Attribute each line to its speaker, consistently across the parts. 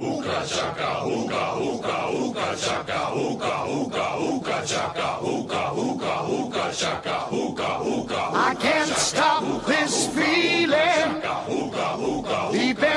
Speaker 1: Uca chaca, uca, uca, uca chaca, uca, uca, uca chaca, uca, uca, uca chaca, uca, uca,
Speaker 2: I can't stop this feeling
Speaker 1: uca, uca,
Speaker 2: deep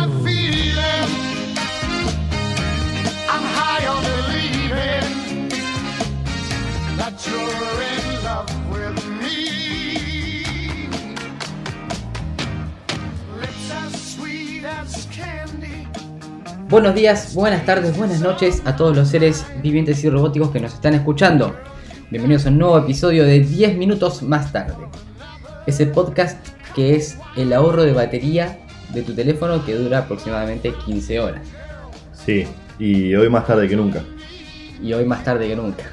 Speaker 2: a feeling. I'm high on believing that you're in love with me. Lips as sweet as candy.
Speaker 3: Buenos días, buenas tardes, buenas noches a todos los seres vivientes y robóticos que nos están escuchando. Bienvenidos a un nuevo episodio de 10 minutos más tarde. Ese podcast que es el ahorro de batería de tu teléfono que dura aproximadamente 15 horas.
Speaker 4: Sí, y hoy más tarde que nunca.
Speaker 3: Y hoy más tarde que nunca.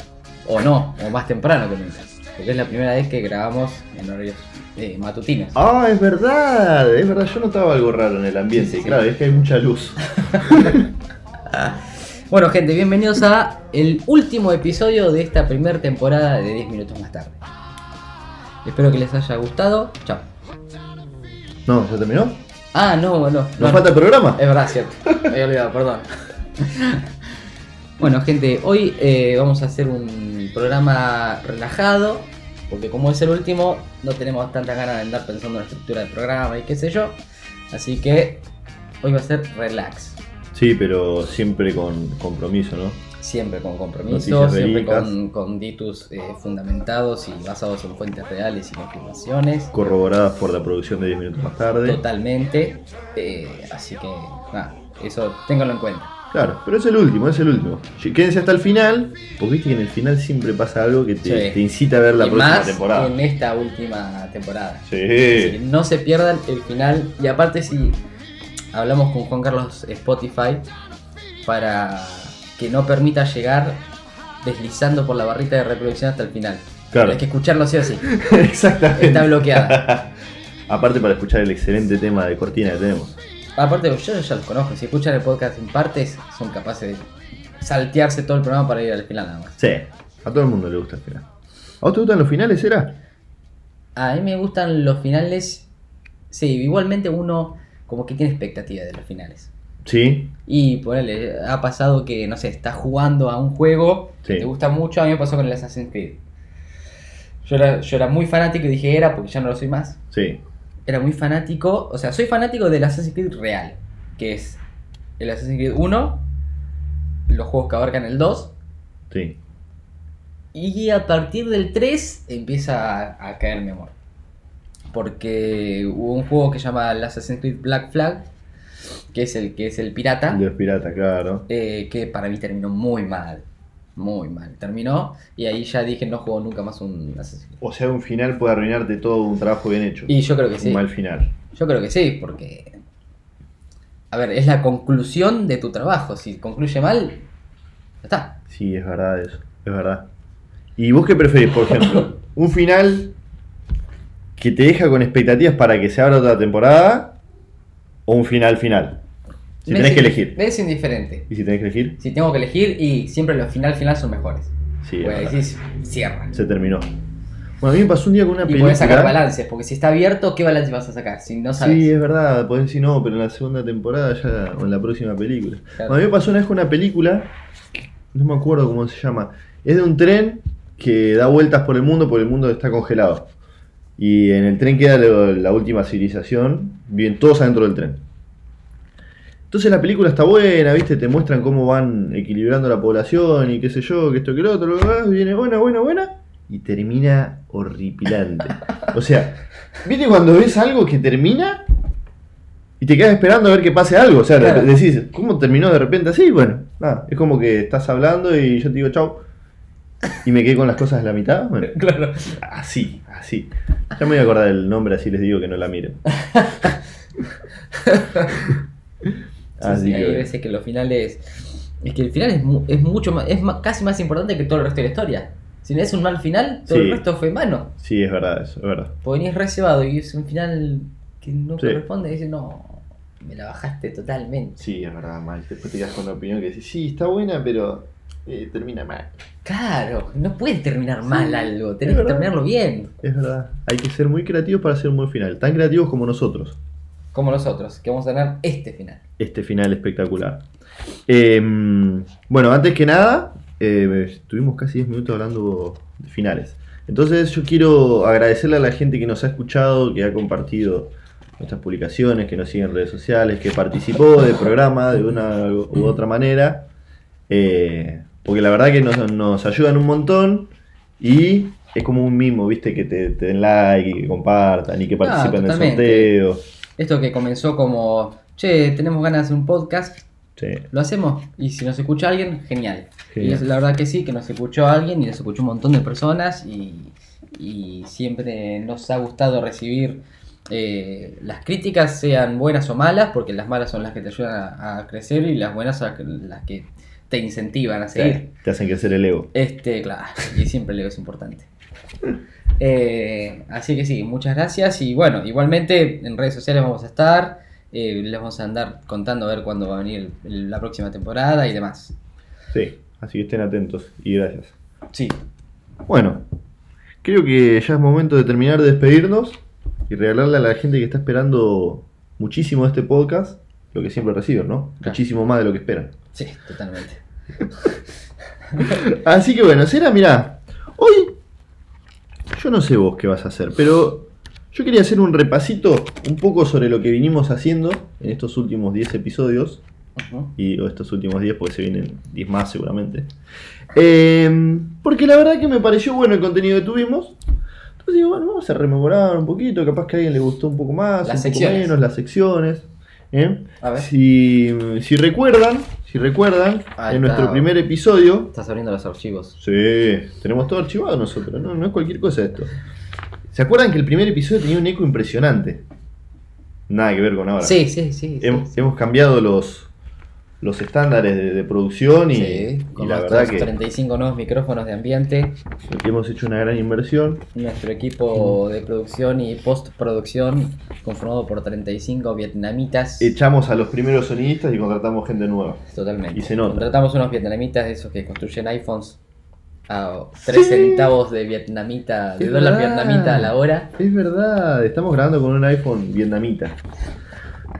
Speaker 3: O no, o más temprano que nunca. Porque es la primera vez que grabamos en horarios eh, matutinos.
Speaker 4: Ah, es verdad, es verdad, yo notaba algo raro en el ambiente,
Speaker 3: Sí, sí, sí.
Speaker 4: claro, es que hay mucha luz.
Speaker 3: Bueno gente, bienvenidos a el último episodio de esta primera temporada de 10 minutos más tarde. Espero que les haya gustado. Chao.
Speaker 4: No, ¿ya terminó? ¿Nos
Speaker 3: Ah, no, no. no, no.
Speaker 4: falta programa?
Speaker 3: Es verdad, cierto. Me había olvidado, perdón. Bueno, gente, hoy eh, vamos a hacer un programa relajado, porque como es el último, no tenemos tantas ganas de andar pensando en la estructura del programa y qué sé yo. Así que hoy va a ser relax.
Speaker 4: Sí, pero siempre con compromiso, ¿no?
Speaker 3: Siempre con compromisos,
Speaker 4: Noticias
Speaker 3: siempre
Speaker 4: verídicas.
Speaker 3: con, con ditus eh, fundamentados y basados en fuentes reales y confirmaciones.
Speaker 4: Corroboradas por la producción de 10 minutos más tarde.
Speaker 3: Totalmente. Eh, así que, nada, eso ténganlo en cuenta.
Speaker 4: Claro, pero es el último, es el último. Sí, Quédense hasta el final, porque viste que en el final siempre pasa algo que te,
Speaker 3: Sí.
Speaker 4: te incita a ver la
Speaker 3: y
Speaker 4: próxima
Speaker 3: más
Speaker 4: temporada.
Speaker 3: en esta última temporada. Así que
Speaker 4: Sí.
Speaker 3: no se pierdan el final. Y aparte si hablamos con Juan Carlos Spotify para que no permita llegar deslizando por la barrita de reproducción hasta el final.
Speaker 4: Claro.
Speaker 3: Hay que escucharlo sí o sí.
Speaker 4: Exactamente.
Speaker 3: Está bloqueada.
Speaker 4: Aparte para escuchar el excelente tema de cortina que tenemos.
Speaker 3: Aparte yo ya los conozco. Si escuchan el podcast en partes, son capaces de saltearse todo el programa para ir al final nada más.
Speaker 4: Sí, a todo el mundo le gusta el final. ¿A vos te gustan los finales, era?
Speaker 3: A mí me gustan los finales. Sí, igualmente uno como que tiene expectativa de los finales.
Speaker 4: Sí,
Speaker 3: Y ponele, ha pasado que, no sé, estás jugando a un juego que
Speaker 4: Sí.
Speaker 3: te gusta mucho. A mí me pasó con el Assassin's Creed. Yo era, yo era muy fanático y dije era porque ya no lo soy más.
Speaker 4: sí,
Speaker 3: Era muy fanático, o sea, soy fanático del Assassin's Creed real, que es el Assassin's Creed 1, los juegos que abarcan el 2,
Speaker 4: sí.
Speaker 3: y a partir del 3 empieza a, a caer mi amor. Porque hubo un juego que se llama el Assassin's Creed Black Flag, que es el que es el pirata.
Speaker 4: De los piratas, claro.
Speaker 3: eh, que para mí terminó muy mal. Muy mal. Terminó y ahí ya dije no juego nunca más un Assassin's Creed.
Speaker 4: O sea, un final puede arruinarte todo un trabajo bien hecho.
Speaker 3: Y yo creo que sí.
Speaker 4: Un mal final.
Speaker 3: Yo creo que sí, porque... A ver, es la conclusión de tu trabajo. Si concluye mal, ya está.
Speaker 4: Sí, es verdad eso. Es verdad. ¿Y vos qué preferís, por ejemplo? ¿Un final que te deja con expectativas para que se abra otra temporada? ¿O un final final? Si
Speaker 3: Me
Speaker 4: tenés
Speaker 3: es
Speaker 4: que
Speaker 3: in-
Speaker 4: elegir.
Speaker 3: Me es indiferente.
Speaker 4: ¿Y si tenés que elegir?
Speaker 3: Si tengo que elegir y siempre los final final son mejores.
Speaker 4: Sí, es
Speaker 3: Porque
Speaker 4: verdad.
Speaker 3: decís, cierra.
Speaker 4: se terminó. Bueno, a mí me pasó un día con una
Speaker 3: Y
Speaker 4: película.
Speaker 3: podés sacar balances, porque si está abierto, ¿qué balance vas a sacar? Si no sabes.
Speaker 4: Sí, es verdad, podés decir no, pero en la segunda temporada ya, o en la próxima película.
Speaker 3: Claro.
Speaker 4: A mí me pasó una vez con una película, no me acuerdo cómo se llama, es de un tren que da vueltas por el mundo, porque el mundo está congelado. Y en el tren queda lo- la última civilización, bien todos adentro del tren. Entonces la película está buena, viste, te muestran cómo van equilibrando la población y qué sé yo, que esto que lo otro, bla, bla, viene buena, buena, buena, y termina horripilante. O sea, viste cuando ves algo que termina y te quedas esperando a ver que pase algo, o sea,
Speaker 3: Claro.
Speaker 4: decís, ¿cómo terminó de repente así? Bueno, nada, es como que estás hablando y yo te digo chau y me quedé con las cosas de la mitad, bueno,
Speaker 3: Claro.
Speaker 4: así, así. Ya me voy a acordar el nombre, así les digo que no la miren.
Speaker 3: Sí,
Speaker 4: Así
Speaker 3: sí,
Speaker 4: que
Speaker 3: hay
Speaker 4: bueno.
Speaker 3: veces que los finales. Es que el final es, mu- es mucho más, es ma- casi más importante que todo el resto de la historia. Si le es un mal final, todo
Speaker 4: Sí.
Speaker 3: el resto fue mano.
Speaker 4: Sí, es verdad, eso, es verdad.
Speaker 3: Porque venís reservado y es un final que no
Speaker 4: Sí.
Speaker 3: corresponde. Y dices, no, me la bajaste totalmente.
Speaker 4: Sí, es verdad, mal. Después te quedas con la opinión que dices, sí, está buena, pero eh, termina mal.
Speaker 3: Claro, no puedes terminar mal
Speaker 4: Sí,
Speaker 3: algo,
Speaker 4: es
Speaker 3: tenés que
Speaker 4: verdad.
Speaker 3: terminarlo bien.
Speaker 4: Es verdad, hay que ser muy creativos para hacer un buen final. Tan creativos como nosotros.
Speaker 3: Como nosotros, que vamos a ganar este final.
Speaker 4: este final espectacular. Eh, bueno, antes que nada, eh, estuvimos casi 10 minutos hablando de finales. Entonces yo quiero agradecerle a la gente que nos ha escuchado, que ha compartido nuestras publicaciones, que nos sigue en redes sociales, que participó del programa de una u otra manera. Eh, porque la verdad que nos, nos ayudan un montón y es como un mimo, viste, que te, te den like y que compartan y que participen en el
Speaker 3: Ah, totalmente.
Speaker 4: sorteo.
Speaker 3: Esto que comenzó como, che, tenemos ganas de hacer un podcast,
Speaker 4: Sí.
Speaker 3: lo hacemos. Y si nos escucha alguien, genial. Y
Speaker 4: Genial.
Speaker 3: es la verdad que sí, que nos escuchó alguien y nos escuchó un montón de personas y, y siempre nos ha gustado recibir eh, las críticas, sean buenas o malas, porque las malas son las que te ayudan a, a crecer y las buenas son las que- las que te incentivan a seguir.
Speaker 4: Te hacen crecer el ego.
Speaker 3: Este, claro, y siempre leo es importante. Eh, así que sí, muchas gracias. Y bueno, igualmente en redes sociales vamos a estar. eh, les vamos a andar contando a ver cuándo va a venir el- la próxima temporada y demás.
Speaker 4: Sí, así que estén atentos y gracias.
Speaker 3: Sí,
Speaker 4: Bueno, creo que ya es momento de terminar de despedirnos y regalarle a la gente que está esperando muchísimo este podcast lo que siempre reciben, ¿no?
Speaker 3: Claro.
Speaker 4: Muchísimo más de lo que esperan.
Speaker 3: sí, totalmente.
Speaker 4: Así que bueno, Cera, mirá, hoy yo no sé vos qué vas a hacer, pero yo quería hacer un repasito un poco sobre lo que vinimos haciendo en estos últimos 10 episodios.
Speaker 3: Ujú.
Speaker 4: y o estos últimos 10, porque se vienen 10 más seguramente. Eh, porque la verdad que me pareció bueno el contenido que tuvimos. Entonces digo, bueno, vamos a rememorar un poquito, capaz que a alguien le gustó un poco más,
Speaker 3: Las
Speaker 4: un poco
Speaker 3: secciones.
Speaker 4: menos, las secciones. ¿eh?
Speaker 3: A ver.
Speaker 4: Si, si recuerdan, si recuerdan,
Speaker 3: Ahí
Speaker 4: en
Speaker 3: está.
Speaker 4: nuestro primer episodio.
Speaker 3: Estás abriendo los archivos.
Speaker 4: Sí, tenemos todo archivado nosotros, no, no es cualquier cosa esto. ¿Se acuerdan que el primer episodio tenía un eco impresionante? Nada que ver con ahora. Em,
Speaker 3: Sí, sí, sí. sí.
Speaker 4: Hemos, hemos cambiado los, los estándares de, de producción y,
Speaker 3: Sí,
Speaker 4: y
Speaker 3: con
Speaker 4: la
Speaker 3: nuestros
Speaker 4: verdad que
Speaker 3: 35 nuevos micrófonos de ambiente,
Speaker 4: hemos hecho una gran inversión.
Speaker 3: nuestro equipo de producción y postproducción conformado por 35 vietnamitas.
Speaker 4: Echamos a los primeros sonidistas y contratamos gente nueva.
Speaker 3: Totalmente.
Speaker 4: Y se nota.
Speaker 3: Contratamos unos vietnamitas de esos que construyen iPhones a 3 centavos de vietnamita, de
Speaker 4: Es
Speaker 3: dólar
Speaker 4: verdad.
Speaker 3: vietnamita a la hora.
Speaker 4: Es verdad, estamos grabando con un iPhone vietnamita.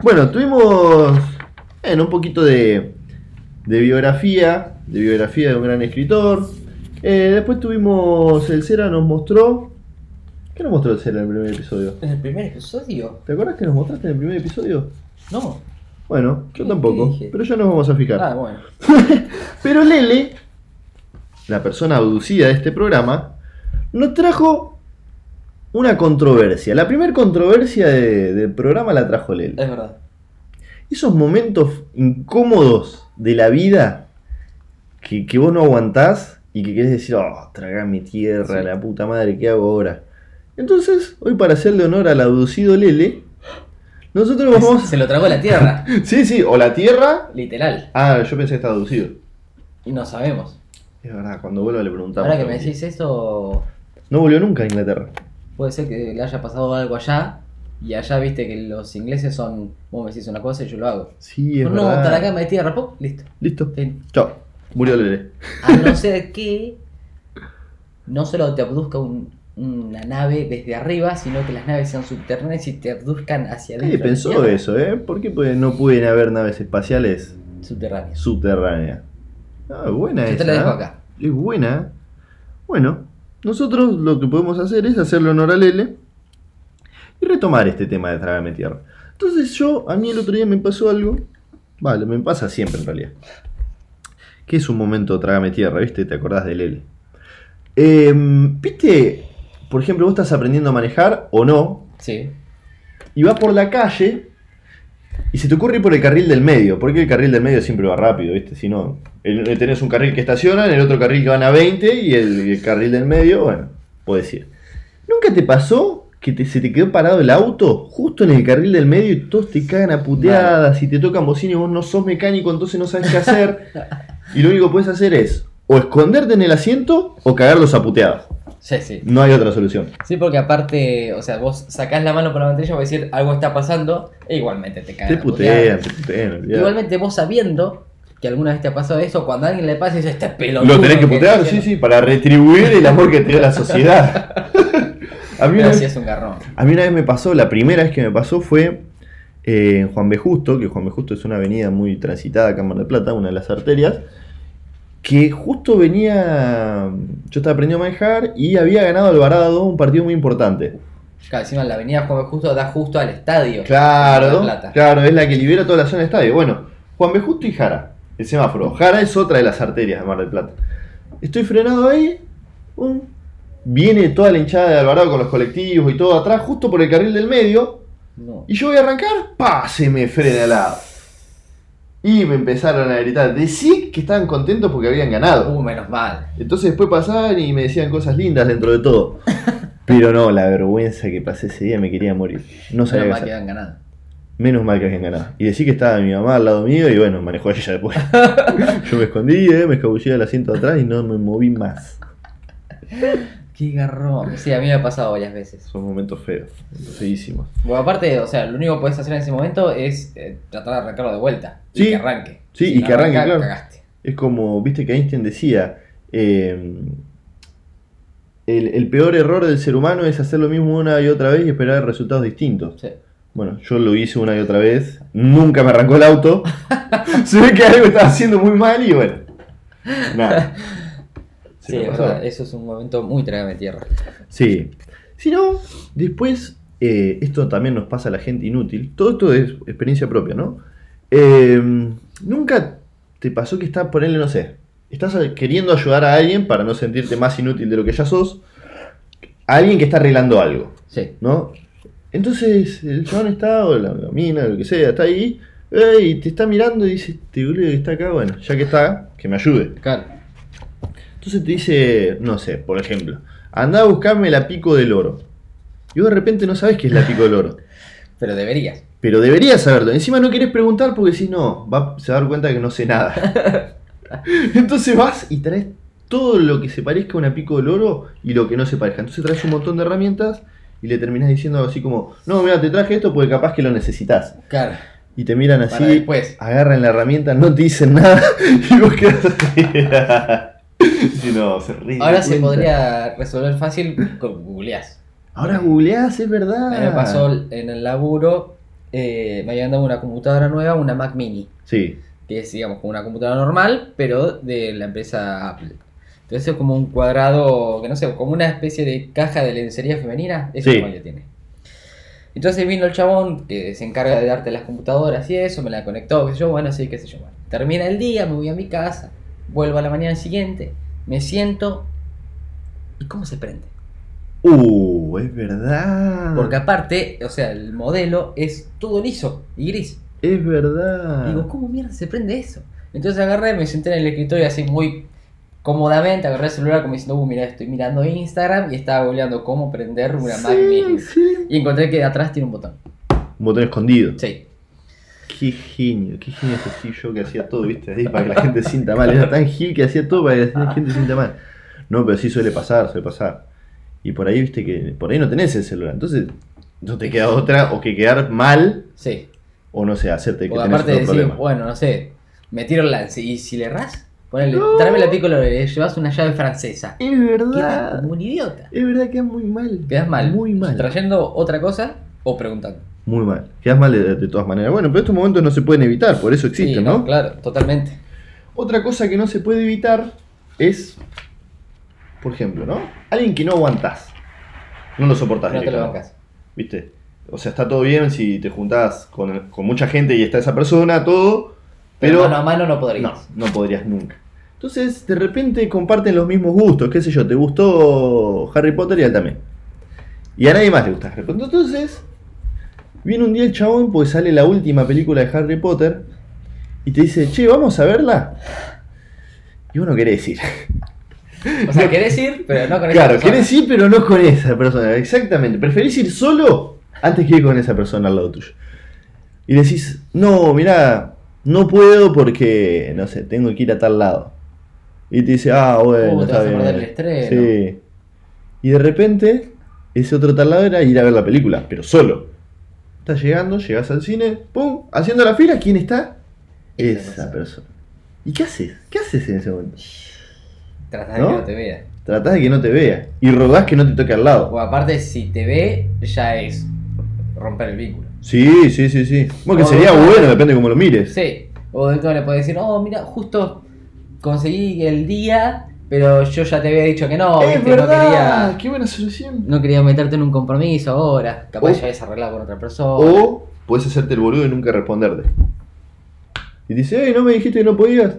Speaker 4: Bueno, tuvimos bueno, un poquito de, de biografía, de biografía de un gran escritor. Eh, después tuvimos, el Cera nos mostró... ¿Qué nos mostró el Cera en el primer episodio?
Speaker 3: ¿En el primer episodio?
Speaker 4: ¿Te acuerdas que nos mostraste en el primer episodio?
Speaker 3: No.
Speaker 4: Bueno, yo
Speaker 3: ¿Qué-
Speaker 4: tampoco,
Speaker 3: qué dije?
Speaker 4: pero ya nos vamos a fijar.
Speaker 3: Ah, bueno.
Speaker 4: Pero Lele, la persona abducida de este programa, nos trajo una controversia. La primera controversia de- del programa la trajo Lele.
Speaker 3: Es verdad.
Speaker 4: Esos momentos incómodos de la vida que, que vos no aguantás y que querés decir, oh, tragame tierra,
Speaker 3: Sí.
Speaker 4: la puta madre, ¿qué hago ahora? Entonces, hoy para hacerle honor al abducido Lele, nosotros vamos...
Speaker 3: Se lo tragó la tierra,
Speaker 4: Sí, sí, o la tierra...
Speaker 3: literal.
Speaker 4: Ah, yo pensé que estaba abducido.
Speaker 3: Y no sabemos.
Speaker 4: Es verdad, cuando vuelva le preguntamos.
Speaker 3: Ahora que me decís esto,
Speaker 4: No volvió nunca a Inglaterra.
Speaker 3: puede ser que le haya pasado algo allá. Y allá viste que los ingleses son, vos me decís una cosa y yo lo hago.
Speaker 4: Sí, es
Speaker 3: no,
Speaker 4: verdad.
Speaker 3: para la cama de tierra, ¡pum! listo.
Speaker 4: Listo.
Speaker 3: Fin.
Speaker 4: Chao. Murió Lele.
Speaker 3: A no ser que no solo te abduzca un- una nave desde arriba, sino que las naves sean subterráneas y te abduzcan hacia
Speaker 4: Nadie
Speaker 3: adentro. de la
Speaker 4: pensó
Speaker 3: Tierra.
Speaker 4: eso, ¿eh? ¿Por qué puede- no pueden haber naves espaciales
Speaker 3: Subterráneas.
Speaker 4: subterráneas? Ah, es buena
Speaker 3: Yo
Speaker 4: esa.
Speaker 3: te la dejo
Speaker 4: ¿eh?
Speaker 3: acá.
Speaker 4: Es buena. Bueno, nosotros lo que podemos hacer es hacerle honor a Lele y retomar este tema de Trágame Tierra. Entonces yo, a mí el otro día me pasó algo. Vale, me pasa siempre en realidad. Que es un momento Trágame Tierra, ¿viste? Te acordás de Lele. Em, ¿Viste? Por ejemplo, vos estás aprendiendo a manejar o no,
Speaker 3: Sí.
Speaker 4: y vas por la calle y se te ocurre ir por el carril del medio, porque el carril del medio siempre va rápido, ¿viste? Si no, el- el- tenés un carril que estaciona, en el otro carril que van a 20 y el, el carril del medio, bueno, puedes ir. ¿Nunca te pasó que te- se te quedó parado el auto justo en el carril del medio y todos te cagan a puteadas y te tocan bocina y vos no sos mecánico, entonces no sabes qué hacer? y lo único que puedes hacer es o esconderte en el asiento o cagarlos a puteadas.
Speaker 3: Sí, sí.
Speaker 4: No hay otra solución.
Speaker 3: Sí, porque aparte, o sea, vos sacás la mano por la ventanilla para decir algo está pasando e igualmente te caen. a
Speaker 4: Te
Speaker 3: putear.
Speaker 4: putean, te putean. olvidate.
Speaker 3: Igualmente vos sabiendo que alguna vez te ha pasado eso, cuando a alguien le pasa dices, este pelo.
Speaker 4: Lo tenés que putear, sí, sí, para retribuir el amor que te dio la sociedad. A mí,
Speaker 3: Pero
Speaker 4: una vez,
Speaker 3: sí es un garrón.
Speaker 4: a mí una vez me pasó, la primera vez que me pasó fue eh, en Juan B. Justo, que Juan B. Justo es una avenida muy transitada acá en Mar del Plata, una de las arterias, que justo venía, yo estaba aprendiendo a manejar y había ganado Alvarado un partido muy importante.
Speaker 3: Claro, encima la avenida Juan B. Justo da justo al estadio. de
Speaker 4: Claro,
Speaker 3: La Plata.
Speaker 4: claro, es la que libera toda la zona del estadio. Bueno, Juan B. Justo y Jara, el semáforo. Jara es otra de las arterias de Mar del Plata. Estoy frenado ahí, pum, viene toda la hinchada de Alvarado con los colectivos y todo atrás, justo por el carril del medio,
Speaker 3: No.
Speaker 4: y yo voy a arrancar, pa, se me frena al lado. Y me empezaron a gritar, decí que estaban contentos porque habían ganado.
Speaker 3: Uh, menos mal.
Speaker 4: Entonces después pasaban y me decían cosas lindas dentro de todo. Pero no, la vergüenza que pasé ese día me quería morir. No
Speaker 3: menos
Speaker 4: sabía qué
Speaker 3: mal
Speaker 4: hacer.
Speaker 3: que habían ganado.
Speaker 4: Menos mal que habían ganado. Y decir que estaba mi mamá al lado mío y bueno, manejó ella después. Yo me escondí, eh, me escabullé del asiento de atrás y no me moví más.
Speaker 3: Qué garrón. Sí, a mí me ha pasado varias veces.
Speaker 4: Son momentos feos, momentos feísimos.
Speaker 3: Bueno, aparte, o sea, lo único que puedes hacer en ese momento es eh, tratar de arrancarlo de vuelta. Y
Speaker 4: Sí.
Speaker 3: que arranque.
Speaker 4: Sí,
Speaker 3: Si
Speaker 4: y
Speaker 3: no
Speaker 4: que arranque, claro.
Speaker 3: Cagaste.
Speaker 4: Es como, viste que Einstein decía, eh, el, el peor error del ser humano es hacer lo mismo una y otra vez y esperar resultados distintos.
Speaker 3: Sí.
Speaker 4: Bueno, yo lo hice una y otra vez, nunca me arrancó el auto, se ve que algo estaba haciendo muy mal y bueno, nada. Se
Speaker 3: Sí,
Speaker 4: me
Speaker 3: es
Speaker 4: pasó.
Speaker 3: verdad, eso es un momento muy trágame tierra.
Speaker 4: Sí. Si no, después, eh, esto también nos pasa a la gente inútil. Todo esto es experiencia propia, ¿no? Eh, Nunca te pasó que estás, ponerle, no sé, estás queriendo ayudar a alguien para no sentirte más inútil de lo que ya sos, a alguien que está arreglando algo,
Speaker 3: Sí.
Speaker 4: ¿no? Entonces, el chabón está, o la, la mina, lo que sea, está ahí, eh, y te está mirando y dice, este boludo que está acá, bueno, ya que está, que me ayude.
Speaker 3: Claro.
Speaker 4: Entonces te dice, no sé, por ejemplo, anda a buscarme la pico del oro. Y vos de repente no sabés qué es la pico del oro.
Speaker 3: Pero deberías.
Speaker 4: Pero deberías saberlo. Encima no querés preguntar porque si no, va, se va a dar cuenta que no sé nada. Entonces vas y traes todo lo que se parezca a una pico del oro y lo que no se parezca. Entonces traes un montón de herramientas y le terminás diciendo algo así como, no, mira, te traje esto porque capaz que lo necesitas.
Speaker 3: Claro.
Speaker 4: Y te miran
Speaker 3: Para
Speaker 4: así,
Speaker 3: después.
Speaker 4: agarran la herramienta, no te dicen nada y vos quedás así. Y no, se ríen,
Speaker 3: Ahora se
Speaker 4: cuenta.
Speaker 3: podría resolver fácil con googleás.
Speaker 4: Ahora googleás, es verdad.
Speaker 3: A mí me pasó en el laburo, eh, me habían dado una computadora nueva, una Mac Mini.
Speaker 4: Sí,
Speaker 3: que es, digamos, como una computadora normal, pero de la empresa Apple. Entonces es como un cuadrado, que no sé, como una especie de caja de lencería femenina, ese
Speaker 4: Sí.
Speaker 3: tamaño tiene. Entonces vino el chabón que se encarga de darte las computadoras y eso, me la conectó, qué sé yo, bueno, sí, qué sé yo. bueno. Termina el día, me voy a mi casa, vuelvo a la mañana siguiente, me siento. ¿Y cómo se prende?
Speaker 4: Uh, es verdad.
Speaker 3: Porque aparte, o sea, el modelo es todo liso y gris.
Speaker 4: Es verdad.
Speaker 3: Digo, ¿cómo mierda se prende eso? Entonces agarré, me senté en el escritorio así muy cómodamente, agarré el celular como diciendo, uh, mira, estoy mirando Instagram y estaba googleando cómo prender una Mac Mini.
Speaker 4: sí.
Speaker 3: Y encontré que de atrás tiene un botón.
Speaker 4: Un botón escondido.
Speaker 3: Sí.
Speaker 4: Qué genio, qué genio ese Steve Jobs que hacía todo, viste, Así, para que la gente sienta mal. Era tan gil que hacía todo para que la gente sienta mal. No, pero sí suele pasar, suele pasar. Y por ahí, viste, que por ahí no tenés el celular. Entonces, no te queda otra o que quedar mal
Speaker 3: Sí.
Speaker 4: o no sé, hacerte que
Speaker 3: Porque
Speaker 4: tenés
Speaker 3: aparte de
Speaker 4: otro
Speaker 3: decir,
Speaker 4: problema.
Speaker 3: bueno, no sé, me tiro el lance. Y si le erras, ponele, tráeme la pico, le llevas una llave francesa.
Speaker 4: Es
Speaker 3: Quedas
Speaker 4: verdad.
Speaker 3: como un idiota.
Speaker 4: Es verdad que es muy mal.
Speaker 3: Quedas mal.
Speaker 4: Muy mal.
Speaker 3: Trayendo otra cosa o preguntando.
Speaker 4: Muy mal. Quedas mal de, de todas maneras. Bueno, pero estos momentos no se pueden evitar, por eso existen,
Speaker 3: sí,
Speaker 4: ¿no?
Speaker 3: Claro, totalmente.
Speaker 4: Otra cosa que no se puede evitar es, por ejemplo, ¿no? Alguien que no aguantás. No lo soportás.
Speaker 3: No te lo
Speaker 4: directamente,
Speaker 3: bancas.
Speaker 4: ¿Viste? O sea, está todo bien si te juntás con, con mucha gente y está esa persona, todo,
Speaker 3: Pero,
Speaker 4: pero,
Speaker 3: mano a mano no
Speaker 4: no,
Speaker 3: podrías.
Speaker 4: no podrías nunca. Entonces, de repente comparten los mismos gustos, qué sé yo, te gustó Harry Potter y a él también. Y a nadie más le gusta Harry Potter. Entonces, viene un día el chabón, pues sale la última película de Harry Potter y te dice, che, vamos a verla. Y uno quiere decir.
Speaker 3: O sea, querés ir, pero no con esa
Speaker 4: Claro,
Speaker 3: persona.
Speaker 4: querés ir, pero no con esa persona. Exactamente. Preferís ir solo antes que ir con esa persona al lado tuyo. Y decís, no, mirá, no puedo porque, no sé, tengo que ir a tal lado. Y te dice, ah, bueno,
Speaker 3: Uh, te
Speaker 4: está
Speaker 3: vas a perder el
Speaker 4: bien.
Speaker 3: estreno.
Speaker 4: Sí. Y de repente, ese otro tarado era ir a ver la película, pero solo. Estás llegando, llegas al cine, ¡pum! Haciendo la fila, ¿quién está?
Speaker 3: Esa
Speaker 4: Esa
Speaker 3: persona.
Speaker 4: persona. ¿Y qué haces? ¿Qué haces en ese momento?
Speaker 3: Tratás de
Speaker 4: ¿No?
Speaker 3: que no te vea.
Speaker 4: Tratás de que no te vea y rogás que no te toque al lado.
Speaker 3: O aparte, si te ve, ya es romper el vínculo.
Speaker 4: Sí, sí, sí, sí. Bueno, que
Speaker 3: O-
Speaker 4: sería bueno, depende de cómo lo mires.
Speaker 3: Sí. O de todo le puede decir, oh, mira, justo conseguí el día, pero yo ya te había dicho que no.
Speaker 4: es
Speaker 3: viste,
Speaker 4: verdad,
Speaker 3: No quería,
Speaker 4: qué buena solución.
Speaker 3: no quería meterte en un compromiso ahora. Capaz
Speaker 4: O-
Speaker 3: ya habías arreglado con otra persona.
Speaker 4: O puedes hacerte el boludo y nunca responderte. Y dice, hey, ¿no me dijiste que no podías?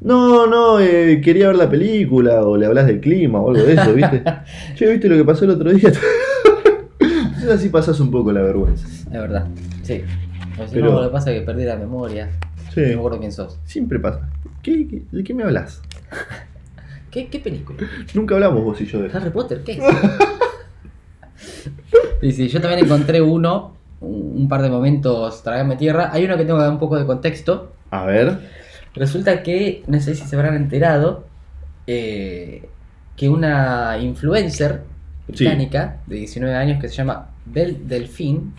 Speaker 4: No, no, eh, quería ver la película, o le hablas del clima, o algo de eso, ¿viste? che, ¿viste lo que pasó el otro día? Entonces así pasas un poco la vergüenza.
Speaker 3: Es verdad. Sí. O si
Speaker 4: Pero-
Speaker 3: no, lo que pasa es que perdí la memoria. No me
Speaker 4: Sí,
Speaker 3: acuerdo quién sos.
Speaker 4: siempre pasa. ¿Qué- qué- ¿De qué me hablas?
Speaker 3: ¿Qué, qué película?
Speaker 4: Nunca hablamos vos y yo de eso.
Speaker 3: ¿Harry Potter? ¿Qué Sí, sí, yo también encontré uno, un un par de momentos tragame tierra. Hay uno que tengo que dar un poco de contexto.
Speaker 4: A ver,
Speaker 3: Resulta que, no sé si se habrán enterado, eh, que una influencer
Speaker 4: Sí.
Speaker 3: británica de 19 años que se llama Belle Delfín,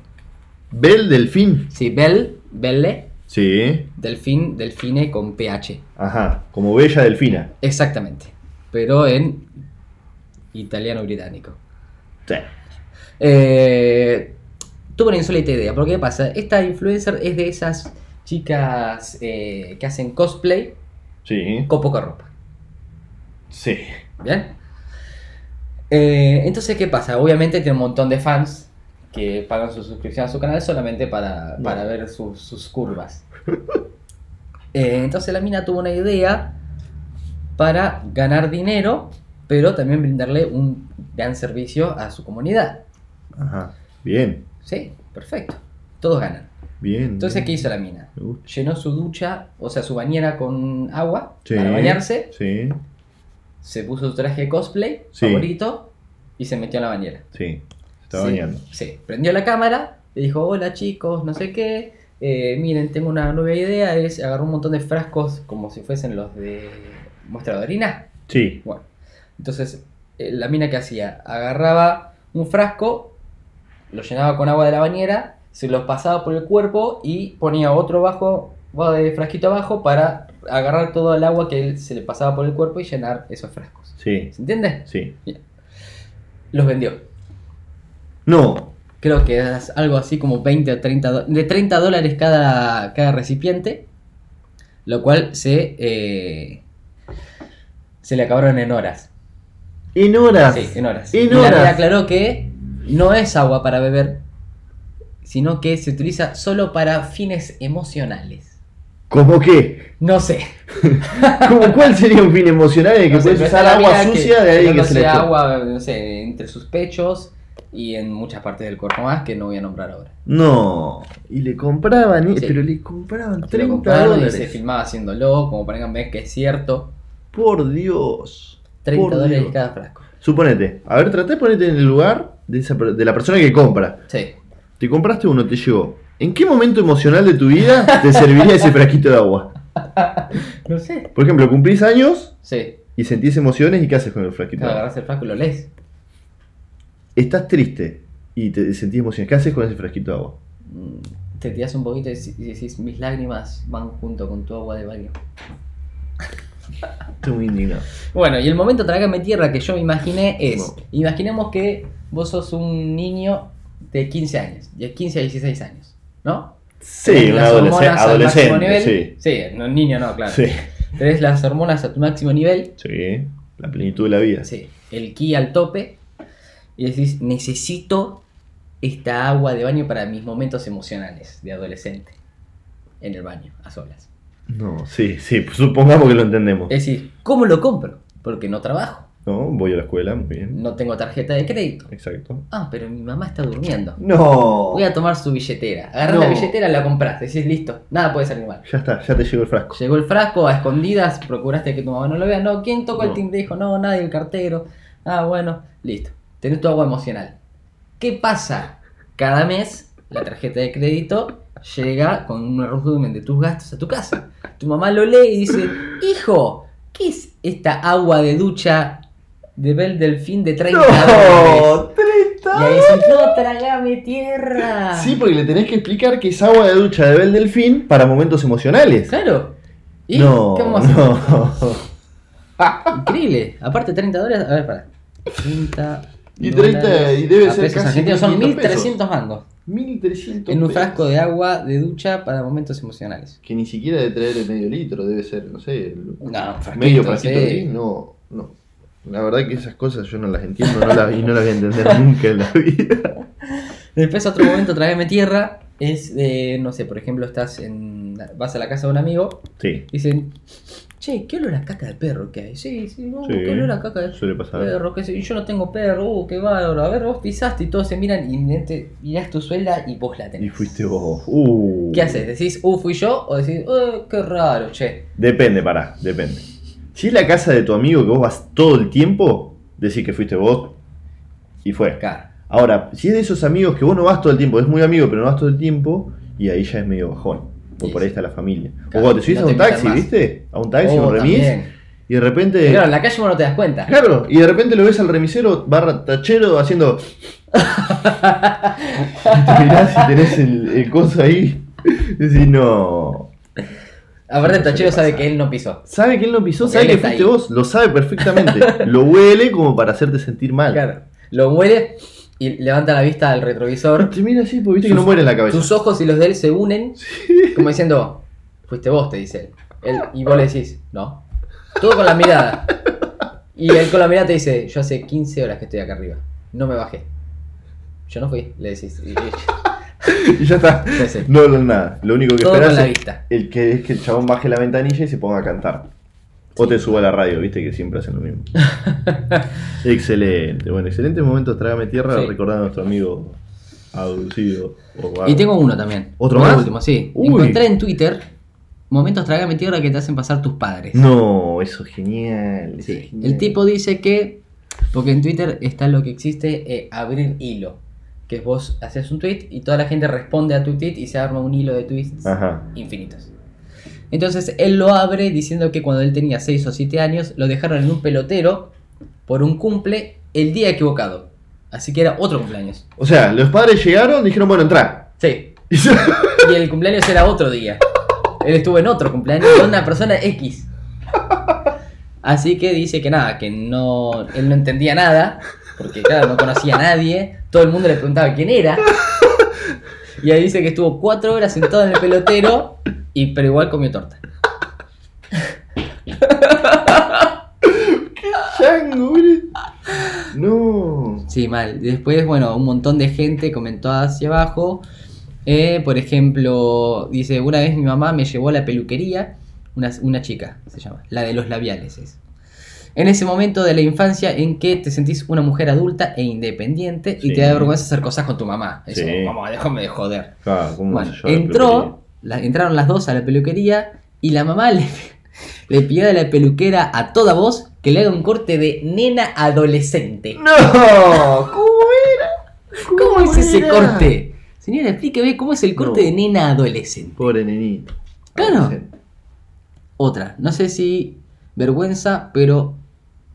Speaker 4: Bel Delfín.
Speaker 3: sí, Belle, Belle,
Speaker 4: Sí,
Speaker 3: Delfín, Delfine con PH,
Speaker 4: ajá, como Bella Delfina.
Speaker 3: exactamente, pero en italiano británico.
Speaker 4: Sí.
Speaker 3: Eh, tuve una insólita idea, porque ¿qué pasa? Esta influencer es de esas chicas eh, que hacen cosplay
Speaker 4: Sí.
Speaker 3: con poca ropa.
Speaker 4: Sí.
Speaker 3: ¿Bien? Eh, entonces, ¿qué pasa? Obviamente tiene un montón de fans que pagan su suscripción a su canal solamente para,
Speaker 4: No.
Speaker 3: para ver sus- sus curvas. Eh, entonces la mina tuvo una idea para ganar dinero, pero también brindarle un gran servicio a su comunidad.
Speaker 4: Ajá. Bien,
Speaker 3: Sí, perfecto. Todos ganan.
Speaker 4: bien.
Speaker 3: Entonces,
Speaker 4: bien.
Speaker 3: ¿qué hizo la mina?
Speaker 4: Me gusta.
Speaker 3: Llenó su ducha, o sea, su bañera con agua
Speaker 4: Sí.
Speaker 3: para bañarse,
Speaker 4: Sí,
Speaker 3: se puso su traje de cosplay
Speaker 4: Sí.
Speaker 3: favorito y se metió en la bañera.
Speaker 4: sí. Se está
Speaker 3: Sí,
Speaker 4: bañando.
Speaker 3: Sí, prendió la cámara, le dijo, hola chicos, no sé qué, eh, miren, tengo una nueva idea, es agarró un montón de frascos como si fuesen los de muestra de orina.
Speaker 4: Sí.
Speaker 3: Bueno, entonces, eh, la mina que hacía, agarraba un frasco, lo llenaba con agua de la bañera, se los pasaba por el cuerpo y ponía otro bajo, va de frasquito abajo para agarrar todo el agua que él se le pasaba por el cuerpo y llenar esos frascos.
Speaker 4: Sí,
Speaker 3: ¿Se entiende?
Speaker 4: sí.
Speaker 3: Los vendió.
Speaker 4: No.
Speaker 3: Creo que es algo así como 20 o 30 do- de 30 dólares cada, cada recipiente, lo cual se, eh, se le acabaron en horas.
Speaker 4: En horas.
Speaker 3: Sí, en horas.
Speaker 4: En
Speaker 3: Y la
Speaker 4: horas.
Speaker 3: mina aclaró que no es agua para beber, sino que se utiliza solo para fines emocionales.
Speaker 4: ¿Cómo qué?
Speaker 3: No sé.
Speaker 4: ¿Cómo cuál sería un fin emocional en el que
Speaker 3: No sé,
Speaker 4: puedes
Speaker 3: pero
Speaker 4: usar
Speaker 3: está la
Speaker 4: agua
Speaker 3: mina
Speaker 4: sucia de alguien que
Speaker 3: no
Speaker 4: se le
Speaker 3: sea
Speaker 4: echó?
Speaker 3: agua, no sé, entre sus pechos y en muchas partes del cuerpo más que no voy a nombrar ahora.
Speaker 4: No. Y le compraban, eh,
Speaker 3: Sí.
Speaker 4: pero le compraban
Speaker 3: Se lo
Speaker 4: 30
Speaker 3: compraron y se
Speaker 4: dólares.
Speaker 3: filmaba haciéndolo, como para que vean que es cierto.
Speaker 4: Por Dios.
Speaker 3: 30
Speaker 4: Por
Speaker 3: dólares
Speaker 4: Dios.
Speaker 3: cada frasco.
Speaker 4: Suponete, a ver, traté de ponerte en el lugar de, esa per- de la persona que compra.
Speaker 3: Sí.
Speaker 4: Te compraste uno, te llegó. ¿En qué momento emocional de tu vida te serviría ese frasquito de agua?
Speaker 3: No sé.
Speaker 4: Por ejemplo, cumplís años
Speaker 3: Sí.
Speaker 4: y sentís emociones y ¿qué haces con el frasquito? de agua?
Speaker 3: Agarras el frasco y lo lees.
Speaker 4: estás triste y te sentís emocionado, ¿qué haces con ese frasquito de agua?
Speaker 3: Mm, Te tiras un poquito y dec- y decís, mis lágrimas van junto con tu agua de baño.
Speaker 4: Estoy muy indignado.
Speaker 3: Bueno, y el momento trágame tierra que yo me imaginé es,
Speaker 4: No.
Speaker 3: imaginemos que vos sos un niño de 15 años, de 15 a 16 años, ¿no?
Speaker 4: Sí,
Speaker 3: Tenés
Speaker 4: un
Speaker 3: las
Speaker 4: adolescente,
Speaker 3: hormonas al máximo
Speaker 4: adolescente,
Speaker 3: nivel.
Speaker 4: sí.
Speaker 3: Sí, no, niño no, claro.
Speaker 4: Sí.
Speaker 3: Tenés las hormonas a tu máximo nivel,
Speaker 4: Sí, la plenitud de la vida.
Speaker 3: Sí, el ki al tope. Y decís, necesito esta agua de baño para mis momentos emocionales de adolescente. En el baño, a solas.
Speaker 4: No, sí, sí, pues supongamos que lo entendemos.
Speaker 3: Es decir, ¿cómo lo compro? Porque no trabajo,
Speaker 4: No, voy a la escuela, muy bien.
Speaker 3: no tengo tarjeta de crédito.
Speaker 4: Exacto.
Speaker 3: Ah, pero mi mamá está durmiendo.
Speaker 4: No.
Speaker 3: Voy a tomar su billetera. Agarrás
Speaker 4: No.
Speaker 3: la billetera, la compras. Decís, listo, nada puede salir mal.
Speaker 4: Ya está, ya te llegó el frasco.
Speaker 3: Llegó el frasco a escondidas, procuraste que tu mamá no lo vea. No, ¿quién tocó el
Speaker 4: No.
Speaker 3: timbre? Dijo, no, nadie, el cartero. Ah, bueno, listo. Tenés tu agua emocional. ¿Qué pasa? Cada mes la tarjeta de crédito llega con un resumen de tus gastos a tu casa. Tu mamá lo lee y dice, hijo, ¿Qué es esta agua de ducha de Bel Delfín de 30 dólares?
Speaker 4: ¡No!
Speaker 3: Y
Speaker 4: ¡30!
Speaker 3: ahí dicen, no, tragame tierra.
Speaker 4: Sí, porque le tenés que explicar que es agua de ducha de Bel Delfín para momentos emocionales.
Speaker 3: Claro. ¿Y
Speaker 4: No,
Speaker 3: qué vamos a hacer?
Speaker 4: no.
Speaker 3: Increíble. Aparte, 30 dólares. A ver, pará. 30.
Speaker 4: Y 30
Speaker 3: dólares
Speaker 4: y debe
Speaker 3: a
Speaker 4: ser
Speaker 3: pesos
Speaker 4: casi
Speaker 3: argentinos. Son
Speaker 4: 500 pesos.
Speaker 3: 1300 mangos.
Speaker 4: 1300
Speaker 3: En un
Speaker 4: pesos.
Speaker 3: frasco de agua de ducha para momentos emocionales.
Speaker 4: Que ni siquiera de traer el medio litro, debe ser, no sé, el-
Speaker 3: No, un frasquito,
Speaker 4: medio frasquito
Speaker 3: sí.
Speaker 4: de gin, no, no. La verdad que esas cosas yo no las entiendo no las- y no las voy a entender nunca en la vida.
Speaker 3: Después otro momento, trágame tierra. Es de, no sé, por ejemplo, estás en. vas a la casa de un amigo,
Speaker 4: Sí,
Speaker 3: dicen, che, qué olor a caca de perro que hay. Sí, sí, uh,
Speaker 4: Sí.
Speaker 3: qué olor a caca de
Speaker 4: suele pasar.
Speaker 3: perro, que sé- y yo no tengo perro, uh, qué bárbaro. A ver, vos pisaste y todos se miran y mirás- mirás tu suelda y vos la tenés.
Speaker 4: Y fuiste vos. Uh.
Speaker 3: ¿Qué haces? ¿Decís, uh, fui yo? ¿O decís, uh, qué raro, che?
Speaker 4: Depende, pará, depende. Si es la casa de tu amigo que vos vas todo el tiempo, decís que fuiste vos y fue.
Speaker 3: Acá.
Speaker 4: Ahora, si es de esos amigos que vos no vas todo el tiempo, es muy amigo pero no vas todo el tiempo, y ahí ya es medio bajón. Porque
Speaker 3: Sí,
Speaker 4: por ahí
Speaker 3: sí.
Speaker 4: está la familia. O
Speaker 3: Claro,
Speaker 4: cuando te subís
Speaker 3: no
Speaker 4: a
Speaker 3: te
Speaker 4: un taxi,
Speaker 3: invitan más.
Speaker 4: ¿viste? A un taxi,
Speaker 3: Oh,
Speaker 4: un remis,
Speaker 3: también.
Speaker 4: y de repente.
Speaker 3: Claro, en la calle vos no te das cuenta.
Speaker 4: Claro, y de repente lo ves al remisero barra tachero haciendo. y te mirás y tenés el, el coso ahí. Y decís, no.
Speaker 3: Aparte, el
Speaker 4: Suele
Speaker 3: tachero sabe
Speaker 4: pasar.
Speaker 3: que él no pisó.
Speaker 4: Sabe que él no pisó,
Speaker 3: Porque
Speaker 4: sabe
Speaker 3: él
Speaker 4: que
Speaker 3: está
Speaker 4: fuiste
Speaker 3: ahí.
Speaker 4: vos, lo sabe perfectamente. lo huele como para hacerte sentir mal.
Speaker 3: Claro. Lo huele y levanta la vista al retrovisor.
Speaker 4: Te mira así, porque viste que
Speaker 3: Sus-
Speaker 4: no muere en la cabeza.
Speaker 3: Tus ojos y los de él se unen, como diciendo, fuiste vos, te dice él. Él- Y vos le decís, no. Todo con la mirada. Y él con la mirada te dice, yo hace 15 horas que estoy acá arriba. No me bajé. Yo no fui, le decís. Y- y-
Speaker 4: Y ya está.
Speaker 3: no sé.
Speaker 4: No hablan nada. Lo único que
Speaker 3: Todo con
Speaker 4: esperás
Speaker 3: la
Speaker 4: es,
Speaker 3: vista.
Speaker 4: el que, es que el chabón baje la ventanilla y se ponga a cantar. O te suba a la radio, viste que siempre hacen lo mismo. excelente, bueno, excelente momento. Trágame tierra,
Speaker 3: Sí.
Speaker 4: recordando a nuestro amigo aducido. o vago.
Speaker 3: Y tengo uno también.
Speaker 4: ¿Otro
Speaker 3: Uno
Speaker 4: más?
Speaker 3: último, sí.
Speaker 4: Uy.
Speaker 3: Encontré en Twitter momentos trágame tierra que te hacen pasar tus padres.
Speaker 4: No, eso es genial. eso es
Speaker 3: Sí.
Speaker 4: genial.
Speaker 3: El tipo dice que, porque en Twitter está lo que existe, eh, abrir hilo. Que vos haces un tweet y toda la gente responde a tu tweet y se arma un hilo de tweets
Speaker 4: Ajá.
Speaker 3: infinitos. Entonces él lo abre diciendo que cuando él tenía 6 o 7 años lo dejaron en un pelotero por un cumple el día equivocado. Así que era otro cumpleaños.
Speaker 4: O sea, los padres llegaron, dijeron, bueno, entrá.
Speaker 3: Sí.
Speaker 4: Y se-
Speaker 3: Y el cumpleaños era otro día. Él estuvo en otro cumpleaños con una persona X. Así que dice que nada, que no. Él no entendía nada. Porque claro, no conocía a nadie. Todo el mundo le preguntaba quién era. Y ahí dice que estuvo cuatro horas sentado en el pelotero. Y pero igual comió torta.
Speaker 4: Chango, mire. No.
Speaker 3: Sí, mal. Después, bueno, un montón de gente comentó hacia abajo. Eh, por ejemplo, dice, una vez mi mamá me llevó a la peluquería, una, una chica se llama, la de los labiales es. En ese momento de la infancia en que te sentís una mujer adulta e independiente y
Speaker 4: Sí.
Speaker 3: te da vergüenza hacer cosas con tu mamá. Es
Speaker 4: Sí.
Speaker 3: como, mamá, déjame de joder.
Speaker 4: Ah, ¿cómo
Speaker 3: Bueno,
Speaker 4: se llama?
Speaker 3: entró, la- entraron las dos a la peluquería y la mamá le, le pidió a la peluquera a toda voz que le haga un corte de nena adolescente.
Speaker 4: ¡No! ¿Cómo era?
Speaker 3: ¿Cómo es ese
Speaker 4: era?
Speaker 3: corte? Señora, explíqueme cómo es el corte
Speaker 4: No.
Speaker 3: de nena adolescente.
Speaker 4: Pobre nenito.
Speaker 3: Claro.
Speaker 4: Adolescente.
Speaker 3: Otra, no sé si vergüenza, pero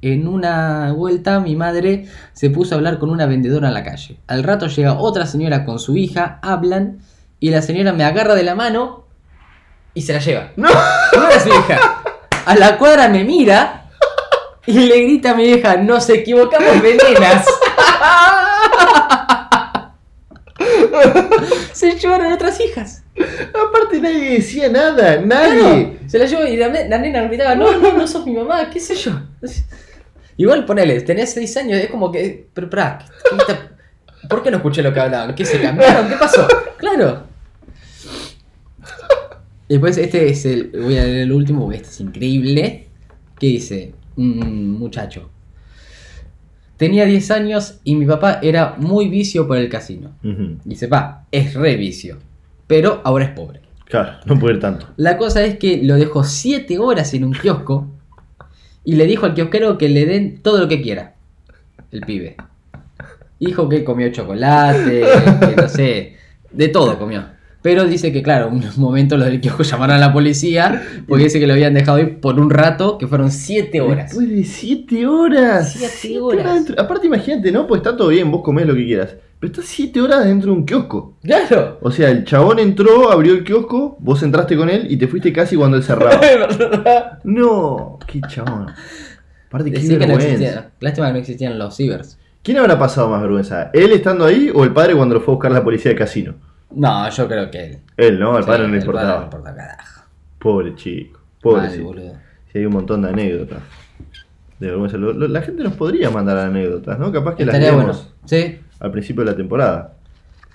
Speaker 3: en una vuelta mi madre se puso a hablar con una vendedora en la calle. Al rato llega otra señora con su hija, hablan y la señora me agarra de la mano y se la lleva.
Speaker 4: ¡No!
Speaker 3: No era su hija. A la cuadra me mira y le grita a mi vieja, nos equivocamos de nenas. Se llevaron otras hijas.
Speaker 4: Aparte nadie decía nada,
Speaker 3: Claro,
Speaker 4: nadie.
Speaker 3: se la llevó y la, ne- la nena gritaba, no, no, no sos mi mamá, qué sé yo. Igual ponele, tenés 6 años, es como que, pero pará, ¿qué- qué está- ¿por qué no escuché lo que hablaban? ¿Qué se cambiaron? ¿Qué pasó? Claro. Después este es el, voy a leer el último, porque este es increíble, que dice, un muchacho. Tenía 10 años y mi papá era muy vicio por el casino.
Speaker 4: Ujú.
Speaker 3: Dice, va, es re vicio, pero ahora es pobre.
Speaker 4: Claro, no puede ir tanto.
Speaker 3: La cosa es que lo dejó 7 horas en un kiosco y le dijo al kiosquero que le den todo lo que quiera. El pibe. Dijo que comió chocolate, que no sé, de todo comió. Pero dice que, claro, en un momento los del kiosco llamaron a la policía porque dice que lo habían dejado ir por un rato, que fueron 7 horas.
Speaker 4: Después de 7 horas.
Speaker 3: Siete
Speaker 4: Siete
Speaker 3: horas.
Speaker 4: dentro- Aparte, imagínate, ¿no? Pues está todo bien, vos comés lo que quieras. Pero estás 7 horas dentro de un kiosco.
Speaker 3: ¡Claro!
Speaker 4: O sea, el chabón entró, abrió el kiosco, vos entraste con él y te fuiste casi cuando él cerraba. no, qué chabón. Aparte, qué
Speaker 3: Decí que no
Speaker 4: vergüenza.
Speaker 3: existían. Lástima que no existían los cibers.
Speaker 4: ¿Quién habrá pasado más vergüenza? ¿Él estando ahí o el padre cuando lo fue a buscar la policía del casino?
Speaker 3: No, yo creo que él.
Speaker 4: Él, ¿no? Al
Speaker 3: Sí,
Speaker 4: padre no le
Speaker 3: el padre
Speaker 4: importaba.
Speaker 3: no importa, carajo.
Speaker 4: Pobre chico. Pobre
Speaker 3: Mal,
Speaker 4: chico.
Speaker 3: boludo.
Speaker 4: Sí, hay un montón de anécdotas. De vergüenza. Lo- lo- la gente nos podría mandar anécdotas, ¿no? Capaz que
Speaker 3: Estaría
Speaker 4: las
Speaker 3: bueno.
Speaker 4: leemos
Speaker 3: Sí.
Speaker 4: al principio de la temporada.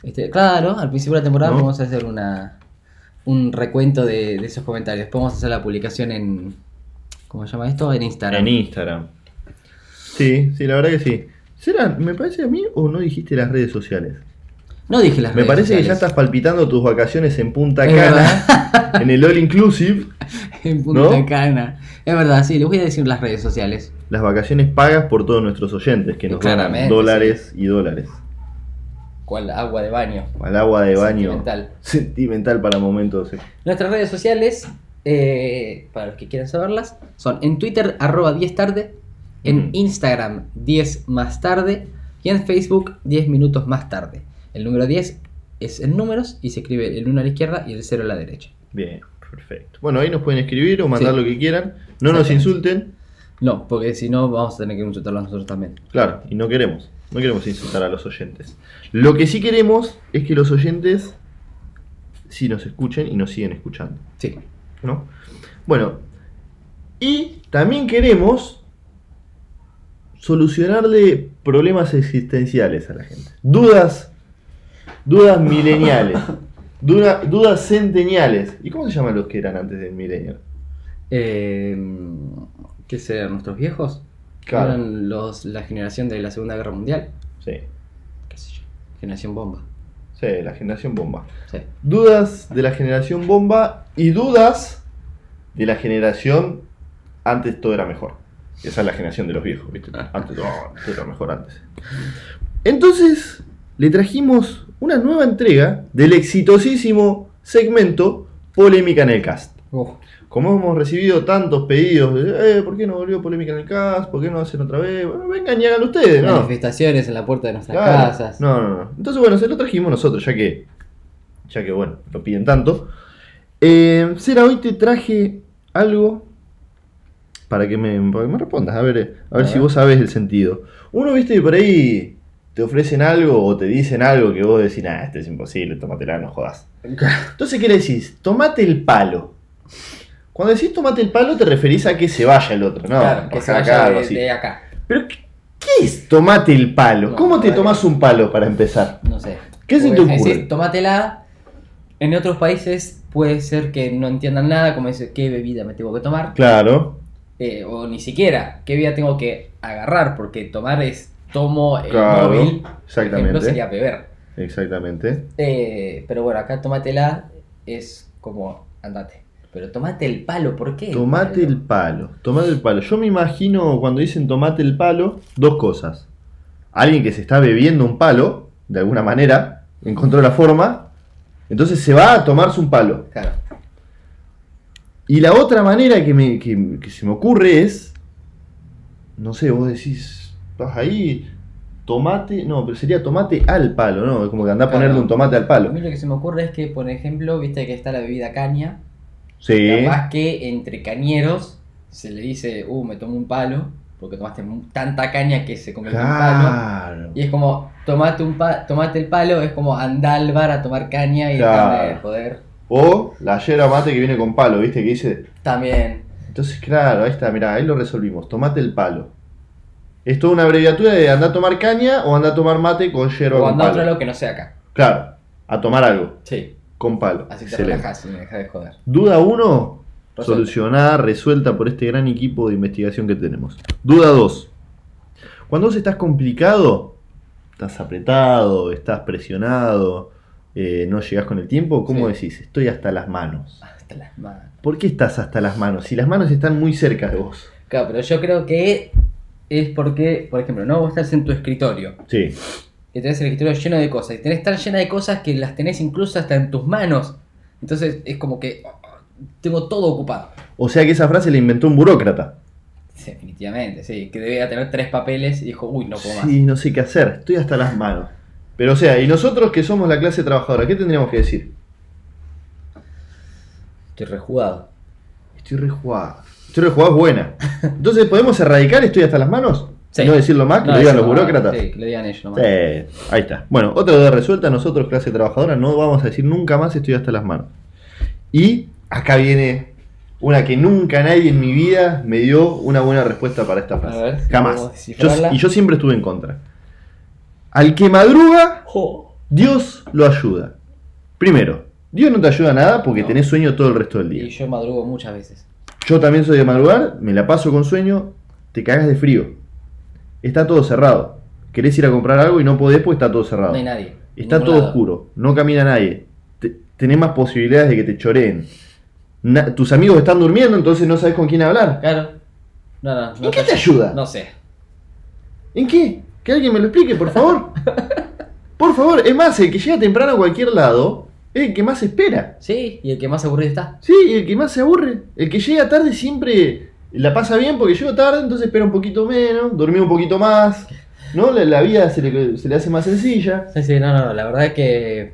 Speaker 3: Este, claro, al principio de la temporada
Speaker 4: ¿No?
Speaker 3: vamos a hacer una, un recuento de, de esos comentarios. Después vamos a hacer la publicación en. ¿Cómo se llama esto? En Instagram.
Speaker 4: En Instagram. Sí, sí, la verdad que sí. ¿Será, me parece a mí, o no dijiste las redes sociales?
Speaker 3: no dije las
Speaker 4: Me
Speaker 3: redes
Speaker 4: parece que ya
Speaker 3: sociales.
Speaker 4: estás palpitando tus vacaciones en Punta
Speaker 3: Es
Speaker 4: Cana, en el All Inclusive,
Speaker 3: En Punta
Speaker 4: ¿No?
Speaker 3: Cana. Es verdad, sí, les voy a decir las redes sociales.
Speaker 4: las vacaciones pagas por todos nuestros oyentes que nos ganan
Speaker 3: Claramente,
Speaker 4: dólares y dólares.
Speaker 3: ¿Cuál? Agua de baño.
Speaker 4: Al agua de baño.
Speaker 3: Sentimental.
Speaker 4: Sentimental para momentos. eh.
Speaker 3: Nuestras redes sociales, eh, para los que quieran saberlas, son en Twitter, arroba 10 tarde, en
Speaker 4: Mm.
Speaker 3: Instagram, 10 más tarde, y en Facebook, 10 minutos más tarde. El número 10 es en números y se escribe el 1 a la izquierda y el 0 a la derecha.
Speaker 4: Bien, perfecto. Bueno, ahí nos pueden escribir o mandar
Speaker 3: Sí.
Speaker 4: lo que quieran. No nos
Speaker 3: Exactamente.
Speaker 4: insulten.
Speaker 3: No, porque si no, vamos a tener que insultarlos nosotros también.
Speaker 4: Claro, y no queremos. No queremos insultar a los oyentes. Lo que sí queremos es que los oyentes sí nos escuchen y nos siguen escuchando.
Speaker 3: Sí.
Speaker 4: ¿No? Bueno, y también queremos solucionarle problemas existenciales a la gente. Dudas, dudas mileniales, dura- dudas centeniales. ¿Y cómo se llaman los que eran antes del milenio?
Speaker 3: Eh, ¿Qué serán nuestros viejos?
Speaker 4: Claro.
Speaker 3: Eran los, la generación de la Segunda Guerra Mundial.
Speaker 4: Sí,
Speaker 3: ¿Qué sé yo? Generación bomba.
Speaker 4: sí, la generación bomba.
Speaker 3: Sí.
Speaker 4: Dudas de la generación bomba y dudas de la generación antes todo era mejor. Esa es la generación de los viejos, ¿viste? Antes todo, todo era mejor antes. Entonces, le trajimos una nueva entrega del exitosísimo segmento Polémica en el Cast.
Speaker 3: Uf.
Speaker 4: Como hemos recibido tantos pedidos, de, eh, ¿por qué no volvió Polémica en el Cast? ¿Por qué no hacen otra vez? Bueno, vengan y háganlo ustedes, ¿no?
Speaker 3: Manifestaciones en la puerta de nuestras
Speaker 4: Claro.
Speaker 3: casas.
Speaker 4: No, no, no. Entonces, bueno, se lo trajimos nosotros, ya que. Ya que, bueno, lo piden tanto. Eh, Cera, hoy te traje algo para que me, para que me respondas. A ver, eh, a ver
Speaker 3: A
Speaker 4: si
Speaker 3: ver.
Speaker 4: vos sabés el sentido. Uno, viste, que por ahí te ofrecen algo o te dicen algo que vos decís, nah, esto es imposible, tómatela, no jodas. Entonces, ¿qué le decís? Tomate el palo. Cuando decís tomate el palo, te referís a que se vaya el otro, ¿no?
Speaker 3: Claro, que se
Speaker 4: Acá,
Speaker 3: vaya
Speaker 4: algo
Speaker 3: de,
Speaker 4: así.
Speaker 3: de acá.
Speaker 4: Pero, ¿qué, qué es tomate el palo?
Speaker 3: No,
Speaker 4: ¿Cómo te
Speaker 3: vale.
Speaker 4: tomás un palo para empezar?
Speaker 3: No sé.
Speaker 4: ¿Qué se
Speaker 3: Porque
Speaker 4: te ocurre?
Speaker 3: decís, tómatela. En otros países puede ser que no entiendan nada, como dice, qué bebida me tengo que tomar.
Speaker 4: Claro,
Speaker 3: Eh, o ni siquiera, qué bebida tengo que agarrar, porque tomar es tomo el
Speaker 4: Claro,
Speaker 3: móvil. Por ejemplo,
Speaker 4: exactamente.
Speaker 3: sería beber.
Speaker 4: exactamente.
Speaker 3: Eh, pero bueno, acá tómatela es como andate. Pero tomate el palo, ¿por qué?
Speaker 4: Tomate el palo, tomate el palo. Yo me imagino cuando dicen tomate el palo, dos cosas. Alguien que se está bebiendo un palo, de alguna manera, encontró la forma, entonces se va a tomarse un palo.
Speaker 3: Claro.
Speaker 4: Y la otra manera que, me- que- que se me ocurre es, no sé, vos decís, vas ahí, tomate, no, pero sería tomate al palo, ¿no? Como que andá a
Speaker 3: Claro.
Speaker 4: ponerle un tomate al
Speaker 3: A
Speaker 4: palo.
Speaker 3: mí lo que se me ocurre es que, por ejemplo, viste que está la bebida caña.
Speaker 4: Sí.
Speaker 3: Capaz que entre cañeros se le dice, uh, me tomo un palo, porque tomaste mu- tanta caña que se convirtió en palo.
Speaker 4: Claro.
Speaker 3: Y es como, tomate, un pa tomate el palo, es como andá al bar a tomar caña y
Speaker 4: Claro.
Speaker 3: dejar de joder.
Speaker 4: O la yerba mate que viene con palo, ¿viste? Que dice.
Speaker 3: También.
Speaker 4: Entonces, claro, ahí está, mirá, ahí lo resolvimos. Tomate el palo. Es toda una abreviatura de andá a tomar caña o andá a tomar mate con yerba
Speaker 3: o
Speaker 4: con
Speaker 3: andá a
Speaker 4: palo.
Speaker 3: otro lado que no sea acá.
Speaker 4: Claro, a tomar algo
Speaker 3: Sí.
Speaker 4: con palo.
Speaker 3: Así te
Speaker 4: Excelente.
Speaker 3: relajas y me dejas de joder.
Speaker 4: Duda 1,
Speaker 3: Resuelta.
Speaker 4: solucionada, resuelta por este gran equipo de investigación que tenemos. Duda 2. Cuando vos estás complicado, estás apretado, estás presionado, eh, no llegás con el tiempo, ¿cómo
Speaker 3: Sí.
Speaker 4: decís? Estoy hasta las manos.
Speaker 3: Hasta las manos.
Speaker 4: ¿Por qué estás hasta las manos? Si las manos están muy cerca de vos.
Speaker 3: Claro, pero yo creo que es porque, por ejemplo, no vos estás en tu escritorio
Speaker 4: Sí,
Speaker 3: y tenés el escritorio lleno de cosas. Y tenés tan llena de cosas que las tenés incluso hasta en tus manos. Entonces es como que oh, oh, tengo todo ocupado.
Speaker 4: O sea que esa frase la inventó un burócrata.
Speaker 3: Sí, definitivamente, sí. Que debía tener tres papeles y dijo, uy, no puedo más.
Speaker 4: Sí, no sé qué hacer, estoy hasta las manos. Pero o sea, y nosotros que somos la clase trabajadora, ¿qué tendríamos que decir?
Speaker 3: Estoy rejugado.
Speaker 4: Estoy rejugada. Estoy rejugada buena. Entonces, ¿podemos erradicar estoy hasta las manos?
Speaker 3: Sí.
Speaker 4: Y No decirlo más, que
Speaker 3: No,
Speaker 4: lo digan
Speaker 3: eso
Speaker 4: los
Speaker 3: nomás,
Speaker 4: burócratas.
Speaker 3: Sí, que lo digan ellos nomás.
Speaker 4: Sí, ahí está. Bueno, otra duda resuelta. Nosotros, clase trabajadora, no vamos a decir nunca más estoy hasta las manos. Y acá viene una que nunca nadie en mi vida me dio una buena respuesta para esta frase.
Speaker 3: A ver, si
Speaker 4: Jamás.
Speaker 3: podemos
Speaker 4: Yo-
Speaker 3: descifrarla.
Speaker 4: y yo siempre estuve en contra. Al que madruga,
Speaker 3: Jo.
Speaker 4: Dios lo ayuda. Primero, Dios no te ayuda a nada porque
Speaker 3: No.
Speaker 4: tenés sueño todo el resto del
Speaker 3: Y
Speaker 4: día.
Speaker 3: yo madrugo muchas veces.
Speaker 4: Yo también soy de madrugar, me la paso con sueño, te cagas de frío. Está todo cerrado. Querés ir a comprar algo y no podés porque está todo cerrado.
Speaker 3: No hay nadie.
Speaker 4: Está
Speaker 3: Ningún
Speaker 4: todo
Speaker 3: lado.
Speaker 4: oscuro, no camina nadie. Te- tenés más posibilidades de que te choreen. Na- tus amigos están durmiendo, entonces no sabes con quién hablar.
Speaker 3: Claro. No, no. no
Speaker 4: ¿En qué te ayuda?
Speaker 3: No sé.
Speaker 4: ¿En qué? Que alguien me lo explique, por favor. por favor, es más, el que llega temprano a cualquier lado es el que más espera.
Speaker 3: Sí, y el que más aburrido está.
Speaker 4: Sí, y el que más se aburre. El que llega tarde siempre la pasa bien porque llegó tarde, entonces espera un poquito menos, dormí un poquito más. ¿No? La, la vida se le, se le hace más sencilla.
Speaker 3: Sí, sí, no, no, no, la verdad que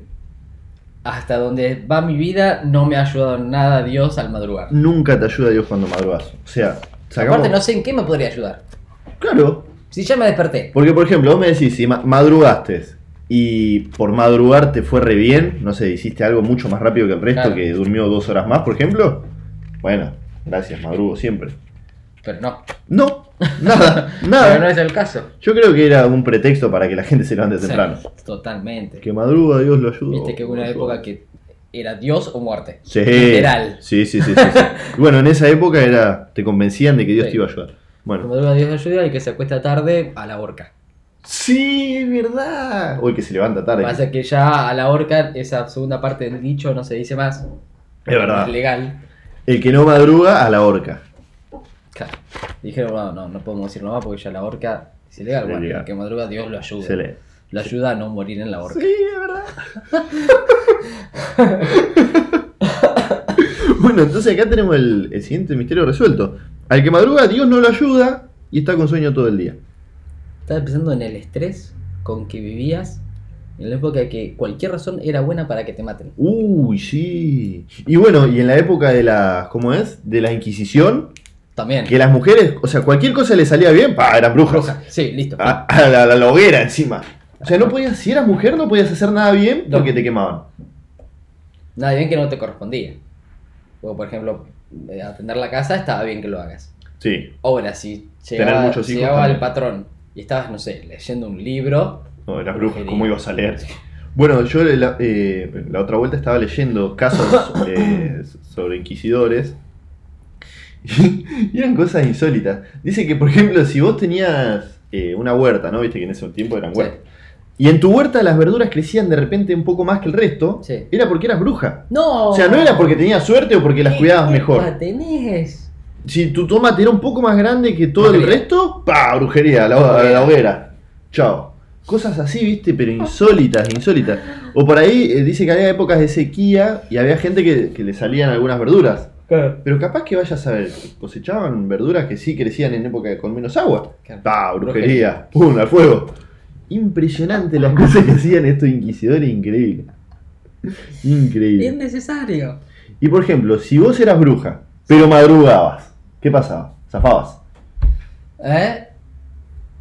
Speaker 3: hasta donde va mi vida no me ha ayudado en nada Dios al madrugar.
Speaker 4: Nunca te ayuda Dios cuando madrugas. O sea, sacamos.
Speaker 3: Aparte no sé en qué me podría ayudar.
Speaker 4: Claro,
Speaker 3: Si ya me desperté.
Speaker 4: Porque, por ejemplo, vos me decís, si ma- madrugaste y por madrugar te fue re bien, no sé, hiciste algo mucho más rápido que el resto,
Speaker 3: Claro.
Speaker 4: que durmió dos horas más, por ejemplo, bueno, gracias, madrugo siempre.
Speaker 3: Pero no.
Speaker 4: No, nada,
Speaker 3: Pero no
Speaker 4: nada.
Speaker 3: es el caso.
Speaker 4: Yo creo que era un pretexto para que la gente se levante
Speaker 3: O sea,
Speaker 4: temprano.
Speaker 3: Totalmente.
Speaker 4: Que madruga, Dios lo ayuda.
Speaker 3: Viste que hubo una
Speaker 4: Lo ayuda.
Speaker 3: época que era Dios o muerte.
Speaker 4: Sí.
Speaker 3: Literal.
Speaker 4: Sí, sí, sí, sí, sí. Y bueno, en esa época era, te convencían de que Dios
Speaker 3: Sí.
Speaker 4: te iba a ayudar.
Speaker 3: Que
Speaker 4: Bueno.
Speaker 3: madruga Dios lo ayuda y que se acuesta tarde a la horca.
Speaker 4: Sí, es verdad. Uy, que se levanta tarde.
Speaker 3: Pasa que ya a la horca esa segunda parte del dicho no se dice más.
Speaker 4: Es verdad.
Speaker 3: Es legal.
Speaker 4: El que no madruga, a la horca.
Speaker 3: Claro. Dijeron, bueno, no, no podemos decir nada más porque ya la horca es ilegal.
Speaker 4: Es
Speaker 3: Bueno,
Speaker 4: ilegal.
Speaker 3: el que madruga Dios lo ayuda.
Speaker 4: Se lee.
Speaker 3: Lo ayuda a no morir en la horca.
Speaker 4: Sí, es verdad. bueno, entonces acá tenemos el, el siguiente misterio resuelto. Al que madruga, Dios no lo ayuda y está con sueño todo el día.
Speaker 3: Estaba pensando en el estrés con que vivías en la época que cualquier razón era buena para que te maten.
Speaker 4: Uy, sí. Y bueno, y en la época de la. ¿Cómo es? De la Inquisición,
Speaker 3: También.
Speaker 4: que las mujeres, o sea, cualquier cosa le salía bien, pa, eran brujas.
Speaker 3: Roja. Sí, listo.
Speaker 4: A, a la, a la hoguera encima. O sea, no podías, si eras mujer, no podías hacer nada bien
Speaker 3: No.
Speaker 4: porque te quemaban.
Speaker 3: Nada bien que no te correspondía. Como por ejemplo, eh, atender la casa estaba bien que lo hagas.
Speaker 4: Sí,
Speaker 3: Ahora, si
Speaker 4: Tener
Speaker 3: llegaba,
Speaker 4: muchos hijos
Speaker 3: llegaba
Speaker 4: también.
Speaker 3: el patrón y estabas, no sé, leyendo un libro,
Speaker 4: No, eras bruja,
Speaker 3: Brujería.
Speaker 4: ¿cómo ibas a leer? Bueno, yo la, eh, la otra vuelta estaba leyendo casos eh, sobre inquisidores y, eran cosas insólitas. Dice que, por ejemplo, si vos tenías eh, una huerta, ¿no? Viste que en ese tiempo eran
Speaker 3: Sí.
Speaker 4: huertas. Y en tu huerta las verduras crecían de repente un poco más que el resto,
Speaker 3: Sí. Oh.
Speaker 4: era porque eras bruja.
Speaker 3: ¡No!
Speaker 4: O sea, no era porque tenías suerte o porque las cuidabas mejor.
Speaker 3: tenés?
Speaker 4: Si tu tomate era un poco más grande que todo el
Speaker 3: Brujería.
Speaker 4: resto, ¡pa! Brujería, a la, a la hoguera. Chao. Cosas así, viste, pero insólitas, insólitas. O por ahí eh, dice que había épocas de sequía y había gente que, que le salían algunas verduras. Pero capaz que vayas a ver, cosechaban verduras que sí crecían en época con menos agua.
Speaker 3: Claro.
Speaker 4: ¡Pa! Brujería. ¡Pum! Al fuego. Impresionante las cosas que hacían estos inquisidores, increíble. Increíble.
Speaker 3: Es necesario.
Speaker 4: Y por ejemplo, si vos eras bruja, pero madrugabas, ¿qué pasaba? Zafabas,
Speaker 3: ¿Eh?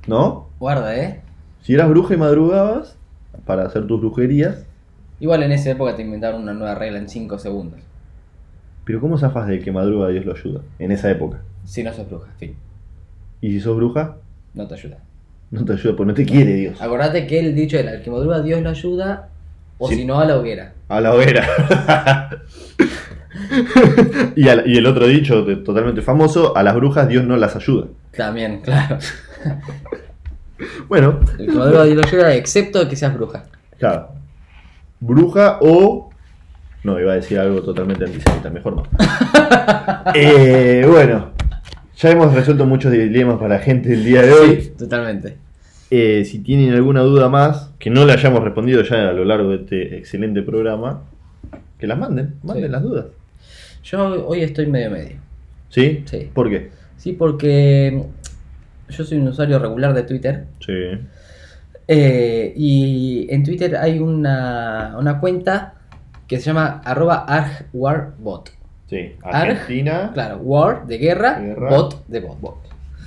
Speaker 4: ¿no?
Speaker 3: Guarda, ¿eh?
Speaker 4: Si eras bruja y madrugabas para hacer tus brujerías,
Speaker 3: Igual en esa época te inventaron una nueva regla en 5 segundos.
Speaker 4: pero ¿cómo zafas del que madruga Dios lo ayuda? En esa época.
Speaker 3: Si no sos bruja, fin.
Speaker 4: Y si sos bruja,
Speaker 3: No te ayuda.
Speaker 4: no te ayuda, porque no te quiere Dios.
Speaker 3: Acordate que el dicho era, el que madruga Dios lo ayuda, o
Speaker 4: Sí.
Speaker 3: si no a la hoguera.
Speaker 4: A la hoguera. y, al- y el otro dicho de- totalmente famoso, a las brujas Dios no las ayuda.
Speaker 3: También, claro.
Speaker 4: Bueno,
Speaker 3: El que madruga Dios lo ayuda, excepto que seas bruja.
Speaker 4: Claro. Bruja o. No, iba a decir algo totalmente antisemita, mejor no. Eh, bueno, ya hemos resuelto muchos dilemas para la gente el día de hoy.
Speaker 3: Sí, totalmente.
Speaker 4: eh, si tienen alguna duda más, que no le hayamos respondido ya a lo largo de este excelente programa, que las manden, manden
Speaker 3: Sí.
Speaker 4: las dudas.
Speaker 3: Yo hoy estoy medio medio.
Speaker 4: ¿Sí?
Speaker 3: Sí.
Speaker 4: ¿Por qué?
Speaker 3: Sí, porque yo soy un usuario regular de Twitter.
Speaker 4: Sí.
Speaker 3: eh, y en Twitter hay una, una cuenta que se llama arroba argwarbot.
Speaker 4: Sí.
Speaker 3: Arg,
Speaker 4: Argentina
Speaker 3: Claro, war de guerra,
Speaker 4: Guerra.
Speaker 3: bot de bot.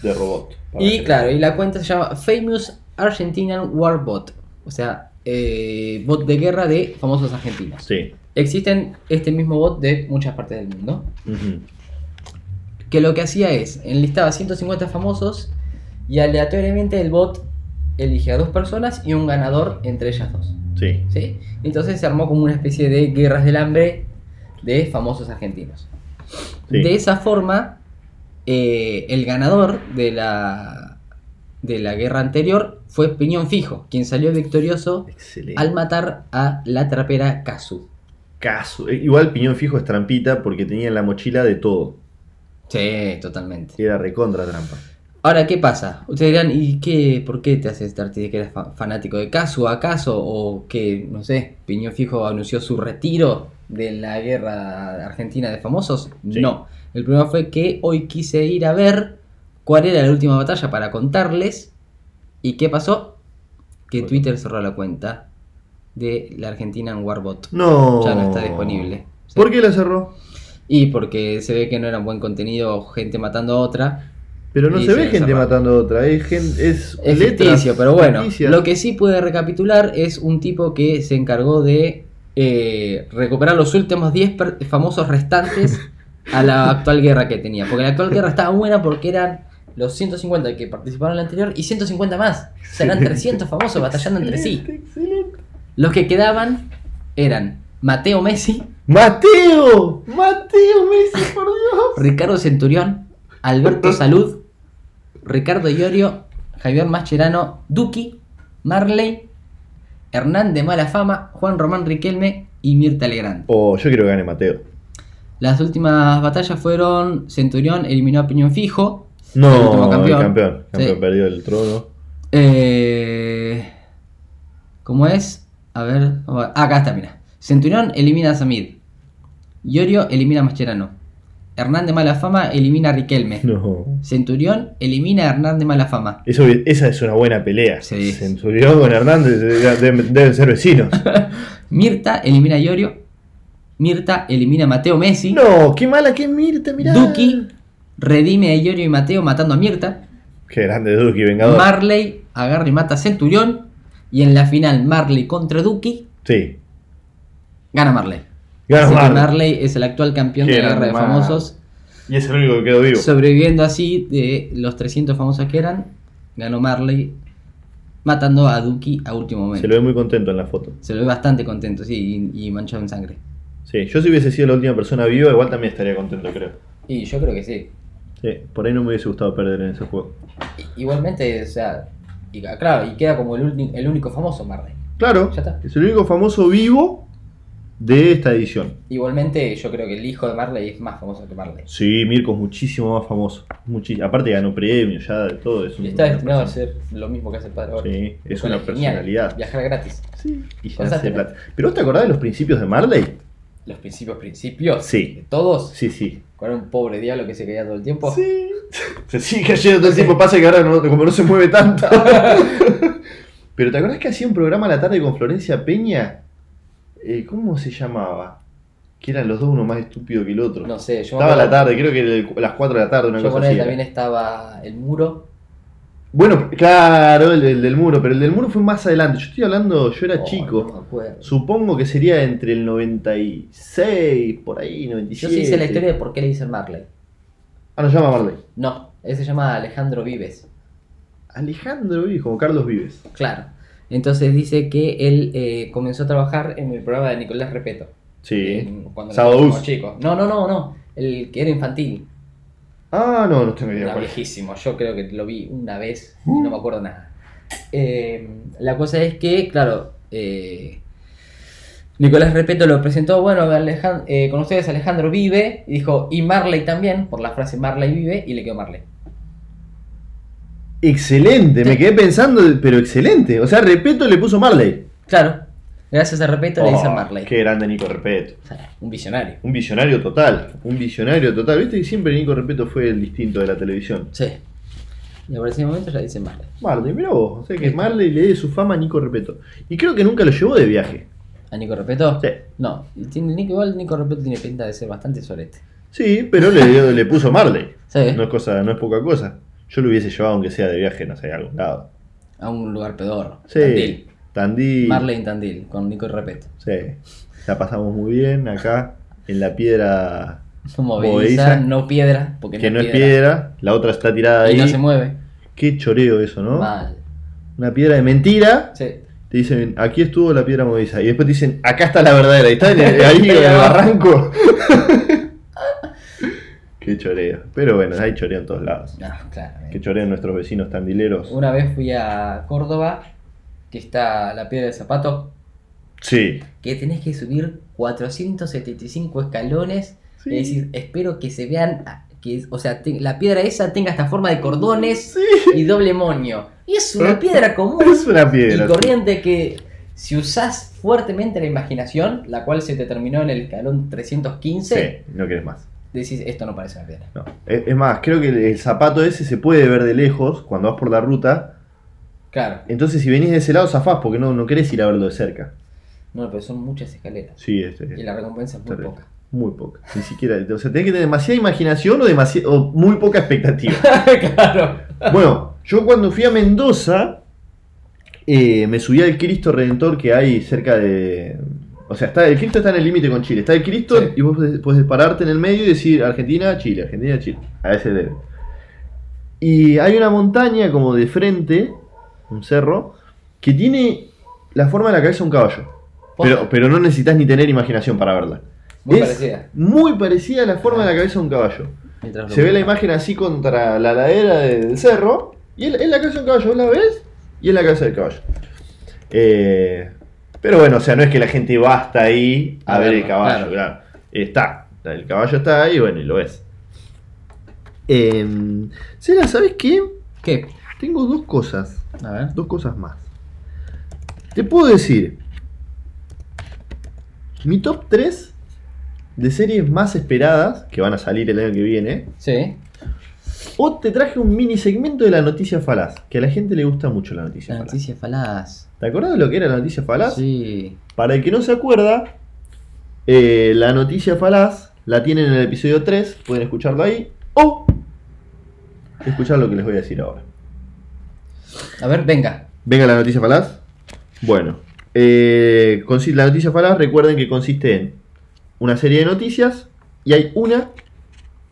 Speaker 4: de robot. Para
Speaker 3: Y
Speaker 4: que-
Speaker 3: claro, y la cuenta se llama Famous Argentinian Warbot. O sea, eh, bot de guerra de famosos argentinos.
Speaker 4: Sí.
Speaker 3: Existen este mismo bot de muchas partes del mundo.
Speaker 4: Ujú.
Speaker 3: que lo que hacía es, enlistaba 150 famosos y aleatoriamente el bot elige a dos personas y un ganador entre ellas dos.
Speaker 4: Sí.
Speaker 3: ¿sí? Entonces se armó como una especie de guerras del hambre de famosos argentinos.
Speaker 4: Sí.
Speaker 3: De esa forma, eh, el ganador de la, de la guerra anterior fue Piñón Fijo, quien salió victorioso
Speaker 4: Excelente.
Speaker 3: al matar a la trapera Kazu.
Speaker 4: Caso. Eh, Igual Piñón Fijo es trampita porque tenía en la mochila de todo.
Speaker 3: Sí, totalmente.
Speaker 4: Era recontra trampa.
Speaker 3: Ahora, ¿qué pasa? Ustedes dirán, ¿y qué? ¿Por qué te haces darte de que eras fa- fanático de Casu acaso? ¿O que, no sé, Piñón Fijo anunció su retiro de la guerra argentina de famosos?
Speaker 4: Sí.
Speaker 3: No. El problema fue que hoy quise ir a ver cuál era la última batalla para contarles. ¿Y qué pasó? Que
Speaker 4: Bueno.
Speaker 3: Twitter cerró la cuenta de la Argentina en Warbot.
Speaker 4: No.
Speaker 3: Ya no está disponible. Sí.
Speaker 4: ¿Por qué la cerró?
Speaker 3: Y porque se ve que no era buen contenido, gente matando a otra.
Speaker 4: Pero no
Speaker 3: Y
Speaker 4: se
Speaker 3: se
Speaker 4: ve gente
Speaker 3: cerró.
Speaker 4: matando a otra. Es, gen- es,
Speaker 3: Es
Speaker 4: letras
Speaker 3: ficticio, pero bueno.
Speaker 4: ficticias.
Speaker 3: Lo que sí puede recapitular es un tipo que se encargó de eh, recuperar los últimos 10 per- famosos restantes a la actual guerra que tenía. Porque la actual guerra estaba buena porque eran los 150 que participaron en la anterior y 150 más. O sea, eran 300 famosos batallando entre sí.
Speaker 4: Excelente, excelente.
Speaker 3: Los que quedaban eran Mateo Messi,
Speaker 4: ¡Mateo! ¡Mateo Messi, por Dios!
Speaker 3: Ricardo Centurión, Alberto Salud, Ricardo Iorio, Javier Mascherano, Duki, Marley, Hernán de Mala Fama, Juan Román Riquelme y Mirta Legrand.
Speaker 4: Oh, yo quiero que gane Mateo.
Speaker 3: Las últimas batallas fueron Centurión eliminó a Piñón Fijo, El
Speaker 4: No,
Speaker 3: último
Speaker 4: el campeón.
Speaker 3: campeón.
Speaker 4: campeón,
Speaker 3: Sí.
Speaker 4: perdió el trono.
Speaker 3: eh, ¿cómo es? A ver, ah, acá está, mira. Centurión elimina a Samid, Iorio elimina a Mascherano, Hernán de Mala Fama elimina a Riquelme.
Speaker 4: No.
Speaker 3: Centurión elimina a Hernán de mala fama.
Speaker 4: Eso- esa es una buena pelea.
Speaker 3: Sí.
Speaker 4: Centurión con Hernández eh, deben, deben ser vecinos.
Speaker 3: Mirta elimina a Iorio. Mirta elimina a Mateo Messi.
Speaker 4: No, qué mala que es Mirta, mirá.
Speaker 3: Duki redime a Iorio y Mateo matando a Mirta.
Speaker 4: Qué grande Duki, vengador.
Speaker 3: Marley agarra y mata a Centurión. Y en la final, Marley contra Duki.
Speaker 4: sí.
Speaker 3: Gana Marley.
Speaker 4: Gana
Speaker 3: Así que
Speaker 4: Marley.
Speaker 3: Marley es el actual campeón
Speaker 4: Qué
Speaker 3: de la guerra de
Speaker 4: grande
Speaker 3: famosos.
Speaker 4: Y es el único que quedó vivo.
Speaker 3: Sobreviviendo así de los 300 famosos que eran. Ganó Marley matando a Duki a último
Speaker 4: Se
Speaker 3: momento.
Speaker 4: lo ve muy contento en la foto.
Speaker 3: Se lo ve bastante contento, sí, y- y manchado en sangre.
Speaker 4: Sí, yo si hubiese sido la última persona viva, igual también estaría contento, creo.
Speaker 3: Y yo creo que sí.
Speaker 4: Sí, por ahí no me hubiese gustado perder en ese juego.
Speaker 3: I- Igualmente, o sea, y, ca- claro, y queda como el, ulti- el único famoso Marley.
Speaker 4: Claro,
Speaker 3: Ya está.
Speaker 4: es el único famoso vivo de esta edición.
Speaker 3: Igualmente, yo creo que el hijo de Marley es más famoso que Marley.
Speaker 4: Sí, Mirko es muchísimo más famoso. Muchi- Aparte ganó premios ya de todo. Es un-
Speaker 3: Y está
Speaker 4: una
Speaker 3: destinado a
Speaker 4: persona.
Speaker 3: ser lo mismo que hace el padre ahora.
Speaker 4: Sí,
Speaker 3: Lo
Speaker 4: es
Speaker 3: cual
Speaker 4: una
Speaker 3: genial,
Speaker 4: personalidad.
Speaker 3: Viajar gratis.
Speaker 4: Sí, y ya hace
Speaker 3: Constantemente.
Speaker 4: plata. ¿Pero vos te acordás de los principios de Marley?
Speaker 3: Los principios, principios.
Speaker 4: Sí.
Speaker 3: De todos.
Speaker 4: Sí, sí.
Speaker 3: Con un pobre diablo que se caía todo el tiempo.
Speaker 4: Sí. Se sigue cayendo todo el tiempo. Pasa que ahora no- como no se mueve tanto. Pero ¿te acordás que hacía un programa a la tarde con Florencia Peña? Eh, ¿Cómo se llamaba? Que eran los dos, uno más estúpido que el otro.
Speaker 3: No sé, yo me
Speaker 4: Estaba a la
Speaker 3: acuerdo-
Speaker 4: tarde, creo que el- las 4 de la tarde, una
Speaker 3: Yo con él
Speaker 4: cosa así. eh.
Speaker 3: también este.
Speaker 4: era.
Speaker 3: estaba el muro.
Speaker 4: Bueno, claro, el, el del muro, pero el del muro fue más adelante. Yo estoy hablando, yo era
Speaker 3: Oh,
Speaker 4: chico.
Speaker 3: no me acuerdo.
Speaker 4: Supongo que sería entre el 96, por ahí, 97.
Speaker 3: Yo sí hice la historia de por qué le dicen Marley.
Speaker 4: Ah, no, llama Marley.
Speaker 3: No, ese se llama Alejandro Vives.
Speaker 4: Alejandro Vives, como Carlos Vives.
Speaker 3: Claro. Entonces dice que él eh, comenzó a trabajar en el programa de Nicolás Repeto. En- Cuando
Speaker 4: Sábado
Speaker 3: éramos
Speaker 4: Bus.
Speaker 3: chicos. No, no, no, no. El que era infantil.
Speaker 4: Ah, no, no tengo idea
Speaker 3: Era
Speaker 4: cuál es.
Speaker 3: viejísimo. Yo creo que lo vi una vez y
Speaker 4: Uh.
Speaker 3: no me acuerdo nada. Eh, la cosa es que, claro, eh, Nicolás Repeto lo presentó, bueno, Alejan- eh, con ustedes Alejandro vive, y dijo, y Marley también, por la frase Marley vive, y le quedó Marley.
Speaker 4: Excelente, me quedé pensando, pero excelente. O sea, Repeto le puso Marley.
Speaker 3: Claro, gracias a Repeto le dicen
Speaker 4: Oh,
Speaker 3: Marley.
Speaker 4: Qué grande Nico Repeto.
Speaker 3: Un visionario.
Speaker 4: Un visionario total. Un visionario total. Viste que siempre Nico Repeto fue el distinto de la televisión.
Speaker 3: Sí. Y a partir de ese momento ya dicen Marley.
Speaker 4: Marley, mirá vos. O sea que Marley le dé su fama a Nico Repeto. Y creo que nunca lo llevó de viaje.
Speaker 3: ¿A Nico Repeto?
Speaker 4: Sí.
Speaker 3: No, y tiene, Nico, igual Nico Repeto tiene pinta de ser bastante solete.
Speaker 4: Sí, pero le, dio- le puso Marley.
Speaker 3: Sí.
Speaker 4: No es cosa, no es poca cosa. Yo lo hubiese llevado aunque sea de viaje, no sé, a algún lado.
Speaker 3: A un lugar pedor.
Speaker 4: Sí.
Speaker 3: Tandil.
Speaker 4: Tandil.
Speaker 3: Marley en Tandil, con Nico Repeto.
Speaker 4: Sí. La pasamos muy bien acá en la piedra
Speaker 3: No
Speaker 4: Movediza.
Speaker 3: moviliza, no piedra, porque
Speaker 4: que no es piedra, la otra está tirada ahí.
Speaker 3: Y no se mueve.
Speaker 4: Qué choreo eso, ¿no?
Speaker 3: Mal.
Speaker 4: Una piedra de mentira.
Speaker 3: Sí.
Speaker 4: Te dicen, aquí estuvo la piedra movediza. Y después te dicen, acá está la verdadera. Y está en el- ahí en el barranco. Qué choreo. Pero bueno, hay choreo en todos lados.
Speaker 3: No, claro.
Speaker 4: Que chorean nuestros vecinos tandileros.
Speaker 3: Una vez fui a Córdoba, que está la piedra del zapato,
Speaker 4: Sí.
Speaker 3: que tenés que subir 475 escalones.
Speaker 4: Sí.
Speaker 3: Es decir, espero que se vean, a- que, o sea, te- la piedra esa tenga esta forma de cordones y doble moño. Y es una piedra común
Speaker 4: Es una piedra.
Speaker 3: y corriente que si usás fuertemente la imaginación, la cual se te terminó en el escalón 315,
Speaker 4: Sí, no quieres más.
Speaker 3: decís, esto no parece una piedra.
Speaker 4: No. Es es más, creo que el- el zapato ese se puede ver de lejos cuando vas por la ruta.
Speaker 3: Claro,
Speaker 4: Entonces, si venís de ese lado, zafás porque no, no querés ir a verlo de cerca.
Speaker 3: no, pero son muchas escaleras.
Speaker 4: Sí, este,
Speaker 3: Y la recompensa es muy
Speaker 4: terrible.
Speaker 3: poca.
Speaker 4: muy poca. Ni siquiera. O sea, tenés que tener demasiada imaginación o, demasi- o muy poca expectativa.
Speaker 3: claro.
Speaker 4: Bueno, yo cuando fui a Mendoza, eh, me subí al Cristo Redentor que hay cerca de. O sea, está, el Cristo está en el límite con Chile. Está el Cristo
Speaker 3: Sí.
Speaker 4: y vos podés- podés pararte en el medio y decir Argentina, Chile, Argentina, Chile. A ese debe. Y hay una montaña como de frente, un cerro, que tiene la forma de la cabeza de un caballo. Pero, pero no necesitas ni tener imaginación para verla.
Speaker 3: Muy
Speaker 4: Es
Speaker 3: parecida.
Speaker 4: Muy parecida a la forma de la cabeza de un caballo.
Speaker 3: Mientras lo
Speaker 4: Se ve la
Speaker 3: busco.
Speaker 4: imagen así contra la ladera del cerro. Y es es la cabeza de un caballo, ¿vos la ves? Y es la cabeza del caballo. Eh, pero bueno, o sea, no es que la gente va hasta ahí a,
Speaker 3: A
Speaker 4: ver el
Speaker 3: verlo,
Speaker 4: caballo,
Speaker 3: claro.
Speaker 4: claro. Está. El caballo está ahí, bueno, y lo ves. Eh, Sera, ¿sabes qué?
Speaker 3: ¿Qué?
Speaker 4: Tengo dos cosas.
Speaker 3: A ver.
Speaker 4: Dos cosas más. Te puedo decir. Mi top 3 de series más esperadas que van a salir el año que viene.
Speaker 3: Sí.
Speaker 4: O te traje un mini segmento de la noticia falaz, que a la gente le gusta mucho la noticia
Speaker 3: La
Speaker 4: falaz.
Speaker 3: noticia falaz.
Speaker 4: ¿Te acordás de lo que era la noticia falaz?
Speaker 3: Sí.
Speaker 4: Para el que no se acuerda, eh, la noticia falaz la tienen en el episodio 3, pueden escucharlo ahí, o escuchar lo que les voy a decir ahora.
Speaker 3: A ver, venga.
Speaker 4: Venga la noticia falaz. Bueno, eh, consi- la noticia falaz recuerden que consiste en una serie de noticias y hay una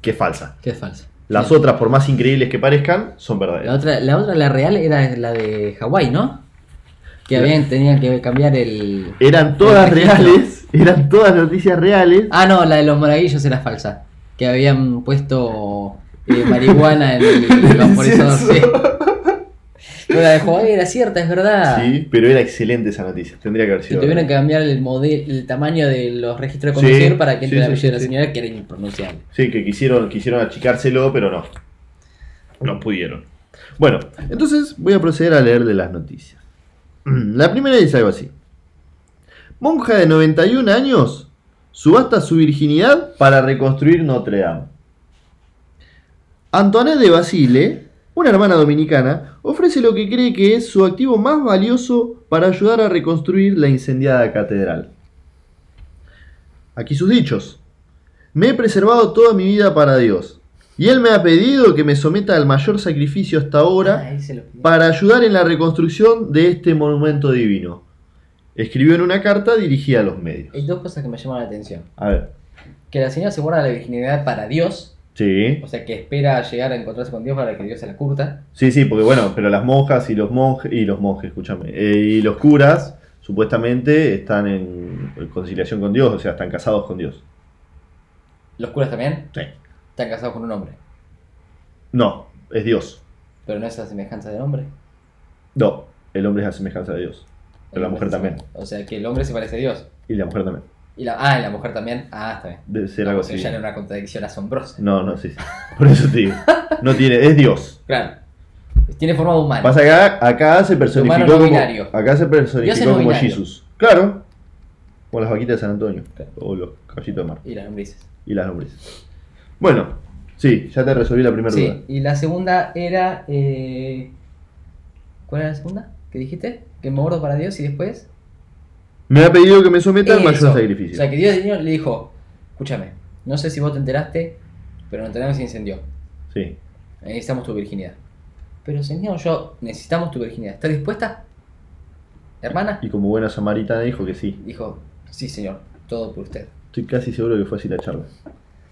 Speaker 4: que es falsa.
Speaker 3: ¿Qué es falso?
Speaker 4: Las
Speaker 3: Bien.
Speaker 4: otras, por más increíbles que parezcan, son verdaderas.
Speaker 3: La otra, la otra, la real, era la de Hawái, ¿no? Que
Speaker 4: La-
Speaker 3: habían, tenían que cambiar el.
Speaker 4: Eran todas
Speaker 3: El registro.
Speaker 4: reales, eran todas noticias reales.
Speaker 3: Ah, no, la de los moraguillos era falsa. Que habían puesto eh, marihuana en el vaporizador, sí. Pero la de Hawái era cierta, es verdad.
Speaker 4: Sí, pero era excelente esa noticia, tendría que haber
Speaker 3: Ah. Que
Speaker 4: sido.
Speaker 3: tuvieron que
Speaker 4: verdad.
Speaker 3: cambiar el modelo, el tamaño de los registros de
Speaker 4: Sí,
Speaker 3: conducir para que entre
Speaker 4: sí,
Speaker 3: la
Speaker 4: sí,
Speaker 3: apellido de la
Speaker 4: sí, sí.
Speaker 3: señora, que era impronunciable.
Speaker 4: Sí, que quisieron, quisieron achicárselo, pero no. No pudieron. Bueno, entonces voy a proceder a leerle las noticias. Mm, La primera dice algo así. Monja de 91 años subasta su virginidad para reconstruir Notre Dame. Antoinette de Basile, una hermana dominicana, ofrece lo que cree que es su activo más valioso para ayudar a reconstruir la incendiada catedral. Aquí sus dichos. Me he preservado toda mi vida para Dios, y Él me ha pedido que me someta al mayor sacrificio hasta ahora
Speaker 3: Ah, ese lo pillé.
Speaker 4: para ayudar en la reconstrucción de este monumento divino. Escribió en una carta dirigida a los medios.
Speaker 3: Hay dos cosas que me llaman la atención.
Speaker 4: A ver.
Speaker 3: Que la señora se guarda la virginidad para Dios,
Speaker 4: Sí.
Speaker 3: o sea que espera llegar a encontrarse con Dios para que Dios se la curta.
Speaker 4: Sí, sí, porque bueno, pero las monjas y los monjes, y los monjes, escúchame, eh, y los curas, supuestamente están en conciliación con Dios, o sea, están casados con Dios.
Speaker 3: Los curas también
Speaker 4: Sí.
Speaker 3: están casados con un hombre,
Speaker 4: No, es Dios.
Speaker 3: pero no es la semejanza del hombre.
Speaker 4: No, el hombre es a semejanza de Dios. Pero la mujer también.
Speaker 3: O sea que el hombre se parece a Dios.
Speaker 4: Y la mujer también.
Speaker 3: Y la, ah, y la mujer también. Ah, está bien.
Speaker 4: Debe ser algo
Speaker 3: O sea,
Speaker 4: así.
Speaker 3: ya era una contradicción asombrosa.
Speaker 4: No, no, sí, sí. Por eso te digo. No tiene, es Dios.
Speaker 3: Claro. Tiene forma de humano.
Speaker 4: Pasa que acá, acá se personificó
Speaker 3: Humano no
Speaker 4: como,
Speaker 3: binario.
Speaker 4: acá
Speaker 3: Dioses
Speaker 4: se
Speaker 3: no
Speaker 4: personificó como
Speaker 3: binarios.
Speaker 4: Jesus. Claro. Con las vaquitas de San Antonio.
Speaker 3: Claro.
Speaker 4: O los caballitos de mar.
Speaker 3: Y las lombrices.
Speaker 4: Y las lombrices. Bueno, sí, ya te resolví la primera duda.
Speaker 3: Sí, y la segunda era. eh, ¿Cuál era la segunda? ¿Qué dijiste? Que me acuerdo para Dios y después.
Speaker 4: Me ha pedido que me someta al mayor
Speaker 3: Eso.
Speaker 4: sacrificio.
Speaker 3: O sea, que Dios de niño le dijo: Escúchame, no sé si vos te enteraste, pero Notre Dame se incendió.
Speaker 4: Sí.
Speaker 3: Necesitamos tu virginidad. Pero señor, yo necesitamos tu virginidad. ¿Estás dispuesta? Hermana.
Speaker 4: Y como buena samaritana dijo que sí.
Speaker 3: Dijo: Sí, señor, todo por usted.
Speaker 4: Estoy casi seguro que fue así la charla.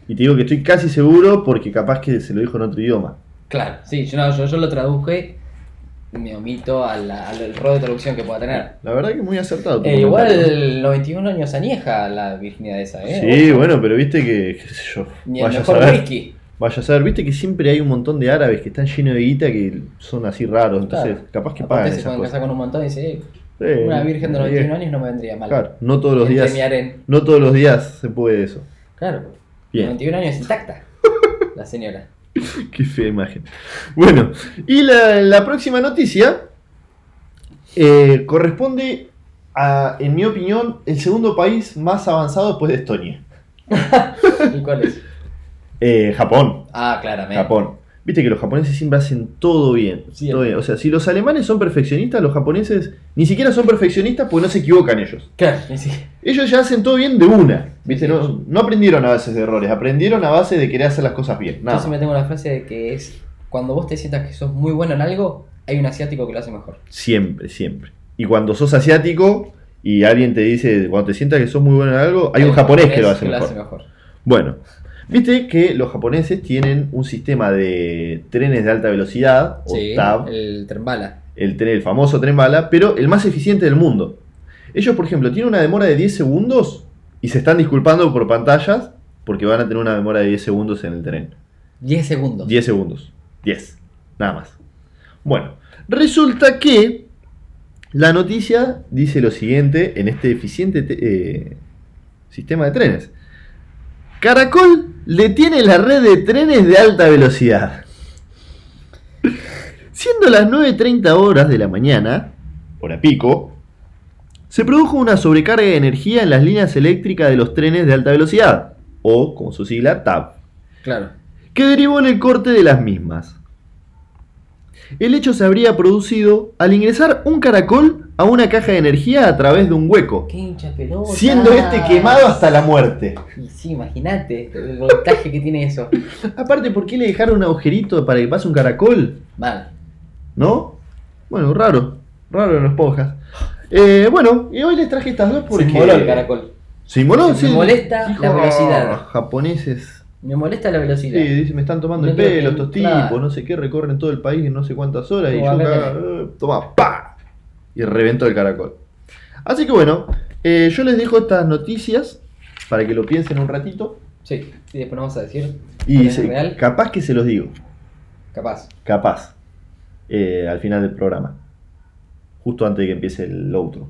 Speaker 4: Y te digo que estoy casi seguro porque capaz que se lo dijo en otro idioma.
Speaker 3: Claro, sí, yo, no, yo, yo lo traduje, me omito a la- al error de traducción que pueda tener.
Speaker 4: La verdad que muy acertado. tu
Speaker 3: Eh,
Speaker 4: comentario.
Speaker 3: igual, los 21 años añeja la virginidad esa, ¿eh?
Speaker 4: Sí, bueno, pero viste que, qué sé yo,
Speaker 3: Ni el
Speaker 4: vaya a
Speaker 3: mejor
Speaker 4: saber.
Speaker 3: whisky.
Speaker 4: Vaya a saber, viste que siempre hay un montón de árabes que están llenos de guita que son así raros, entonces
Speaker 3: Claro.
Speaker 4: capaz que pagan
Speaker 3: Aparte se
Speaker 4: esas
Speaker 3: pueden
Speaker 4: cosas.
Speaker 3: casar con un montón y dice, eh,
Speaker 4: Sí,
Speaker 3: una virgen de los
Speaker 4: sí.
Speaker 3: 21 años no me vendría mal.
Speaker 4: Claro, no todos los
Speaker 3: Entre
Speaker 4: días,
Speaker 3: mi harén.
Speaker 4: no todos los días se puede eso.
Speaker 3: Claro,
Speaker 4: Bien.
Speaker 3: 21 años intacta la señora.
Speaker 4: Qué fea imagen. Bueno, y la, la próxima noticia eh, corresponde a, en mi opinión, el segundo país más avanzado después de Estonia.
Speaker 3: ¿Y cuál es?
Speaker 4: Eh, Japón.
Speaker 3: Ah, claramente.
Speaker 4: Japón. Viste que los japoneses siempre hacen todo bien,
Speaker 3: Sí.
Speaker 4: todo bien. O sea, si los alemanes son perfeccionistas, los japoneses ni siquiera son perfeccionistas porque no se equivocan ellos.
Speaker 3: Claro, y sí.
Speaker 4: Ellos ya hacen todo bien de una. Viste,
Speaker 3: Sí.
Speaker 4: no, no aprendieron a bases de errores, aprendieron a base de querer hacer las cosas bien.
Speaker 3: Yo
Speaker 4: Nada.
Speaker 3: siempre tengo la frase de que es, cuando vos te sientas que sos muy bueno en algo, hay un asiático que lo hace mejor.
Speaker 4: Siempre, siempre. Y cuando sos asiático y alguien te dice, cuando te sientas que sos muy bueno en algo, hay un japonés que lo hace mejor. Bueno, viste que los japoneses tienen un sistema de trenes de alta velocidad, o
Speaker 3: Sí,
Speaker 4: TAV, el...
Speaker 3: el trembala.
Speaker 4: tren, el famoso tren bala, pero el más eficiente del mundo. Ellos, por ejemplo, tienen una demora de 10 segundos y se están disculpando por pantallas porque van a tener una demora de 10 segundos en el tren.
Speaker 3: 10 segundos.
Speaker 4: 10 segundos. 10. Nada más. Bueno, resulta que la noticia dice lo siguiente en este eficiente te- eh, sistema de trenes. Caracol detiene la red de trenes de alta velocidad. Siendo las 9.30 horas de la mañana, hora pico, se produjo una sobrecarga de energía en las líneas eléctricas de los trenes de alta velocidad, o como su sigla, TAP
Speaker 3: Claro.
Speaker 4: que derivó en el corte de las mismas. El hecho se habría producido al ingresar un caracol a una caja de energía a través de un hueco,
Speaker 3: ¡Qué hincha pelota!
Speaker 4: siendo este quemado hasta la muerte.
Speaker 3: Y sí, imagínate el voltaje que tiene eso.
Speaker 4: Aparte, ¿por qué le dejaron un agujerito para que pase un caracol?
Speaker 3: Mal.
Speaker 4: ¿No? Bueno, raro, raro en los podcasts. Eh, bueno, y hoy les traje estas dos porque...
Speaker 3: Se inmoló el caracol.
Speaker 4: Se inmoló,
Speaker 3: Me
Speaker 4: sí.
Speaker 3: molesta la velocidad.
Speaker 4: Japoneses.
Speaker 3: Me molesta la
Speaker 4: Sí,
Speaker 3: velocidad.
Speaker 4: dice, me están tomando
Speaker 3: No
Speaker 4: el
Speaker 3: creo que-
Speaker 4: pelo estos tipos,
Speaker 3: claro.
Speaker 4: no sé qué, recorren todo el país en no sé cuántas horas y
Speaker 3: Oh,
Speaker 4: yo
Speaker 3: acá
Speaker 4: acá, eh, toma, pa Y reventó el caracol. Así que bueno, eh, yo les dejo estas noticias para que lo piensen un ratito.
Speaker 3: Sí. Y después nos vamos a decir. cuál
Speaker 4: Y
Speaker 3: es
Speaker 4: se-
Speaker 3: real.
Speaker 4: capaz que se los digo,
Speaker 3: Capaz.
Speaker 4: capaz, eh, al final del programa. Justo antes de que empiece el outro.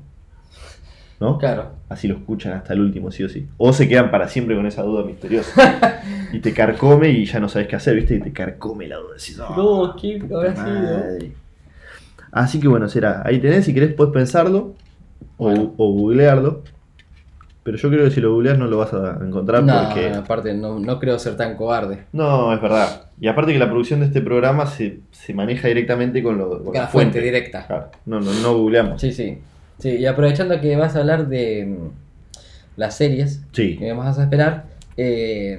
Speaker 4: ¿No?
Speaker 3: Claro.
Speaker 4: Así lo escuchan hasta el último, sí o sí. O se quedan para siempre con esa duda misteriosa. y te carcome y ya no sabes qué hacer, ¿viste? Y te carcome la duda. decís, "Ah".
Speaker 3: No, ¿qué habrá sido?
Speaker 4: Madre. Así que bueno, será. Ahí tenés, si querés podés pensarlo o, o googlearlo. Pero yo creo que si lo googleas no lo vas a encontrar
Speaker 3: No,
Speaker 4: porque.
Speaker 3: no, aparte, no, no creo ser tan cobarde.
Speaker 4: No, es verdad. Y aparte que la producción de este programa se, se maneja directamente con, lo, con
Speaker 3: Con la fuente directa.
Speaker 4: Claro. No, no, no googleamos.
Speaker 3: Sí, sí. Sí, y aprovechando que vas a hablar de mm, las series
Speaker 4: Sí.
Speaker 3: que vamos a esperar, eh,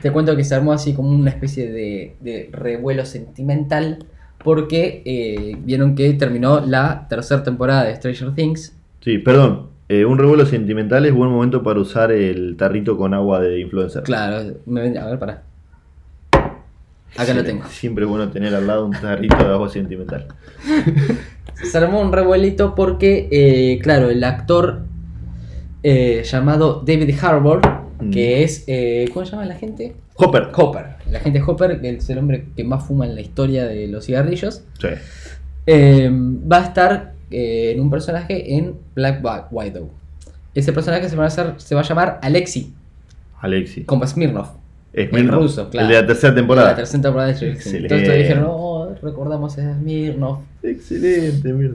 Speaker 3: te cuento que se armó así como una especie de, de revuelo sentimental porque eh, vieron que terminó la tercera temporada de Stranger Things.
Speaker 4: Sí, perdón. Eh, un revuelo sentimental es buen momento para usar el tarrito con agua de influencer.
Speaker 3: Claro, me ven- a ver, pará. Acá lo
Speaker 4: Siempre-
Speaker 3: tengo.
Speaker 4: Siempre es bueno tener al lado un tarrito de agua sentimental.
Speaker 3: Se armó un revuelito porque, eh, claro, el actor eh, llamado David Harbour, que es, eh, ¿cómo se llama la gente?
Speaker 4: Hopper.
Speaker 3: Hopper. La gente Hopper, que es el hombre que más fuma en la historia de los cigarrillos,
Speaker 4: Sí.
Speaker 3: eh, va a estar eh, en un personaje en Black Wi- Widow. Ese personaje se va a, hacer- se va a llamar Alexi,
Speaker 4: Alexi.
Speaker 3: como Smirnov.
Speaker 4: Es Mirko,
Speaker 3: ruso, claro.
Speaker 4: El de la tercera
Speaker 3: de
Speaker 4: temporada.
Speaker 3: La tercera temporada de Stranger Things.
Speaker 4: Excelente.
Speaker 3: Entonces todos dijeron, oh, recordamos a Smirnoff.
Speaker 4: Excelente, mira.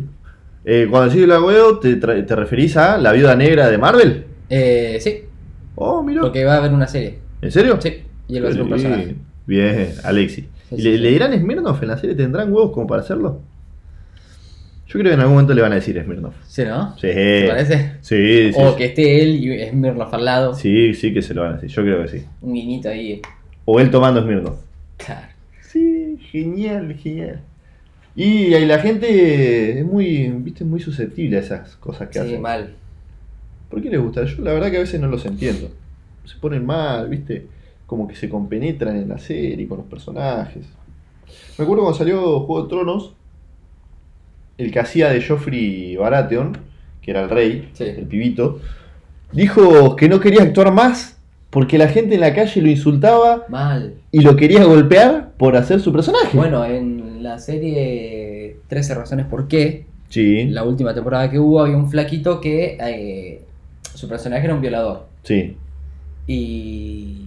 Speaker 4: Eh, cuando decís la huevo, te, tra- te referís a la viuda negra de Marvel?
Speaker 3: Eh, sí,
Speaker 4: Oh, mira.
Speaker 3: porque va a haber una serie.
Speaker 4: ¿En serio?
Speaker 3: Sí, y él va a ser un personaje.
Speaker 4: Bien, Alexi.
Speaker 3: Sí,
Speaker 4: ¿Y
Speaker 3: sí,
Speaker 4: ¿Le,
Speaker 3: sí.
Speaker 4: le dirán Smirnoff en la serie? ¿Tendrán huevos como para hacerlo? Yo creo que en algún momento le van a decir Smirnoff.
Speaker 3: ¿Sí, no?
Speaker 4: Sí.
Speaker 3: ¿Te parece?
Speaker 4: Sí, sí.
Speaker 3: o que esté él y Smirnoff al lado.
Speaker 4: Sí, sí que se lo van a decir. Yo creo que sí.
Speaker 3: Un guiñito ahí.
Speaker 4: O él tomando Smirnoff.
Speaker 3: Claro.
Speaker 4: Sí, genial, genial. Y, ahí la gente es muy, viste, muy susceptible a esas cosas
Speaker 3: Sí,
Speaker 4: que hacen.
Speaker 3: mal.
Speaker 4: ¿Por qué les gusta? Yo la verdad que a veces no los entiendo. Se ponen mal, ¿viste? Como que se compenetran en la serie con los personajes. Me acuerdo cuando salió Juego de Tronos, el que hacía de Joffrey Baratheon, que era el rey,
Speaker 3: Sí.
Speaker 4: el pibito, dijo que no quería actuar más porque la gente en la calle lo insultaba
Speaker 3: Mal.
Speaker 4: y lo quería golpear por hacer su personaje.
Speaker 3: Bueno, en la serie 13 razones por qué,
Speaker 4: Sí,
Speaker 3: en la última temporada que hubo, había un flaquito que eh, su personaje era un violador.
Speaker 4: sí,
Speaker 3: Y,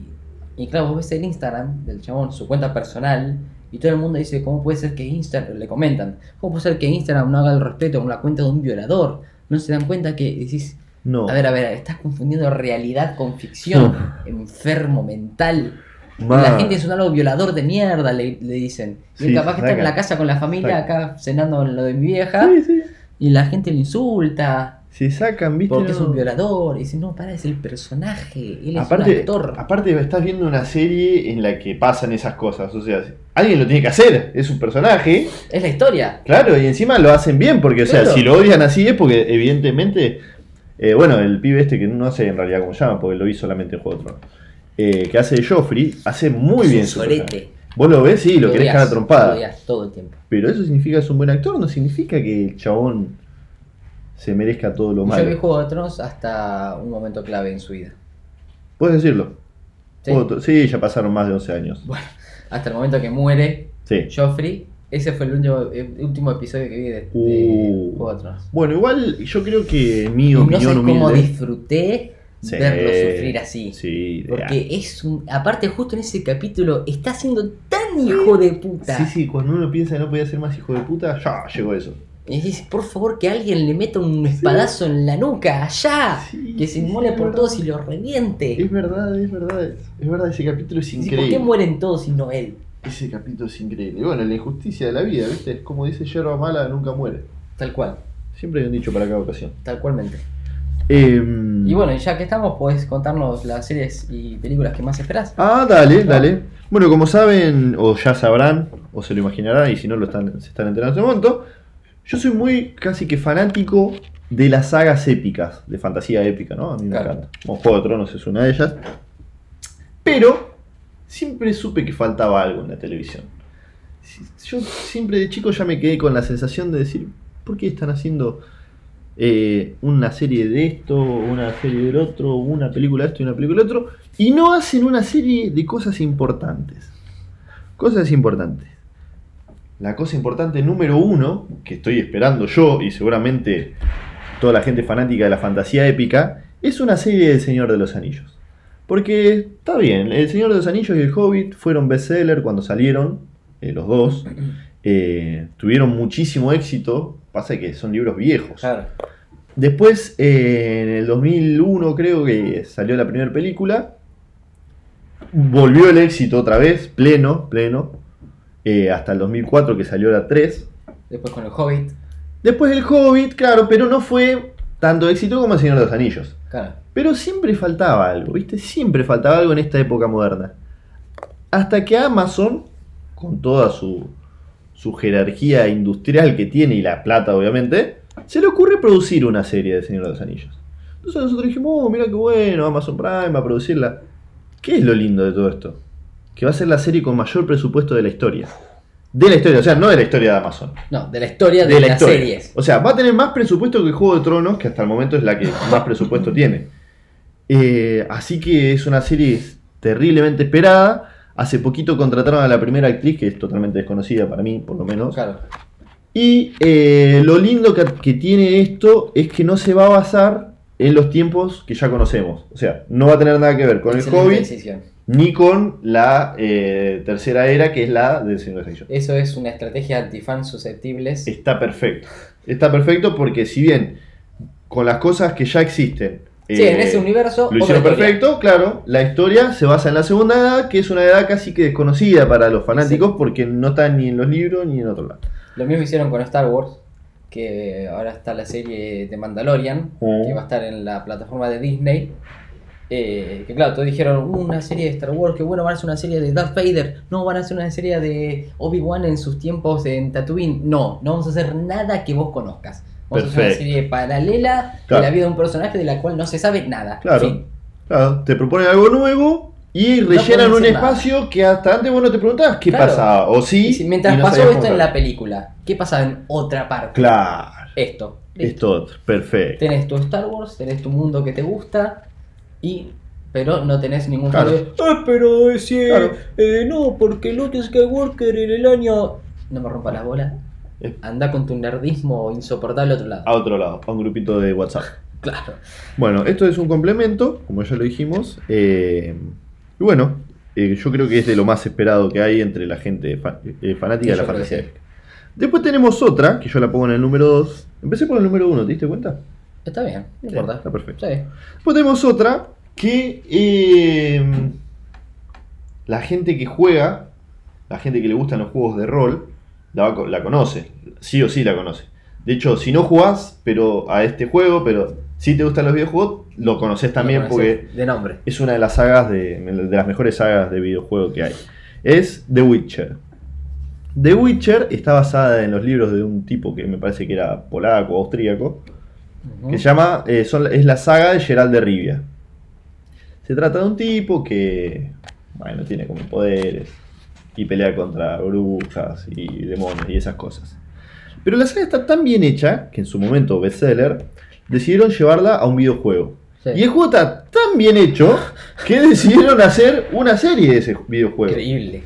Speaker 3: y claro, vos ves el Instagram del chabón, su cuenta personal, y todo el mundo dice, ¿cómo puede ser que Instagram, le comentan, ¿cómo puede ser que Instagram no haga el respeto a una cuenta de un violador? No se dan cuenta que decís,
Speaker 4: no.
Speaker 3: a ver, a ver, estás confundiendo realidad con ficción, enfermo mental. La
Speaker 4: Ma.
Speaker 3: gente es un algo violador de mierda, le, le dicen. Y él
Speaker 4: Ah. Sí,
Speaker 3: capaz que está en
Speaker 4: saca.
Speaker 3: la casa con la familia,
Speaker 4: Saca.
Speaker 3: acá cenando en lo de mi vieja,
Speaker 4: Sí, sí.
Speaker 3: y la gente lo insulta.
Speaker 4: Se sacan, ¿viste?
Speaker 3: Porque es
Speaker 4: No.
Speaker 3: un violador, y dice, no, para, es el personaje, él es un
Speaker 4: Aparte,
Speaker 3: actor.
Speaker 4: aparte estás viendo una serie en la que pasan esas cosas. O sea, alguien lo tiene que hacer. Es un personaje.
Speaker 3: Es la historia.
Speaker 4: Claro, y encima lo hacen bien. Porque, o sea,
Speaker 3: Claro.
Speaker 4: si lo odian así es porque, evidentemente. eh, bueno, el pibe este que no sé en realidad cómo se llama, porque lo vi solamente en Juego de Tronos, eh, que hace de Joffrey, hace muy
Speaker 3: Es
Speaker 4: bien
Speaker 3: un
Speaker 4: su
Speaker 3: sorete.
Speaker 4: personaje. Vos lo ves, sí, lo, querés
Speaker 3: odias,
Speaker 4: cara trompada.
Speaker 3: lo odias todo el tiempo.
Speaker 4: Pero eso significa que es un buen actor, no significa que el chabón se merezca todo lo
Speaker 3: Yo vi
Speaker 4: malo.
Speaker 3: Juego de Tronos hasta un momento clave en su vida.
Speaker 4: Puedes decirlo.
Speaker 3: Sí.
Speaker 4: Juego de Tro- Sí, ya pasaron más de 11 años.
Speaker 3: Bueno, hasta el momento que muere
Speaker 4: Sí.
Speaker 3: Joffrey. Ese fue el último, el último episodio que vi de, de
Speaker 4: Uh.
Speaker 3: Juego de Tronos.
Speaker 4: Bueno, igual yo creo que mi
Speaker 3: Y no sé
Speaker 4: opinión
Speaker 3: cómo
Speaker 4: humilde.
Speaker 3: disfruté
Speaker 4: Sí,
Speaker 3: verlo sufrir así.
Speaker 4: Sí, de-
Speaker 3: Porque es un. Aparte, justo en ese capítulo está siendo tan hijo de puta.
Speaker 4: sí, sí, cuando uno piensa que no podía ser más hijo de puta, ya llegó eso.
Speaker 3: Y decís, por favor, que alguien le meta un espadazo en la nuca, allá.
Speaker 4: Sí,
Speaker 3: que se
Speaker 4: sí,
Speaker 3: inmole
Speaker 4: es
Speaker 3: por
Speaker 4: verdad.
Speaker 3: todos y lo reviente.
Speaker 4: Es verdad, es verdad. Es verdad, ese capítulo es
Speaker 3: Sí, ¿Por qué
Speaker 4: increíble.
Speaker 3: mueren todos y no él?
Speaker 4: Ese capítulo es increíble. Y Bueno, la injusticia de la vida, ¿viste? Es como dice Yerba Mala, nunca muere.
Speaker 3: Tal cual,
Speaker 4: Siempre hay un dicho para cada ocasión.
Speaker 3: tal cualmente.
Speaker 4: Em,
Speaker 3: Y bueno, y ya que estamos, podés contarnos las series y películas que más esperás.
Speaker 4: Ah, dale, dale. Bueno, como saben, o ya sabrán, o se lo imaginarán, y si no lo están, se están enterando en este momento, yo soy muy casi que fanático de las sagas épicas, de fantasía épica, ¿no? A mí me
Speaker 3: Claro.
Speaker 4: encanta. Como Juego de Tronos es una de ellas. Pero siempre supe que faltaba algo en la televisión. Si- Yo siempre de chico ya me quedé con la sensación de decir, ¿por qué están haciendo eh, una serie de esto, una serie del otro, una película de esto y una película del otro, y no hacen una serie de cosas importantes. Cosas importantes. La cosa importante número uno, que estoy esperando yo y seguramente toda la gente fanática de la fantasía épica, es una serie del Señor de los Anillos. Porque está bien, El Señor de los Anillos y El Hobbit fueron bestseller cuando salieron, eh, los dos. eh, tuvieron muchísimo éxito. Pasa que son libros viejos.
Speaker 3: Claro.
Speaker 4: Después, eh, en el 2001 creo que salió la primera película. Volvió el éxito otra vez, pleno, pleno. eh, hasta el 2004 que salió la 3.
Speaker 3: Después con el Hobbit.
Speaker 4: Después el Hobbit, claro, pero no fue tanto éxito como el Señor de los Anillos.
Speaker 3: Claro.
Speaker 4: Pero siempre faltaba algo, ¿viste? Siempre faltaba algo en esta época moderna. Hasta que Amazon, con toda su, su jerarquía industrial que tiene y la plata, obviamente, se le ocurre producir una serie de Señor de los Anillos. Entonces nosotros dijimos, oh, mira qué bueno, Amazon Prime va a producirla. ¿Qué es lo lindo de todo esto? Que va a ser la serie con mayor presupuesto de la historia. De la historia, o sea, no de la historia de Amazon
Speaker 3: No, de la historia de, las
Speaker 4: historia.
Speaker 3: series.
Speaker 4: O sea, va a tener más presupuesto que Juego de Tronos, que hasta el momento es la que más presupuesto tiene. Eh, así que es una serie terriblemente esperada. Hace poquito contrataron a la primera actriz, que es totalmente desconocida para mí, por lo menos.
Speaker 3: Claro.
Speaker 4: Y eh, lo lindo que, que tiene esto es que no se va a basar en los tiempos que ya conocemos. O sea, no va a tener nada que ver con
Speaker 3: Excelente
Speaker 4: el Hobbit
Speaker 3: decisión.
Speaker 4: ni con la eh, tercera era, que es la del Señor de los Anillos.
Speaker 3: Eso es una estrategia antifans susceptibles.
Speaker 4: Está perfecto. Está perfecto porque si bien con las cosas que ya existen...
Speaker 3: Sí, en
Speaker 4: eh,
Speaker 3: ese universo.
Speaker 4: Lo
Speaker 3: otra
Speaker 4: hicieron
Speaker 3: historia.
Speaker 4: perfecto, claro. La historia se basa en la segunda edad, que es una edad casi que desconocida para los fanáticos porque no está ni en los libros ni en otro lado.
Speaker 3: Lo mismo hicieron con Star Wars, que ahora está la serie de Mandalorian,
Speaker 4: Oh.
Speaker 3: que va a estar en la plataforma de Disney. Eh, que claro, todos dijeron una serie de Star Wars, que bueno, van a hacer una serie de Darth Vader, no, van a hacer una serie de Obi-Wan en sus tiempos en Tatooine, no, no vamos a hacer nada que vos conozcas. Vamos a hacer
Speaker 4: Perfecto.
Speaker 3: una serie paralela
Speaker 4: Claro.
Speaker 3: de la vida de un personaje de la cual no se sabe nada.
Speaker 4: Claro.
Speaker 3: Fin.
Speaker 4: Claro, te proponen algo nuevo y
Speaker 3: No
Speaker 4: rellenan
Speaker 3: podés
Speaker 4: un
Speaker 3: hacer nada.
Speaker 4: espacio que hasta antes vos no te preguntabas qué
Speaker 3: Claro.
Speaker 4: pasaba. O sí.
Speaker 3: Y si- mientras
Speaker 4: y no
Speaker 3: pasó
Speaker 4: sabías
Speaker 3: esto
Speaker 4: cómo
Speaker 3: en la
Speaker 4: era.
Speaker 3: película, ¿qué pasaba en otra parte?
Speaker 4: Claro.
Speaker 3: Esto. Listo.
Speaker 4: Esto, perfecto.
Speaker 3: Tenés tu Star Wars, tenés tu mundo que te gusta, y pero no tenés ningún
Speaker 4: Claro.
Speaker 3: fan de, "Ah, pero eh, sí,
Speaker 4: Claro.
Speaker 3: eh, no, porque Luke Skywalker en el año... No me rompa las bolas.
Speaker 4: Eh. Ah.
Speaker 3: Anda con tu nerdismo insoportable a otro lado.
Speaker 4: A otro lado, a un grupito de WhatsApp.
Speaker 3: Claro.
Speaker 4: Bueno, esto es un complemento, como ya lo dijimos. eh, y bueno, eh, yo creo que es de lo más esperado que hay entre la gente fa- eh, fanática de
Speaker 3: Sí, yo
Speaker 4: la
Speaker 3: creo
Speaker 4: fantasía.
Speaker 3: que sí.
Speaker 4: Después tenemos otra, que yo la pongo en el número 2. Empecé por el número 1, ¿te diste cuenta?
Speaker 3: Está bien, no
Speaker 4: Sí,
Speaker 3: importa.
Speaker 4: está perfecto.
Speaker 3: Está bien.
Speaker 4: Después tenemos otra que eh, la gente que juega, la gente que le gustan los juegos de rol, la, va a co- la conoce, sí o sí la conoce. De hecho, si no jugás pero a este juego, pero si te gustan los videojuegos, lo conoces también
Speaker 3: Lo
Speaker 4: porque
Speaker 3: conocés De nombre.
Speaker 4: es una de las sagas de, de las mejores sagas de videojuego que hay. Es The Witcher. The Witcher está basada en los libros de un tipo que me parece que era polaco o austríaco,
Speaker 3: Ujú.
Speaker 4: que se llama, eh, son- es la saga de Gerald de Rivia. Se trata de un tipo que, bueno, tiene como poderes y pelea contra brujas y demonios y esas cosas. Pero la saga está tan bien hecha que en su momento bestseller decidieron llevarla a un videojuego.
Speaker 3: Sí.
Speaker 4: Y el juego está tan bien hecho que decidieron hacer una serie de ese videojuego.
Speaker 3: Increíble.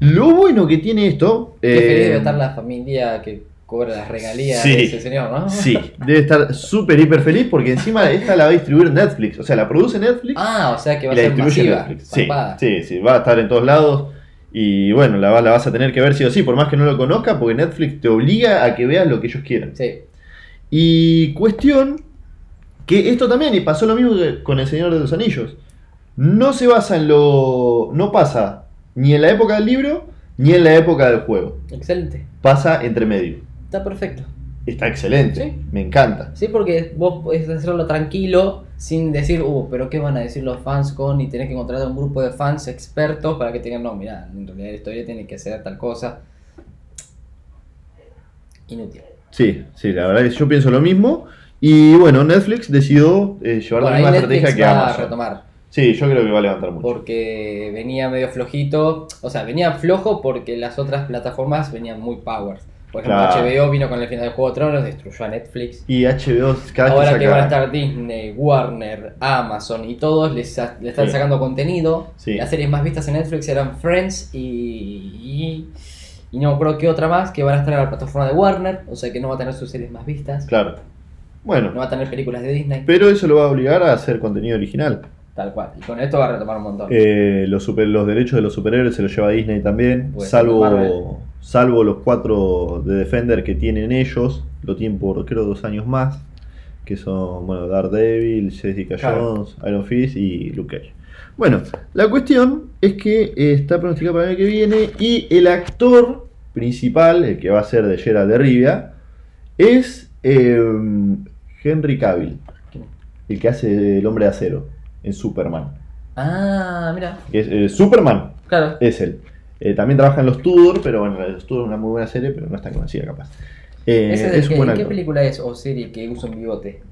Speaker 4: Lo bueno que tiene esto.
Speaker 3: Qué feliz
Speaker 4: eh,
Speaker 3: debe estar la familia que cobra las regalías
Speaker 4: sí.
Speaker 3: de ese señor, ¿no?
Speaker 4: Sí, debe estar súper hiper feliz porque encima esta la va a distribuir Netflix. O sea, la produce Netflix
Speaker 3: Ah, o sea que va a
Speaker 4: y la
Speaker 3: ser
Speaker 4: distribuye
Speaker 3: masiva.
Speaker 4: Netflix. Sí,
Speaker 3: zarpada.
Speaker 4: sí, sí, va a estar en todos lados. Y bueno, la, va- la vas a tener que ver sí o sí, por más que no lo conozca, porque Netflix te obliga a que veas lo que ellos quieran.
Speaker 3: Sí.
Speaker 4: Y cuestión que esto también, y pasó lo mismo que con El Señor de los Anillos. No se basa en lo. No pasa ni en la época del libro ni en la época del juego.
Speaker 3: Excelente.
Speaker 4: Pasa entre medio.
Speaker 3: Está perfecto.
Speaker 4: Está excelente,
Speaker 3: Sí.
Speaker 4: me encanta.
Speaker 3: Sí, porque vos podés hacerlo tranquilo, sin decir, uh, pero qué van a decir los fans con, y tenés que encontrar un grupo de fans expertos para que te digan, no, mira, en realidad la historia tiene que ser tal cosa. Inútil.
Speaker 4: Sí, sí, la verdad es que yo pienso lo mismo. Y bueno, Netflix decidió eh, llevar
Speaker 3: Bueno,
Speaker 4: la
Speaker 3: ahí
Speaker 4: misma
Speaker 3: Netflix
Speaker 4: estrategia que
Speaker 3: va a
Speaker 4: Amazon.
Speaker 3: retomar,
Speaker 4: Sí, yo creo que va a levantar mucho.
Speaker 3: porque venía medio flojito, o sea, venía flojo porque las otras plataformas venían muy powers. Por ejemplo,
Speaker 4: Claro.
Speaker 3: HBO vino con el final del Juego de Tronos, destruyó a Netflix.
Speaker 4: Y HBO cada vez
Speaker 3: Ahora que
Speaker 4: saca-
Speaker 3: van a estar Disney, Warner, Amazon y todos, les sa- le están
Speaker 4: Sí.
Speaker 3: sacando contenido.
Speaker 4: Sí.
Speaker 3: Las series más vistas en Netflix eran Friends y, y, y no creo que otra más que van a estar en la plataforma de Warner, o sea que no va a tener sus series más vistas,
Speaker 4: Claro. Bueno,
Speaker 3: no va a tener películas de Disney,
Speaker 4: pero eso lo va a obligar a hacer contenido original.
Speaker 3: tal cual. Y con esto va a retomar un montón.
Speaker 4: Eh, los, super- los derechos de los superhéroes se los lleva Disney
Speaker 3: Bueno,
Speaker 4: también,
Speaker 3: Marvel.
Speaker 4: salvo, salvo los cuatro de Defender que tienen ellos, lo tienen por creo dos años más, que son bueno Daredevil, Jessica
Speaker 3: Claro.
Speaker 4: Jones, Iron Fist y Luke Cage. Bueno, la cuestión es que eh, está pronosticada para el año que viene y el actor principal, el que va a ser de Gerald de Rivia, es eh, Henry Cavill, el que hace el hombre de acero en Superman.
Speaker 3: Ah, mira,
Speaker 4: Que es, eh, Superman
Speaker 3: claro.
Speaker 4: es él. Eh, también trabaja en Los Tudor, pero bueno, Los Tudor es una muy buena serie, pero no es tan conocida capaz. Eh,
Speaker 3: Ese es, el
Speaker 4: es un
Speaker 3: que-
Speaker 4: buen
Speaker 3: ¿Qué
Speaker 4: actor.
Speaker 3: película es o serie que usa un bigote?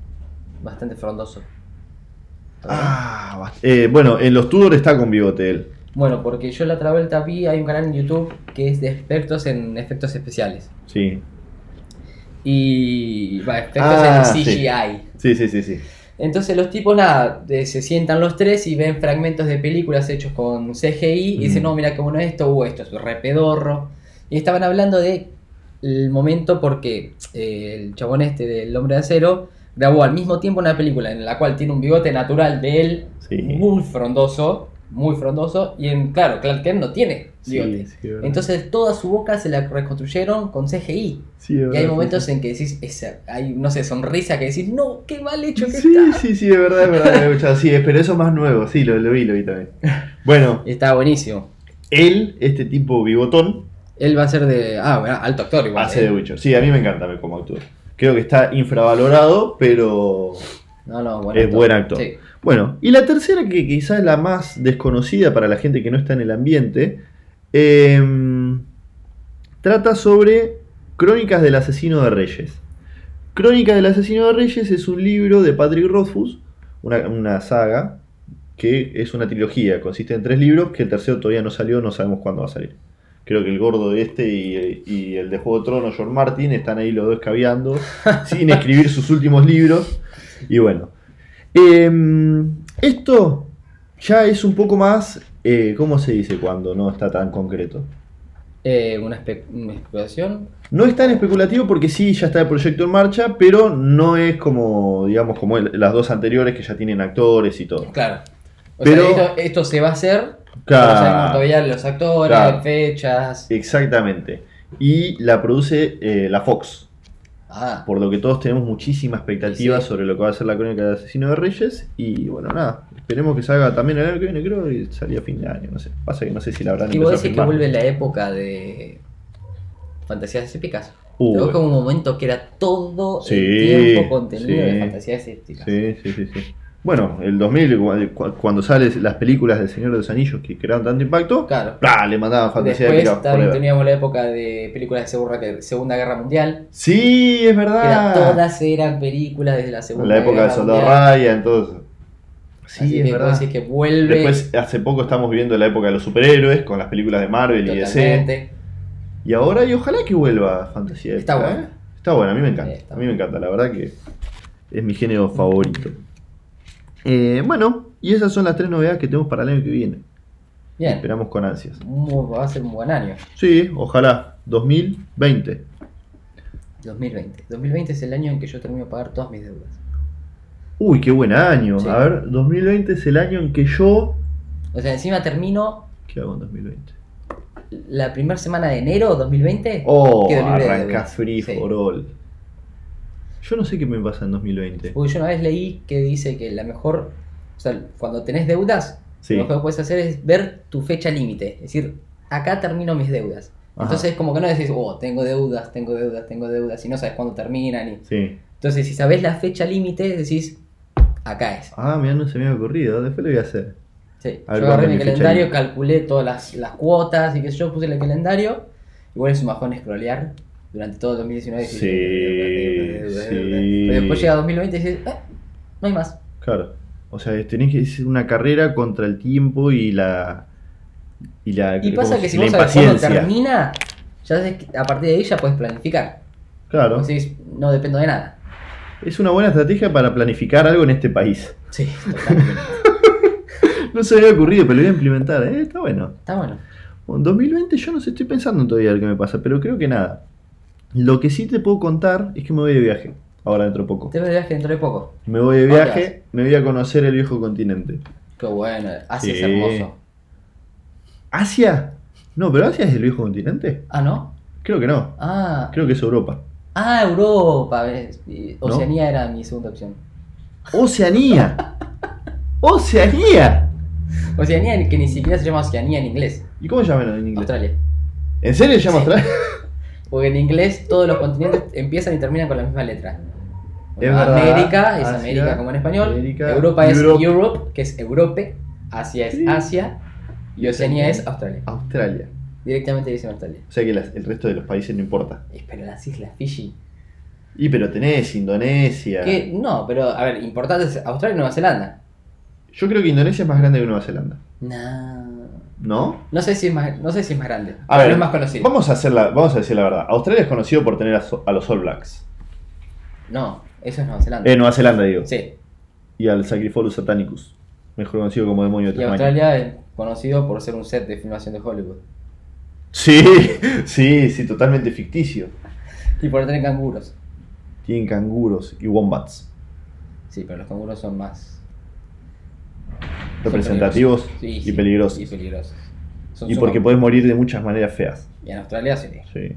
Speaker 3: Bastante frondoso.
Speaker 4: Ah, basta. Eh, bueno, en Los Tudor está con bigote él.
Speaker 3: Bueno, porque yo la otra vuelta vi, hay un canal en YouTube que es de expertos en efectos especiales.
Speaker 4: Sí.
Speaker 3: Y. Va, efectos
Speaker 4: Ah,
Speaker 3: en
Speaker 4: sí.
Speaker 3: CGI.
Speaker 4: Sí, sí, sí, sí.
Speaker 3: Entonces los tipos, nada, de- se sientan los tres y ven fragmentos de películas hechos con CGI y
Speaker 4: Mm.
Speaker 3: dicen, no, mira qué bueno esto, o esto es re pedorro. Y estaban hablando de el momento porque eh, el chabón este del Hombre de Acero grabó al mismo tiempo una película en la cual tiene un bigote natural de él,
Speaker 4: Sí.
Speaker 3: muy frondoso, muy frondoso. Y en, claro, Clark Kent no tiene
Speaker 4: Sí,
Speaker 3: bigote.
Speaker 4: sí, es verdad.
Speaker 3: Entonces toda su boca se la reconstruyeron con CGI.
Speaker 4: Sí, es
Speaker 3: Y hay
Speaker 4: verdad.
Speaker 3: momentos en que decís, esa- hay, no sé, sonrisa que decís, no, qué mal hecho que
Speaker 4: Sí,
Speaker 3: está.
Speaker 4: sí, sí, de verdad, es verdad. he escuchado. Sí, es- pero eso es más nuevo, sí, lo, lo vi, lo vi también. Bueno,
Speaker 3: Está buenísimo.
Speaker 4: él, este tipo bigotón,
Speaker 3: Él va a ser de. Ah, bueno, alto actor igual.
Speaker 4: hace
Speaker 3: ¿eh?
Speaker 4: de Witcher. Sí, a mí me encanta ver cómo actúa. Creo que está infravalorado, pero
Speaker 3: No, no,
Speaker 4: es buen actor.
Speaker 3: Sí.
Speaker 4: Bueno, y la tercera, que quizás es la más desconocida para la gente que no está en el ambiente, em, trata sobre Crónicas del Asesino de Reyes. Crónicas del Asesino de Reyes es un libro de Patrick Rothfuss, una, una saga que es una trilogía, consiste en tres libros, que el tercero todavía no salió, no sabemos cuándo va a salir. Creo que el gordo de este y, y el de Juego de Tronos, George Martin, están ahí los dos caviando, sin escribir sus últimos libros. Y bueno, eh, esto ya es un poco más, eh, ¿cómo se dice cuando no está tan concreto?
Speaker 3: Eh, una, espe- una especulación.
Speaker 4: No es tan especulativo porque sí, ya está el proyecto en marcha, pero no es como, digamos, como el- las dos anteriores que ya tienen actores y todo.
Speaker 3: Claro. O
Speaker 4: Pero-
Speaker 3: sea, esto, esto se va a hacer.
Speaker 4: Claro.
Speaker 3: No sabemos todavía los actores,
Speaker 4: Claro.
Speaker 3: fechas.
Speaker 4: Exactamente. Y la produce eh, la Fox,
Speaker 3: Ah,
Speaker 4: por lo que todos tenemos muchísima expectativa
Speaker 3: Sí.
Speaker 4: sobre lo que va a ser la crónica del asesino de Reyes. Y bueno, nada, esperemos que salga también el año que viene, creo, y salía a fin de año, no sé. Pasa que no sé si la habrán
Speaker 3: y vos
Speaker 4: empezado a
Speaker 3: decís que
Speaker 4: filmar.
Speaker 3: vuelve la época de. Fantasías épicas.
Speaker 4: Uh,
Speaker 3: Hubo como un momento que era todo
Speaker 4: Sí,
Speaker 3: el tiempo contenido
Speaker 4: sí.
Speaker 3: de fantasías épicas.
Speaker 4: Sí, sí, sí, sí. Bueno, el 2000, cu- cu- cuando salen las películas del Señor de los Anillos que crearon tanto impacto,
Speaker 3: Claro.
Speaker 4: ¡plá! le mandaban fantasía
Speaker 3: Después
Speaker 4: épica
Speaker 3: también
Speaker 4: forever.
Speaker 3: teníamos la época de películas de Segura- que- Segunda Guerra Mundial.
Speaker 4: Sí, es
Speaker 3: Que era-
Speaker 4: verdad.
Speaker 3: todas eran películas desde la Segunda
Speaker 4: Ah. la época del
Speaker 3: Guerra
Speaker 4: soldado
Speaker 3: Mundial.
Speaker 4: Raya, entonces. Sí,
Speaker 3: Así
Speaker 4: es
Speaker 3: que
Speaker 4: verdad.
Speaker 3: vos decís que vuelve
Speaker 4: Después, hace poco estamos viviendo la época de los superhéroes con las películas de Marvel y DC.
Speaker 3: totalmente.
Speaker 4: Y ahora, y ojalá que vuelva fantasía
Speaker 3: Está
Speaker 4: épica,
Speaker 3: buena.
Speaker 4: ¿eh? Está bueno, a mí me encanta.
Speaker 3: Eh, está
Speaker 4: a mí me encanta, la verdad que es mi género favorito. Eh, bueno, y esas son las tres novedades que tenemos para el año que viene.
Speaker 3: Bien.
Speaker 4: Esperamos con ansias.
Speaker 3: Muy- va a ser un buen año.
Speaker 4: Sí, ojalá. 2020.
Speaker 3: 2020. 2020 es el año en que yo termino de pagar todas mis deudas.
Speaker 4: Uy, qué buen año.
Speaker 3: Sí.
Speaker 4: A ver, 2020 es el año en que yo...
Speaker 3: O sea, encima termino
Speaker 4: ¿Qué hago en 2020?
Speaker 3: la primera semana de enero 2020.
Speaker 4: Oh,
Speaker 3: quedo libre de
Speaker 4: arrancá
Speaker 3: deudas.
Speaker 4: free
Speaker 3: Sí.
Speaker 4: for all. Yo no sé qué me pasa en 2020.
Speaker 3: Porque yo una vez leí que dice que la mejor. O sea, cuando tenés deudas,
Speaker 4: Sí.
Speaker 3: lo mejor que puedes hacer es ver tu fecha límite. Es decir, acá termino mis deudas.
Speaker 4: Ajá.
Speaker 3: Entonces, como que no decís, oh, tengo deudas, tengo deudas, tengo deudas, y no sabes cuándo terminan. Y...
Speaker 4: Sí.
Speaker 3: Entonces, si sabés la fecha límite, decís, acá es.
Speaker 4: Ah, mira, no se me había ocurrido. Después lo voy a hacer.
Speaker 3: Sí,
Speaker 4: A ver,
Speaker 3: yo
Speaker 4: ¿cuál
Speaker 3: agarré
Speaker 4: es
Speaker 3: mi
Speaker 4: mi fecha
Speaker 3: calendario,
Speaker 4: límite?
Speaker 3: calculé todas las, las cuotas y que yo puse en el calendario. Igual es un bajón scrollear durante todo el 2019. y decir,
Speaker 4: Sí,
Speaker 3: "Deuda, deuda,
Speaker 4: sí.
Speaker 3: deuda". Pero después llega 2020 y dices, "Ah, no hay más.
Speaker 4: Claro. O sea, tenés que hacer una carrera contra el tiempo y la... Y, la,
Speaker 3: Y
Speaker 4: ¿cómo
Speaker 3: pasa
Speaker 4: se-
Speaker 3: que si
Speaker 4: la
Speaker 3: vos sabes cuándo
Speaker 4: impaciencia.
Speaker 3: termina, ya sabes que a partir de ahí ya puedes planificar.
Speaker 4: Claro.
Speaker 3: Vos decís, no dependo de nada.
Speaker 4: Es una buena estrategia para planificar algo en este país.
Speaker 3: Sí, totalmente.
Speaker 4: No se me había ocurrido, pero lo voy a implementar. ¿eh? Está bueno.
Speaker 3: Está bueno.
Speaker 4: En 2020 yo no sé, estoy pensando todavía lo que me pasa, pero creo que nada. Lo que sí te puedo contar es que me voy de viaje, ahora dentro de poco.
Speaker 3: Te ves de viaje dentro de poco.
Speaker 4: Me voy de
Speaker 3: ¿Dónde
Speaker 4: viaje, me voy a conocer el viejo continente.
Speaker 3: Qué bueno, así es
Speaker 4: Sí.
Speaker 3: hermoso.
Speaker 4: ¿Asia? No, pero ¿Asia es el viejo continente?
Speaker 3: Ah, ¿no?
Speaker 4: Creo que no.
Speaker 3: Ah,
Speaker 4: Creo que es Europa.
Speaker 3: ah Europa. ves. Y
Speaker 4: ¿No?
Speaker 3: Oceanía era mi segunda opción.
Speaker 4: ¡Oceanía! ¡Oceanía!
Speaker 3: Oceanía que ni siquiera se llama Oceanía en inglés.
Speaker 4: ¿Y cómo llaman en inglés?
Speaker 3: Australia.
Speaker 4: ¿En serio se llama
Speaker 3: Sí.
Speaker 4: Australia?
Speaker 3: Porque en inglés todos los continentes empiezan y terminan con la misma letra.
Speaker 4: Es verdad.
Speaker 3: América es
Speaker 4: Asia,
Speaker 3: América como en español.
Speaker 4: América,
Speaker 3: Europa es
Speaker 4: Europe.
Speaker 3: Europe, que es Europe. Asia es
Speaker 4: Sí.
Speaker 3: Asia. Y Oceanía es Australia.
Speaker 4: Australia.
Speaker 3: Directamente dicen Australia.
Speaker 4: O sea que las- el resto de los países no importa.
Speaker 3: Eh, Pero las islas Fiji.
Speaker 4: Y pero tenés Indonesia.
Speaker 3: Que no, pero a ver, importante es Australia y Nueva Zelanda.
Speaker 4: Yo creo que Indonesia es más grande que Nueva Zelanda.
Speaker 3: No.
Speaker 4: ¿No?
Speaker 3: No sé si es más, no sé si es más grande.
Speaker 4: A
Speaker 3: pero
Speaker 4: ver,
Speaker 3: es más conocido.
Speaker 4: Vamos a, hacer la- vamos a decir la verdad. Australia es conocido por tener a, so- a los All Blacks.
Speaker 3: No, eso es Nueva Zelanda.
Speaker 4: Eh, Nueva Zelanda, digo.
Speaker 3: Sí.
Speaker 4: Y al Sacrifolus Satanicus. Mejor conocido como demonio de
Speaker 3: Y
Speaker 4: Tasmania.
Speaker 3: Australia es conocido por ser un set de filmación de Hollywood.
Speaker 4: Sí, sí, sí, totalmente ficticio.
Speaker 3: Y por tener canguros.
Speaker 4: Tienen canguros y wombats.
Speaker 3: Sí, pero los canguros son más.
Speaker 4: representativos
Speaker 3: Sí,
Speaker 4: y
Speaker 3: sí,
Speaker 4: peligrosos.
Speaker 3: Y peligrosos. Son
Speaker 4: Y
Speaker 3: suma-
Speaker 4: porque podés morir de muchas maneras feas.
Speaker 3: Y en Australia sí.
Speaker 4: Sí.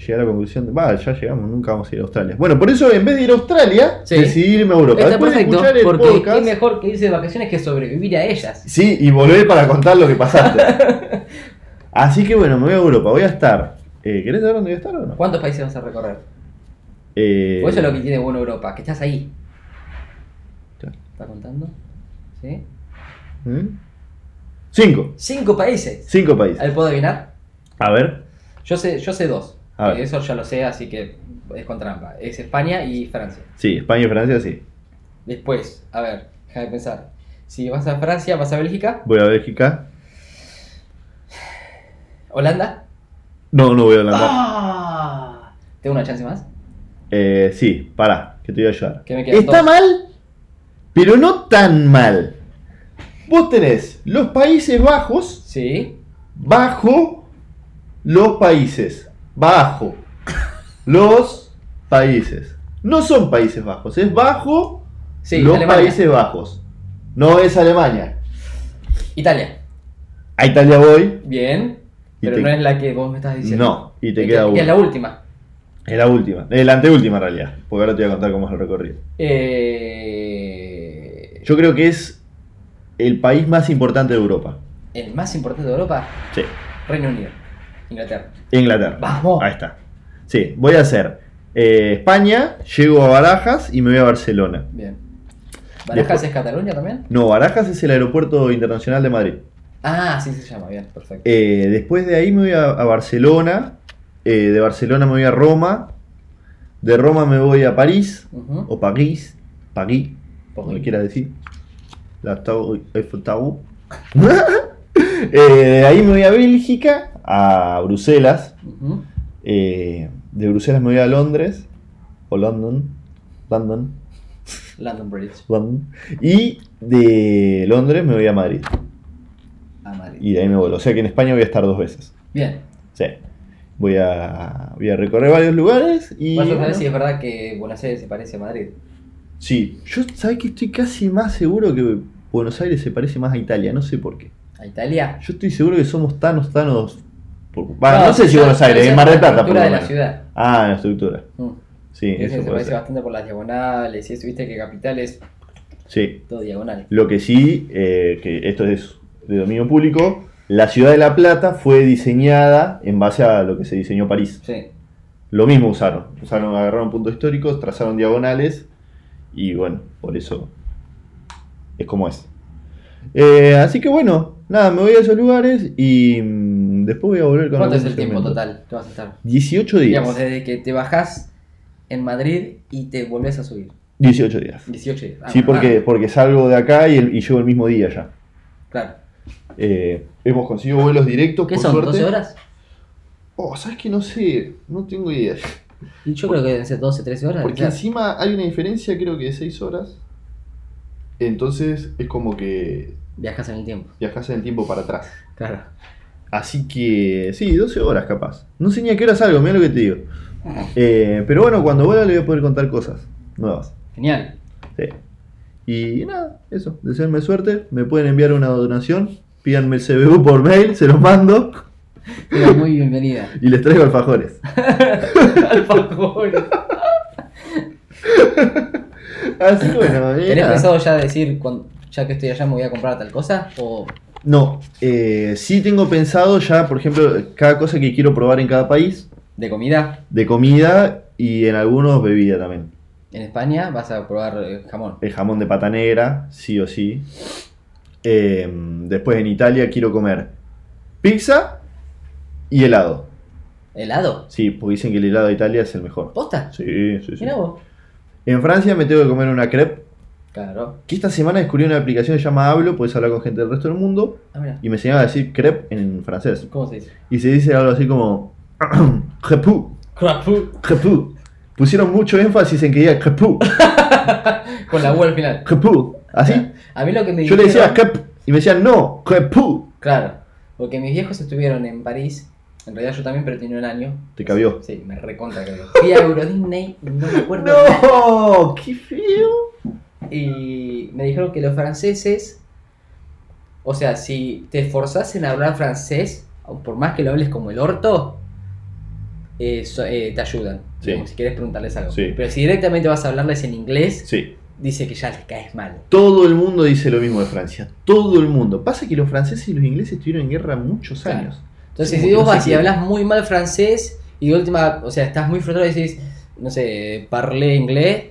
Speaker 4: Llegué a la conclusión de, va, ya llegamos, nunca vamos a ir a Australia. Bueno, por eso en vez de ir a Australia,
Speaker 3: Sí.
Speaker 4: decidí irme a Europa.
Speaker 3: Está
Speaker 4: Después de
Speaker 3: perfecto,
Speaker 4: escuchar el
Speaker 3: porque
Speaker 4: podcast.
Speaker 3: qué mejor que irse de vacaciones que sobrevivir a ellas.
Speaker 4: Sí, y volver para contar lo que pasaste. Así que bueno, me voy a Europa, voy a estar. Eh, ¿Querés saber dónde voy a estar o no?
Speaker 3: ¿Cuántos países vas a recorrer?
Speaker 4: Eh,
Speaker 3: Por Pues eso es lo que tiene bueno Europa, que estás ahí.
Speaker 4: Ya.
Speaker 3: ¿Está contando? ¿Sí?
Speaker 4: ¿Mm? Cinco.
Speaker 3: Cinco países.
Speaker 4: Cinco países.
Speaker 3: ¿Al puedo adivinar?
Speaker 4: A ver.
Speaker 3: Yo sé, yo sé dos.
Speaker 4: A ver.
Speaker 3: Eh, Eso ya lo sé, así que es con trampa. Es España y Francia.
Speaker 4: Sí, España y Francia, sí.
Speaker 3: Después, a ver, déjame pensar. Si vas a Francia, vas a Bélgica,
Speaker 4: Voy a Bélgica.
Speaker 3: Holanda.
Speaker 4: No, no voy a Holanda.
Speaker 3: ¡Ah! ¿Tengo una chance más?
Speaker 4: Eh, sí, pará, que te voy a ayudar.
Speaker 3: Que me quedan
Speaker 4: Está
Speaker 3: dos.
Speaker 4: mal, pero no tan mal. Vos tenés los Países Bajos
Speaker 3: Sí.
Speaker 4: bajo los países. Bajo los países. No son Países Bajos, es bajo
Speaker 3: Sí,
Speaker 4: los
Speaker 3: Alemania.
Speaker 4: Países Bajos. No es Alemania.
Speaker 3: Italia.
Speaker 4: A Italia voy.
Speaker 3: Bien.
Speaker 4: Y
Speaker 3: Pero
Speaker 4: te-
Speaker 3: no es la que vos me estás diciendo.
Speaker 4: No, y te
Speaker 3: Es
Speaker 4: queda
Speaker 3: que- que Es
Speaker 4: una.
Speaker 3: la última.
Speaker 4: Es la última. Es la anteúltima en realidad. Porque ahora te voy a contar cómo es el recorrido.
Speaker 3: Eh,
Speaker 4: Yo creo que es el país más importante de Europa.
Speaker 3: El más importante de Europa,
Speaker 4: Sí.
Speaker 3: Reino Unido. Inglaterra.
Speaker 4: Inglaterra.
Speaker 3: Vamos.
Speaker 4: Ahí está. Sí, voy a hacer eh, España, llego a Barajas y me voy a Barcelona.
Speaker 3: Bien. ¿Barajas
Speaker 4: Después-
Speaker 3: es Cataluña también?
Speaker 4: No, Barajas es el aeropuerto internacional de Madrid.
Speaker 3: Ah, sí se llama, bien, perfecto.
Speaker 4: Eh, después de ahí me voy a, a Barcelona. eh, de Barcelona me voy a Roma. De Roma me voy a París.
Speaker 3: Ujú.
Speaker 4: O París. París,
Speaker 3: Poco.
Speaker 4: como le quieras decir. La Tau- Eiffel Tower. Eh, de ahí me voy a Bélgica. A Bruselas.
Speaker 3: Ujú.
Speaker 4: Eh, de Bruselas me voy a Londres. O London. London.
Speaker 3: London Bridge,
Speaker 4: London. Y de Londres me voy a Madrid.
Speaker 3: a Madrid.
Speaker 4: Y de ahí me vuelvo. O sea que en España voy a estar dos veces.
Speaker 3: Bien.
Speaker 4: Sí. Voy a, voy a recorrer varios lugares y.
Speaker 3: Vas a saber
Speaker 4: bueno,
Speaker 3: si es verdad que Buenos Aires se parece a Madrid.
Speaker 4: sí. Yo, ¿sabes que Estoy casi más seguro que Buenos Aires se parece más a Italia. No sé por qué.
Speaker 3: A Italia.
Speaker 4: Yo estoy seguro que somos tanos, tanos. por- Va, Ah, no, sé si
Speaker 3: quizás-
Speaker 4: Buenos Aires,
Speaker 3: quizás
Speaker 4: en Mar del
Speaker 3: la
Speaker 4: Plata, por
Speaker 3: estructura
Speaker 4: lo
Speaker 3: de la
Speaker 4: menos.
Speaker 3: ciudad.
Speaker 4: Ah, en la estructura.
Speaker 3: Mm.
Speaker 4: Sí,
Speaker 3: Dicen que
Speaker 4: eso
Speaker 3: se
Speaker 4: puede
Speaker 3: parece
Speaker 4: ser.
Speaker 3: bastante por las diagonales. Y eso, viste que capital es
Speaker 4: Sí.
Speaker 3: todo diagonal.
Speaker 4: Lo que sí, eh, que esto es de dominio público, la ciudad de La Plata fue diseñada en base a lo que se diseñó París.
Speaker 3: Sí.
Speaker 4: Lo mismo usaron. Usaron, agarraron puntos históricos, trazaron diagonales y bueno, por eso es como es. Eh, así que bueno, nada, me voy a esos lugares y mm, después voy a volver con
Speaker 3: ¿Cuánto es
Speaker 4: algún
Speaker 3: el tiempo
Speaker 4: segmento.
Speaker 3: total que vas a estar?
Speaker 4: 18 días.
Speaker 3: Digamos, eh. desde que te bajás en Madrid y te volvés a subir.
Speaker 4: 18 días.
Speaker 3: 18 días. Ah,
Speaker 4: sí,
Speaker 3: bueno,
Speaker 4: porque, porque salgo de acá y, el- y llego el mismo día ya.
Speaker 3: Claro. claro.
Speaker 4: Eh, hemos conseguido vuelos directos.
Speaker 3: ¿Qué
Speaker 4: por
Speaker 3: son?
Speaker 4: suerte.
Speaker 3: ¿12 horas?
Speaker 4: Oh, ¿sabes que No sé, no tengo idea.
Speaker 3: Y Yo creo que deben ser 12, 13 horas.
Speaker 4: Porque
Speaker 3: quizás.
Speaker 4: encima hay una diferencia, creo que de 6 horas. Entonces es como que
Speaker 3: Viajas en el tiempo.
Speaker 4: viajas en el tiempo para atrás.
Speaker 3: Claro.
Speaker 4: Así que, sí, 12 horas capaz. No sé ni a qué hora salgo, mira lo que te digo. Eh, pero bueno, cuando vuelva le voy a poder contar cosas nuevas.
Speaker 3: Genial.
Speaker 4: Sí. Y nada, eso. Deseenme suerte. Me pueden enviar una donación. Pídanme el CBU por mail, se los mando.
Speaker 3: Pero muy bienvenida.
Speaker 4: Y les traigo alfajores.
Speaker 3: Alfajores.
Speaker 4: Así que bueno, eh,
Speaker 3: ¿Tenés
Speaker 4: nada.
Speaker 3: pensado ya decir, cuan- ya que estoy allá me voy a comprar tal cosa? ¿O
Speaker 4: No, eh, sí tengo pensado ya, por ejemplo, cada cosa que quiero probar en cada país,
Speaker 3: de comida?
Speaker 4: de comida y en algunos bebida también.
Speaker 3: En España vas a probar eh, jamón.
Speaker 4: El jamón de pata negra, sí o sí. Eh, después en Italia quiero comer pizza y helado.
Speaker 3: ¿Helado?
Speaker 4: Sí, porque dicen que el helado de Italia es el mejor.
Speaker 3: ¿Posta?
Speaker 4: Sí, sí, sí.
Speaker 3: Mirá vos.
Speaker 4: En Francia me tengo que comer una crepe.
Speaker 3: Claro.
Speaker 4: Que esta semana descubrí una aplicación que se llama Hablo, puedes hablar con gente del resto del mundo.
Speaker 3: Ah, mirá.
Speaker 4: Y me enseñaba a decir crepe en francés.
Speaker 3: ¿Cómo se dice?
Speaker 4: Y se dice algo así como. crepou.
Speaker 3: Crapú.
Speaker 4: Crepú. Pusieron mucho énfasis en que diga crepú,
Speaker 3: Con la U al final.
Speaker 4: crepú. Así.
Speaker 3: A mí lo que me
Speaker 4: ¿Ah, Yo le decía
Speaker 3: dijeron-
Speaker 4: crep y me decían no, crepú.
Speaker 3: Claro. Porque mis viejos estuvieron en París. En realidad yo también, pero tenía un año.
Speaker 4: Te cabió.
Speaker 3: Sí, me recontra que Fui a Euro Disney, no me acuerdo nada.
Speaker 4: No, qué feo.
Speaker 3: Y me dijeron que los franceses O sea, si te esforzás en hablar francés, por más que lo hables como el orto, eh, so- eh, te ayudan.
Speaker 4: Sí.
Speaker 3: digamos, si quieres preguntarles algo.
Speaker 4: Sí.
Speaker 3: Pero si directamente vas a hablarles en inglés,
Speaker 4: Sí.
Speaker 3: dice que ya les caes mal.
Speaker 4: Todo el mundo dice lo mismo de Francia. Todo el mundo. Pasa que los franceses y los ingleses estuvieron en guerra muchos
Speaker 3: Claro.
Speaker 4: años.
Speaker 3: Entonces,
Speaker 4: Sí,
Speaker 3: si vos
Speaker 4: no sé
Speaker 3: vas y
Speaker 4: qué.
Speaker 3: hablas muy mal francés y de última, o sea, estás muy frustrado y decís, no sé, parlé inglés,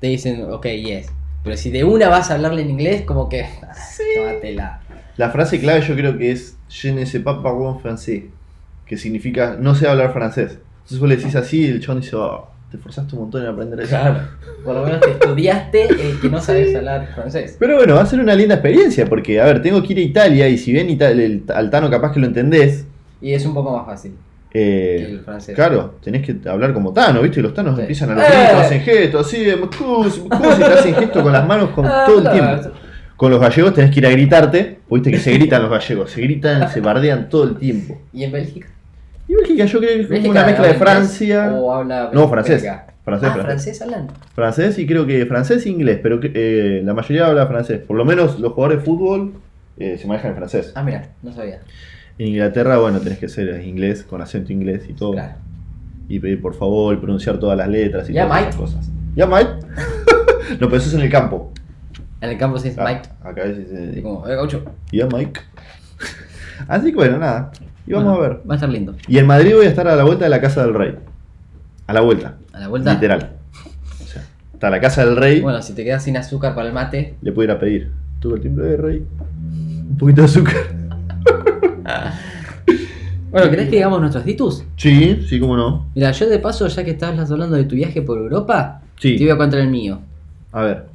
Speaker 3: te dicen, ok, yes. Pero si de una vas a hablarle en inglés, como que, tómatela.
Speaker 4: La frase clave yo creo que es Je ne sais pas parler français. Que significa no sé hablar francés. Entonces vos le decís así y el chon dice, "Oh, te esforzaste un montón en aprender eso.
Speaker 3: Claro. Por lo menos te estudiaste el que no sabes hablar francés.
Speaker 4: Pero bueno, va a ser una linda experiencia porque, a ver, tengo que ir a Italia y si ven Ita- el- al Tano capaz que lo entendés,
Speaker 3: Y es un poco más fácil que
Speaker 4: eh,
Speaker 3: el francés.
Speaker 4: Claro, tenés que hablar como Tano, ¿viste? Y los Tanos
Speaker 3: Este, Sí.
Speaker 4: empiezan a los
Speaker 3: ¡Eh!
Speaker 4: gritos, hacen gestos, así, eh, mcus, mcus, y te hacen gestos con las manos con
Speaker 3: Ah,
Speaker 4: todo el
Speaker 3: claro.
Speaker 4: tiempo. Con los gallegos tenés que ir a gritarte, viste que se gritan los gallegos, se gritan, se bardean todo el tiempo.
Speaker 3: ¿Y en Bélgica?
Speaker 4: Y Bélgica yo creo que es
Speaker 3: Bélgica
Speaker 4: como una mezcla de
Speaker 3: habla
Speaker 4: Francia,
Speaker 3: inglés ¿O habla
Speaker 4: no, francés,
Speaker 3: belga?
Speaker 4: francés,
Speaker 3: Ah,
Speaker 4: francés,
Speaker 3: francés hablan.
Speaker 4: francés y creo que francés e inglés, pero que, eh, la mayoría habla francés, por lo menos los jugadores de fútbol eh, se manejan en francés.
Speaker 3: Ah, mira, no sabía.
Speaker 4: En Inglaterra, bueno, tenés que ser inglés, con acento inglés y todo.
Speaker 3: Claro.
Speaker 4: y pedir por favor, y pronunciar todas las letras y
Speaker 3: Ya,
Speaker 4: todas
Speaker 3: Mike.
Speaker 4: esas cosas. Ya, Mike. no, pero eso es en el campo.
Speaker 3: En el campo se dice
Speaker 4: Ah,
Speaker 3: Mike.
Speaker 4: Acá es,
Speaker 3: Y
Speaker 4: eh,
Speaker 3: como, eh, gaucho.
Speaker 4: ya, Mike. Así que bueno, nada. Y vamos
Speaker 3: Bueno,
Speaker 4: a ver.
Speaker 3: Va a estar lindo.
Speaker 4: Y en Madrid voy a estar a la vuelta de la Casa del Rey. A la vuelta.
Speaker 3: A la vuelta.
Speaker 4: Literal. O sea, está la Casa del Rey.
Speaker 3: Bueno, si te quedas sin azúcar para el mate,
Speaker 4: Le puedo ir a pedir. Tuve el timbre de Rey. Un poquito de azúcar.
Speaker 3: Bueno, ¿querés que digamos nuestros titus?
Speaker 4: Sí, sí, cómo no.
Speaker 3: Mira, yo de paso, ya que estabas hablando de tu viaje por Europa,
Speaker 4: Sí.
Speaker 3: te voy a contar el mío.
Speaker 4: A ver.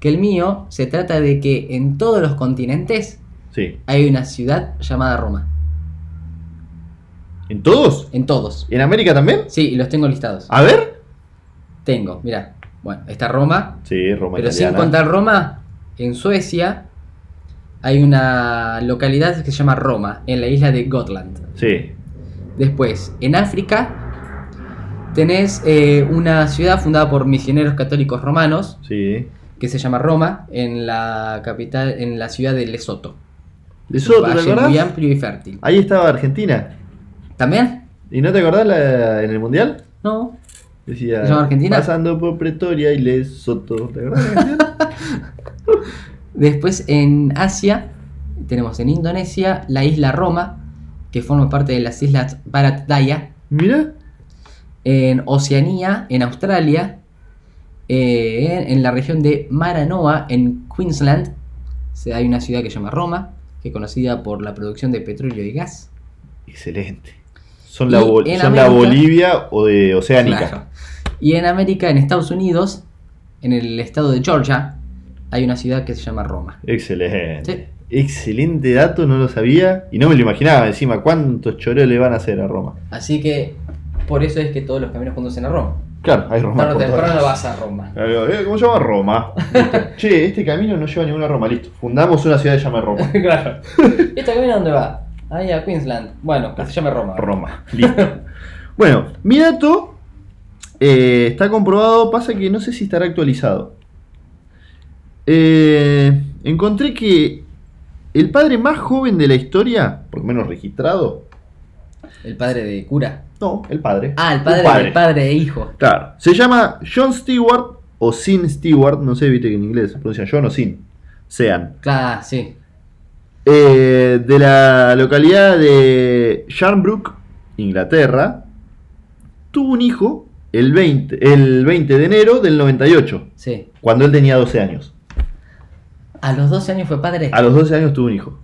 Speaker 3: Que el mío se trata de que en todos los continentes
Speaker 4: Sí.
Speaker 3: hay una ciudad llamada Roma.
Speaker 4: ¿En todos?
Speaker 3: En todos.
Speaker 4: ¿En América también?
Speaker 3: Sí, y los tengo listados.
Speaker 4: A ver.
Speaker 3: Tengo, mira. Bueno, está Roma.
Speaker 4: Sí, Roma
Speaker 3: pero
Speaker 4: italiana.
Speaker 3: sin contar Roma, en Suecia hay una localidad que se llama Roma, en la isla de Gotland.
Speaker 4: Sí.
Speaker 3: Después, en África tenés eh, una ciudad fundada por misioneros católicos romanos
Speaker 4: Sí.
Speaker 3: que se llama Roma, en la capital, en la ciudad de Lesoto.
Speaker 4: Lesoto,
Speaker 3: Un
Speaker 4: ¿te
Speaker 3: valle
Speaker 4: acordás?
Speaker 3: muy amplio y fértil.
Speaker 4: Ahí estaba Argentina.
Speaker 3: ¿También?
Speaker 4: ¿Y no te acordás la- en el Mundial?
Speaker 3: No.
Speaker 4: Decía,
Speaker 3: ¿Se llama Argentina?
Speaker 4: pasando por Pretoria y Lesoto. ¿Te acordás de la canción?
Speaker 3: Después en Asia tenemos en Indonesia la isla Roma, que forma parte de las islas Baratdaya.
Speaker 4: Mirá,
Speaker 3: En Oceanía, en Australia, eh, en la región de Maranoa, en Queensland, se- hay una ciudad que se llama Roma, que es conocida por la producción de petróleo y gas.
Speaker 4: excelente. Son, la,
Speaker 3: Y
Speaker 4: Bol-
Speaker 3: en
Speaker 4: son la
Speaker 3: América-
Speaker 4: Bolivia o de Oceánica.
Speaker 3: Claro. Y en América, en Estados Unidos, en el estado de Georgia, hay una ciudad que se llama Roma.
Speaker 4: Excelente.
Speaker 3: Sí.
Speaker 4: Excelente dato, no lo sabía. Y no me lo imaginaba encima. ¿Cuántos choreos le van a hacer a Roma?
Speaker 3: Así que por eso es que todos los caminos conducen a Roma.
Speaker 4: Claro, hay Roma.
Speaker 3: Tarde o
Speaker 4: por todos
Speaker 3: temprano
Speaker 4: lados.
Speaker 3: vas a Roma.
Speaker 4: Claro, eh, ¿Cómo se llama Roma? Listo. che, este camino no lleva a ninguna Roma. Listo, fundamos una ciudad que se llama Roma.
Speaker 3: claro. ¿Y este camino a dónde va? Ahí a Queensland. Bueno, que se llame Roma.
Speaker 4: Roma. Listo. bueno, mi dato eh, está comprobado, pasa que no sé si estará actualizado. Eh, encontré que el padre más joven de la historia, por lo menos registrado,
Speaker 3: El padre de cura.
Speaker 4: no, el padre.
Speaker 3: Ah, el
Speaker 4: Un
Speaker 3: padre, del padre e hijo.
Speaker 4: Claro. Se llama John Stewart o Sin Stewart, no sé, viste que en inglés se pronuncia John o Sin. Sean.
Speaker 3: Claro, sí.
Speaker 4: Eh, de la localidad de Sharnbrook, Inglaterra, tuvo un hijo el 20, el 20 de enero del 98,
Speaker 3: Sí.
Speaker 4: cuando él tenía 12 años.
Speaker 3: A los 12 años fue padre.
Speaker 4: A los 12 años tuvo un hijo.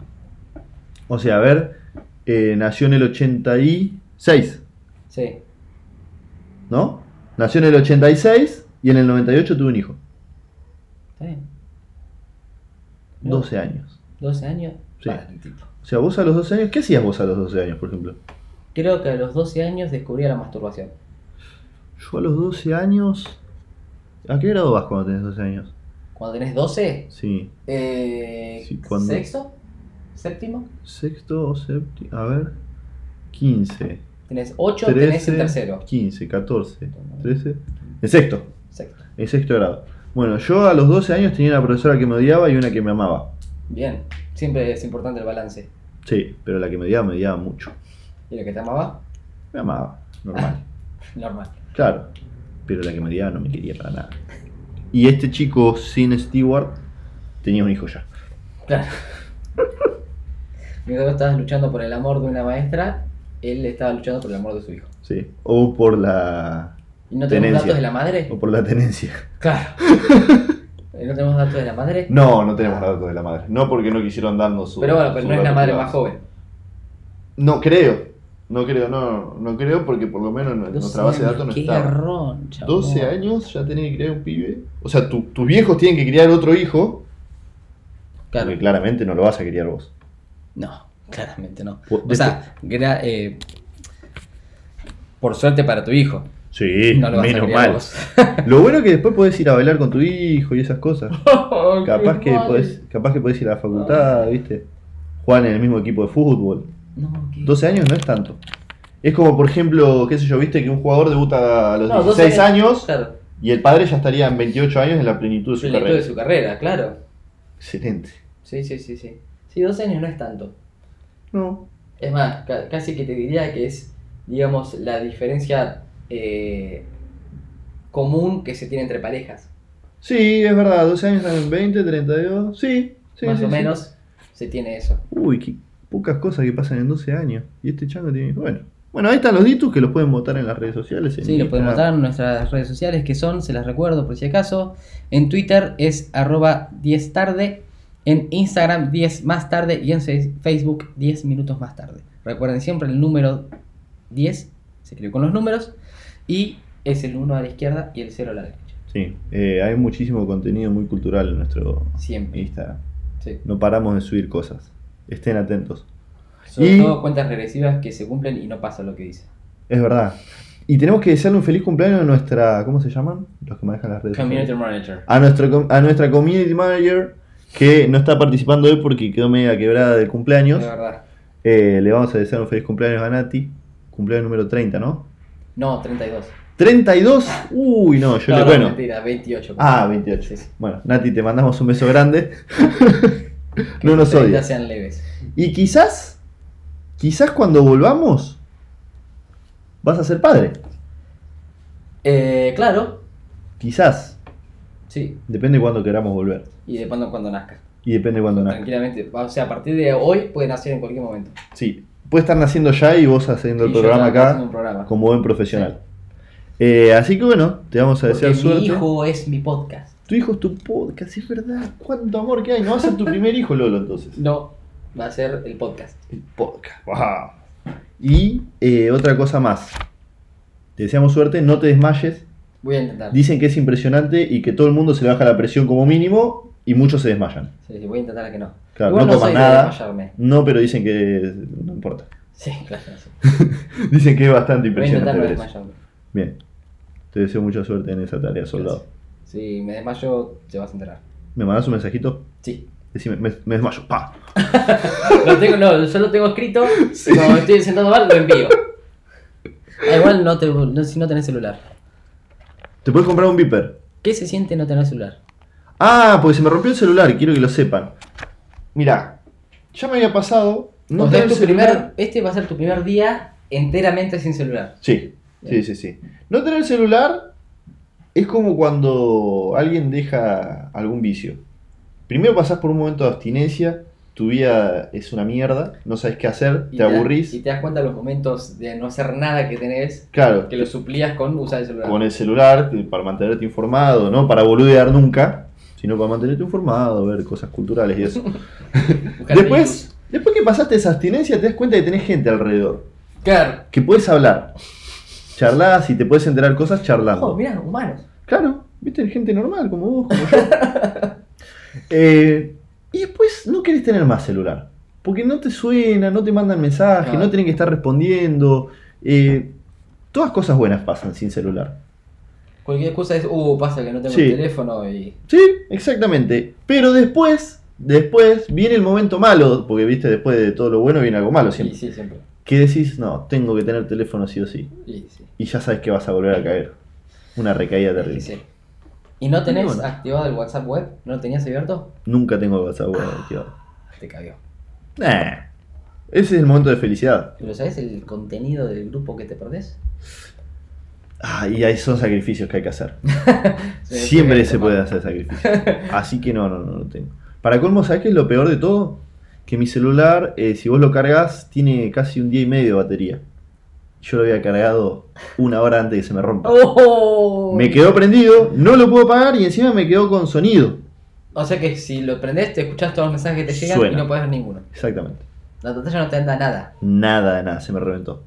Speaker 4: O sea, a ver, eh, nació en el 86,
Speaker 3: Sí.
Speaker 4: ¿no? Nació en el 86 y en el 98 tuvo un hijo.
Speaker 3: Está bien.
Speaker 4: 12 años.
Speaker 3: 12 años.
Speaker 4: Sí.
Speaker 3: padre, tipo.
Speaker 4: O sea, vos a los 12 años, ¿qué hacías vos a los 12 años, por ejemplo?
Speaker 3: Creo que a los 12 años descubría la masturbación.
Speaker 4: Yo a los 12 años... ¿A qué grado vas cuando tenés 12 años?
Speaker 3: Cuando tenés 12,
Speaker 4: Sí.
Speaker 3: eh,
Speaker 4: Sí, ¿cuándo?
Speaker 3: sexto, séptimo,
Speaker 4: Sexto o séptimo. A ver. 15.
Speaker 3: tenés 8, tenés el
Speaker 4: 13.
Speaker 3: tercero.
Speaker 4: 15, 14. 13. En sexto.
Speaker 3: Sexto.
Speaker 4: En sexto grado. Bueno, yo a los 12 años tenía una profesora que me odiaba y una que me amaba.
Speaker 3: Bien, siempre es importante el balance.
Speaker 4: Sí, pero la que me odiaba, me odiaba mucho.
Speaker 3: ¿Y la que te amaba?
Speaker 4: Me amaba, normal.
Speaker 3: Normal.
Speaker 4: Claro, pero la que me odiaba no me quería para nada. Y este chico sin Stewart tenía un hijo ya.
Speaker 3: Claro. Mientras vos estabas luchando por el amor de una maestra, él estaba luchando por el amor de su hijo.
Speaker 4: Sí. O por la.
Speaker 3: ¿Y no tenemos
Speaker 4: Tenencia.
Speaker 3: datos de la madre?
Speaker 4: O por la tenencia.
Speaker 3: Claro. ¿Y ¿No tenemos datos de la madre?
Speaker 4: No, no tenemos datos de la madre. No porque no quisieron darnos su.
Speaker 3: Pero bueno, pero
Speaker 4: su
Speaker 3: no es la
Speaker 4: dato
Speaker 3: madre
Speaker 4: privado.
Speaker 3: más joven.
Speaker 4: No creo. No creo, no, no, no creo porque por lo menos en
Speaker 3: 12
Speaker 4: nuestra base de
Speaker 3: años,
Speaker 4: datos no
Speaker 3: qué
Speaker 4: está.
Speaker 3: garrón, chabón.
Speaker 4: 12 años ya tenés que criar un pibe. O sea, tu- tus viejos tienen que criar otro hijo.
Speaker 3: Claro.
Speaker 4: Porque claramente no lo vas a criar vos.
Speaker 3: No, claramente no.
Speaker 4: Po-
Speaker 3: O sea, gra- eh, por suerte para tu hijo.
Speaker 4: Sí,
Speaker 3: no lo vas a
Speaker 4: menos
Speaker 3: criar
Speaker 4: mal.
Speaker 3: vos.
Speaker 4: Lo bueno es que después podés ir a bailar con tu hijo y esas cosas.
Speaker 3: Ay, qué
Speaker 4: Capaz que,
Speaker 3: mal.
Speaker 4: podés, capaz que podés ir a la facultad, ¿viste? Juegan en el mismo equipo de fútbol.
Speaker 3: No, qué-
Speaker 4: 12 años no es tanto. Es como, por ejemplo, qué sé yo, viste que un jugador debuta a los
Speaker 3: No, 12
Speaker 4: 16 años
Speaker 3: Claro.
Speaker 4: y el padre ya estaría en 28 años en la plenitud de su
Speaker 3: Plenitud
Speaker 4: carrera.
Speaker 3: de su carrera, claro.
Speaker 4: Excelente.
Speaker 3: Sí, sí, sí, sí. Sí, 12 años no es tanto.
Speaker 4: No.
Speaker 3: Es más, ca- casi que te diría que es, digamos, la diferencia eh, común que se tiene entre parejas.
Speaker 4: Sí, es verdad, 12 años en 20, 32. Sí, sí.
Speaker 3: Más
Speaker 4: sí,
Speaker 3: o
Speaker 4: sí.
Speaker 3: menos se tiene eso.
Speaker 4: Uy, qué pocas cosas que pasan en 12 años. Y este chango tiene. Bueno. Bueno, ahí están los ditus que los pueden votar en las redes sociales. en
Speaker 3: Sí, lo pueden
Speaker 4: Instagram.
Speaker 3: votar en nuestras redes sociales que son, se las recuerdo por si acaso. En Twitter es arroba 10 tarde, en Instagram 10 más tarde y en seis- Facebook 10 minutos más tarde. Recuerden siempre el número 10, se escribe con los números, y es el 1 a la izquierda y el 0 a la derecha.
Speaker 4: Sí, eh, hay muchísimo contenido muy cultural en nuestro
Speaker 3: Siempre.
Speaker 4: Instagram.
Speaker 3: Sí.
Speaker 4: No paramos de subir cosas. Estén atentos.
Speaker 3: Sobre
Speaker 4: Y-
Speaker 3: todo cuentas regresivas que se cumplen y no pasa lo que dice.
Speaker 4: Es verdad. Y tenemos que desearle un feliz cumpleaños a nuestra. ¿Cómo se llaman? Los que manejan las redes.
Speaker 3: Community
Speaker 4: sociales.
Speaker 3: Manager.
Speaker 4: A, nuestro, com- a nuestra community manager que no está participando hoy porque quedó media quebrada de
Speaker 3: De
Speaker 4: cumpleaños.
Speaker 3: verdad.
Speaker 4: Eh, le vamos a desear un feliz cumpleaños a Nati. Cumpleaños número 30, ¿no?
Speaker 3: No, 32.
Speaker 4: 32. Uy, no, yo
Speaker 3: no,
Speaker 4: le.
Speaker 3: no,
Speaker 4: bueno.
Speaker 3: mentira, 28.
Speaker 4: Ah, 28.
Speaker 3: Sí, sí.
Speaker 4: Bueno, Nati, te mandamos un beso grande. no
Speaker 3: los
Speaker 4: nos odies.
Speaker 3: sean leves.
Speaker 4: Y quizás, quizás cuando volvamos, vas a ser padre.
Speaker 3: Eh, claro,
Speaker 4: Quizás.
Speaker 3: sí.
Speaker 4: Depende de cuándo queramos volver.
Speaker 3: Y de cuando en cuando nazca.
Speaker 4: Y depende de cuándo nazca.
Speaker 3: Tranquilamente. O sea, a partir de hoy puede nacer en cualquier momento.
Speaker 4: Sí. Puede estar naciendo ya y vos haciendo el
Speaker 3: Y yo
Speaker 4: programa
Speaker 3: estaba haciendo
Speaker 4: acá
Speaker 3: Un programa.
Speaker 4: como buen profesional. Eh, así que bueno, te vamos a
Speaker 3: Porque
Speaker 4: desear
Speaker 3: mi
Speaker 4: suerte.
Speaker 3: hijo es mi podcast.
Speaker 4: Tu hijo es tu podcast, es verdad. Cuánto amor que hay. No va a ser tu primer hijo, Lolo, entonces.
Speaker 3: No, va a ser el podcast.
Speaker 4: El podcast. Wow. Y eh, otra cosa más. Te deseamos suerte, no te desmayes.
Speaker 3: Voy a intentar.
Speaker 4: Dicen que es impresionante y que todo el mundo se le baja la presión como mínimo y muchos se desmayan.
Speaker 3: Sí, sí, voy a intentar a que no.
Speaker 4: Claro,
Speaker 3: Igual
Speaker 4: no tomas
Speaker 3: soy de
Speaker 4: nada.
Speaker 3: desmayarme.
Speaker 4: No, pero dicen que no importa.
Speaker 3: Sí, claro. sí.
Speaker 4: Dicen que es bastante
Speaker 3: Voy a intentar
Speaker 4: impresionante.
Speaker 3: no
Speaker 4: ver eso.
Speaker 3: desmayarme.
Speaker 4: Bien. Te deseo mucha suerte en esa tarea, soldado.
Speaker 3: Si me desmayo, te vas a enterar.
Speaker 4: ¿Me mandas un mensajito?
Speaker 3: Sí.
Speaker 4: Decime, me, me desmayo. Pa.
Speaker 3: Lo tengo, no, yo lo tengo escrito. Cuando me estoy sentando mal, lo envío. Ah, igual no te, no- si no tenés celular.
Speaker 4: Te puedes comprar un viper.
Speaker 3: ¿Qué se siente no tener celular?
Speaker 4: Ah, porque se me rompió el celular, quiero que lo sepan. Mirá, ya me había pasado. No
Speaker 3: O sea,
Speaker 4: tener
Speaker 3: tu
Speaker 4: celular-
Speaker 3: primer- este va a ser tu primer día enteramente sin celular.
Speaker 4: Sí, sí,
Speaker 3: Bien.
Speaker 4: sí, sí. No tener celular es como cuando alguien deja algún vicio. Primero pasás por un momento de abstinencia, tu vida es una mierda, no sabes qué hacer, te
Speaker 3: das-
Speaker 4: aburrís.
Speaker 3: Y te das cuenta de los momentos de no hacer nada que tenés,
Speaker 4: Claro,
Speaker 3: que lo suplías con usar el celular.
Speaker 4: con el celular te- para mantenerte informado, no para boludear nunca, sino para mantenerte informado, ver cosas culturales y eso.
Speaker 3: Buscar
Speaker 4: después, después que pasaste esa abstinencia, te das cuenta que tenés gente alrededor,
Speaker 3: virus. Claro.
Speaker 4: que puedes hablar. Charlas y te puedes enterar cosas charlando.
Speaker 3: Ojo, mirá, humanos.
Speaker 4: Claro, viste, gente normal, como vos, como yo. Eh, y después no querés tener más celular. Porque no te suena, no te mandan mensajes,
Speaker 3: Claro.
Speaker 4: no tienen que estar respondiendo. eh, todas cosas buenas pasan sin celular.
Speaker 3: Cualquier cosa es, uh, pasa que no tengo
Speaker 4: Sí.
Speaker 3: el teléfono y.
Speaker 4: Sí, exactamente. Pero después, después viene el momento malo, porque viste, después de todo lo bueno viene algo malo
Speaker 3: Sí,
Speaker 4: siempre.
Speaker 3: sí, siempre.
Speaker 4: Que decís, no, tengo que tener teléfono sí o sí.
Speaker 3: Y sí.
Speaker 4: Y ya sabes que vas a volver a caer. Una recaída
Speaker 3: Sí,
Speaker 4: terrible.
Speaker 3: sí. ¿Y no tenés
Speaker 4: Bueno.
Speaker 3: activado el WhatsApp web? ¿No lo tenías abierto?
Speaker 4: Nunca tengo WhatsApp
Speaker 3: Ah.
Speaker 4: web activado.
Speaker 3: Te cabió.
Speaker 4: Nah. Ese es el momento de felicidad.
Speaker 3: ¿Pero sabés el contenido del grupo que te perdés?
Speaker 4: Ah, y ahí son sacrificios que hay que hacer.
Speaker 3: Se me fue
Speaker 4: Siempre
Speaker 3: el
Speaker 4: se
Speaker 3: tema.
Speaker 4: puede hacer sacrificio. Así que no, no, no lo tengo. Para colmo, ¿sabes qué es lo peor de todo? Que mi celular, eh, si vos lo cargas, tiene casi un día y medio de batería. Yo lo había cargado una hora antes de que se me rompa.
Speaker 3: ¡Oh!
Speaker 4: Me quedó prendido, no lo puedo pagar y encima me quedó con sonido.
Speaker 3: O sea que si lo prendés, te escuchás todos los mensajes que te llegan
Speaker 4: Suena.
Speaker 3: y no podés ver ninguno.
Speaker 4: Exactamente.
Speaker 3: La pantalla no te anda nada.
Speaker 4: Nada de nada, se me reventó.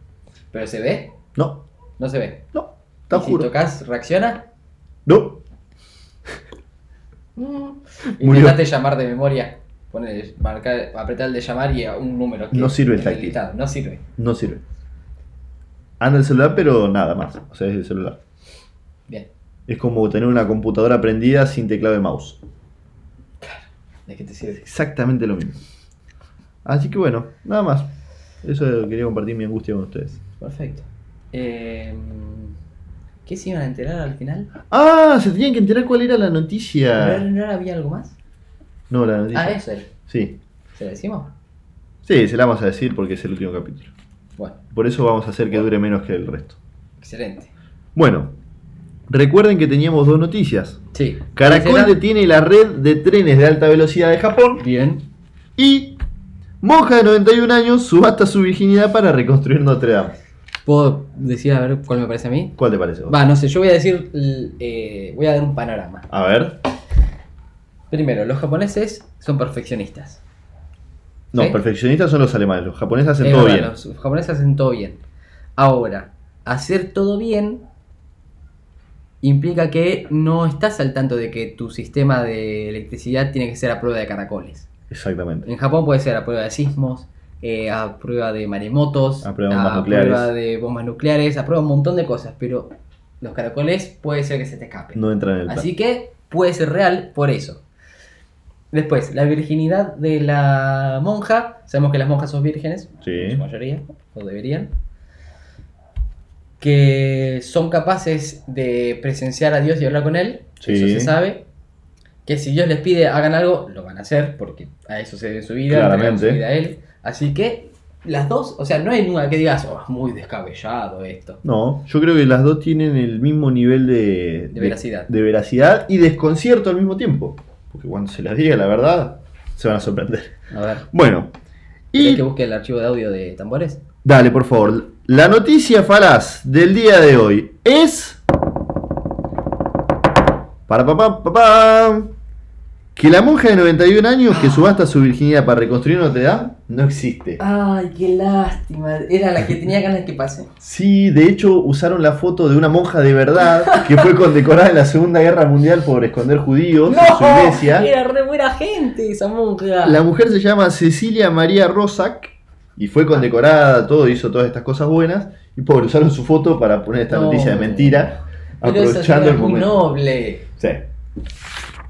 Speaker 3: ¿Pero se ve?
Speaker 4: No,
Speaker 3: No se ve.
Speaker 4: no, te
Speaker 3: ¿Y Si
Speaker 4: juro.
Speaker 3: tocas, reacciona.
Speaker 4: No, Mm. Murió.
Speaker 3: Intentaste llamar de memoria. Poner, marcar, apretar el de llamar y a un número. que
Speaker 4: No sirve el
Speaker 3: está
Speaker 4: táctil.
Speaker 3: habilitado. No sirve.
Speaker 4: no sirve. Anda el celular, pero nada más. O sea, es el celular.
Speaker 3: Bien.
Speaker 4: Es como tener una computadora prendida sin teclado de mouse.
Speaker 3: ¿De qué te sirve?
Speaker 4: exactamente lo mismo. Así que bueno, nada más. Eso quería compartir mi angustia con ustedes.
Speaker 3: Perfecto. Eh, ¿Qué se iban a enterar al final?
Speaker 4: Ah, se tenían que enterar cuál era la
Speaker 3: ¿Pero
Speaker 4: noticia.
Speaker 3: ¿No había algo más?
Speaker 4: No, la noticia.
Speaker 3: Ah, eso era.
Speaker 4: Sí.
Speaker 3: ¿Se lo decimos?
Speaker 4: Sí, se la vamos a decir porque es el último capítulo.
Speaker 3: Bueno,
Speaker 4: Por eso vamos a hacer que dure menos que el resto.
Speaker 3: excelente.
Speaker 4: Bueno, recuerden que teníamos dos noticias.
Speaker 3: Sí.
Speaker 4: Caracol detiene la red de trenes de alta velocidad de Japón
Speaker 3: Bien.
Speaker 4: y monja de 91 años subasta su virginidad para reconstruir Notre Dame.
Speaker 3: ¿Puedo decir a ver cuál me parece a mí?
Speaker 4: ¿Cuál te parece? vos?
Speaker 3: Va, no sé, yo voy a decir, l- eh, voy a dar un panorama.
Speaker 4: A ver.
Speaker 3: Primero, los japoneses son perfeccionistas.
Speaker 4: No,
Speaker 3: ¿Sí?
Speaker 4: perfeccionistas son los alemanes. Los japoneses hacen
Speaker 3: Es
Speaker 4: todo
Speaker 3: verdad,
Speaker 4: bien.
Speaker 3: Los japoneses hacen todo bien. Ahora, hacer todo bien implica que no estás al tanto de que tu sistema de electricidad tiene que ser a prueba de caracoles.
Speaker 4: Exactamente.
Speaker 3: En Japón puede ser a prueba de sismos, eh, a prueba de maremotos,
Speaker 4: A prueba de bombas nucleares.
Speaker 3: prueba de bombas nucleares, a prueba de un montón de cosas, pero los caracoles puede ser que se te escapen.
Speaker 4: No entra en el plan.
Speaker 3: Así que puede ser real por eso. Después, la virginidad de la monja. Sabemos que las monjas son vírgenes, en
Speaker 4: Sí.
Speaker 3: su mayoría, o deberían. Que son capaces de presenciar a Dios y hablar con Él.
Speaker 4: Sí.
Speaker 3: Eso se sabe. Que si Dios les pide hagan algo, lo van a hacer, porque a eso se debe su vida, entregan su
Speaker 4: Claramente.
Speaker 3: vida a Él. Así que las dos, o sea, no hay ninguna que digas, oh, es muy descabellado esto.
Speaker 4: No, yo creo que las dos tienen el mismo nivel de,
Speaker 3: De veracidad.
Speaker 4: de veracidad y desconcierto al mismo tiempo. Porque cuando se las diga la verdad, se van a sorprender.
Speaker 3: A ver,
Speaker 4: Bueno,
Speaker 3: ¿querés que
Speaker 4: y
Speaker 3: busque el archivo de audio de tambores?
Speaker 4: dale, por favor. La noticia falaz del día de hoy es. Para papá, papá. Que la monja de 91 años que subasta su virginidad para reconstruir Notre Dame no existe.
Speaker 3: Ay, qué lástima. Era la que tenía ganas que pase.
Speaker 4: Sí, de hecho usaron la foto de una monja de verdad que fue condecorada en la Segunda Guerra Mundial por esconder judíos en su iglesia.
Speaker 3: Era re buena gente esa monja.
Speaker 4: La mujer se llama Cecilia María Rosak y fue condecorada, todo, hizo todas estas cosas buenas. Y pobre, usaron su foto para poner esta
Speaker 3: No.
Speaker 4: noticia de mentira,
Speaker 3: Pero esa
Speaker 4: aprovechando
Speaker 3: señora
Speaker 4: el
Speaker 3: es muy
Speaker 4: momento.
Speaker 3: noble.
Speaker 4: Sí.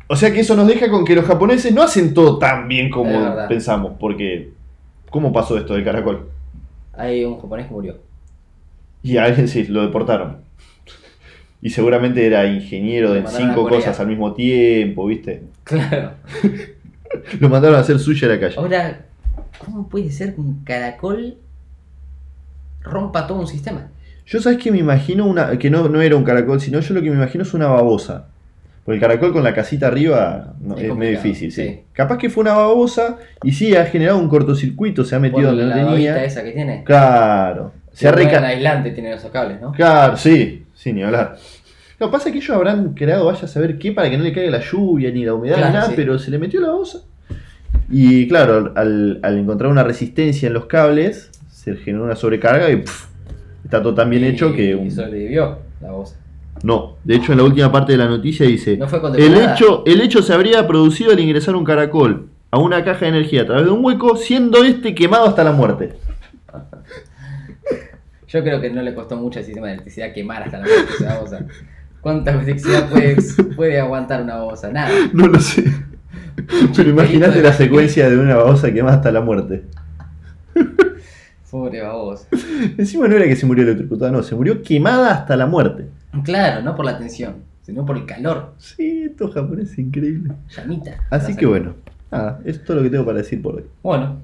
Speaker 4: O sea que eso nos deja con que los japoneses no hacen todo tan bien
Speaker 3: Es
Speaker 4: como
Speaker 3: verdad.
Speaker 4: pensamos, porque ¿cómo pasó esto del caracol?
Speaker 3: Hay un japonés que murió.
Speaker 4: Y a alguien sí, lo deportaron. Y seguramente era ingeniero
Speaker 3: Lo
Speaker 4: de
Speaker 3: mandaron a
Speaker 4: cinco
Speaker 3: Corea.
Speaker 4: cosas al mismo tiempo, ¿viste?
Speaker 3: Claro.
Speaker 4: Lo mandaron a hacer suya a la calle.
Speaker 3: Ahora, ¿cómo puede ser que un caracol rompa todo un sistema?
Speaker 4: Yo sabes que me imagino una. que no, no era un caracol, sino yo lo que me imagino es una babosa. Porque el caracol con la casita arriba no,
Speaker 3: Es
Speaker 4: es, medio
Speaker 3: complicado,
Speaker 4: difícil, sí.
Speaker 3: sí.
Speaker 4: Capaz que fue una babosa y sí, ha generado un cortocircuito, se ha
Speaker 3: Por
Speaker 4: metido donde no
Speaker 3: la babita
Speaker 4: tenía.
Speaker 3: esa que tiene.
Speaker 4: Claro. Se ha
Speaker 3: recargado.
Speaker 4: recargado.
Speaker 3: aislante tiene esos cables, ¿no?
Speaker 4: Claro, sí, sí, ni hablar. Lo que pasa es que ellos habrán creado, vaya a saber qué, para que no le caiga la lluvia, ni la humedad,
Speaker 3: Claro,
Speaker 4: ni nada,
Speaker 3: sí.
Speaker 4: pero se le metió la osa. Y claro, al, al encontrar una resistencia en los cables, se generó una sobrecarga y pff, está todo tan bien
Speaker 3: Y-
Speaker 4: hecho que...
Speaker 3: Y
Speaker 4: un-
Speaker 3: sobrevivió la voz.
Speaker 4: No, de hecho en la última parte de la noticia dice...
Speaker 3: No fue
Speaker 4: El
Speaker 3: condecorada.
Speaker 4: hecho, el hecho se habría producido al ingresar un caracol a una caja de energía a través de un hueco, siendo este quemado hasta la muerte.
Speaker 3: Yo creo que no le costó mucho al sistema de electricidad quemar hasta la muerte esa babosa. ¿Cuánta electricidad puede, puede aguantar una babosa? Nada.
Speaker 4: No lo sé. Pero imagínate la secuencia de una babosa quemada hasta la muerte.
Speaker 3: Pobre babosa.
Speaker 4: Encima no era que se murió electrocutada, no, se murió quemada hasta la muerte.
Speaker 3: Claro, no por la tensión. sino por el calor.
Speaker 4: Sí, esto japonés es increíble.
Speaker 3: Llamita.
Speaker 4: Así que bueno, nada, es todo lo que tengo para decir por hoy.
Speaker 3: Bueno,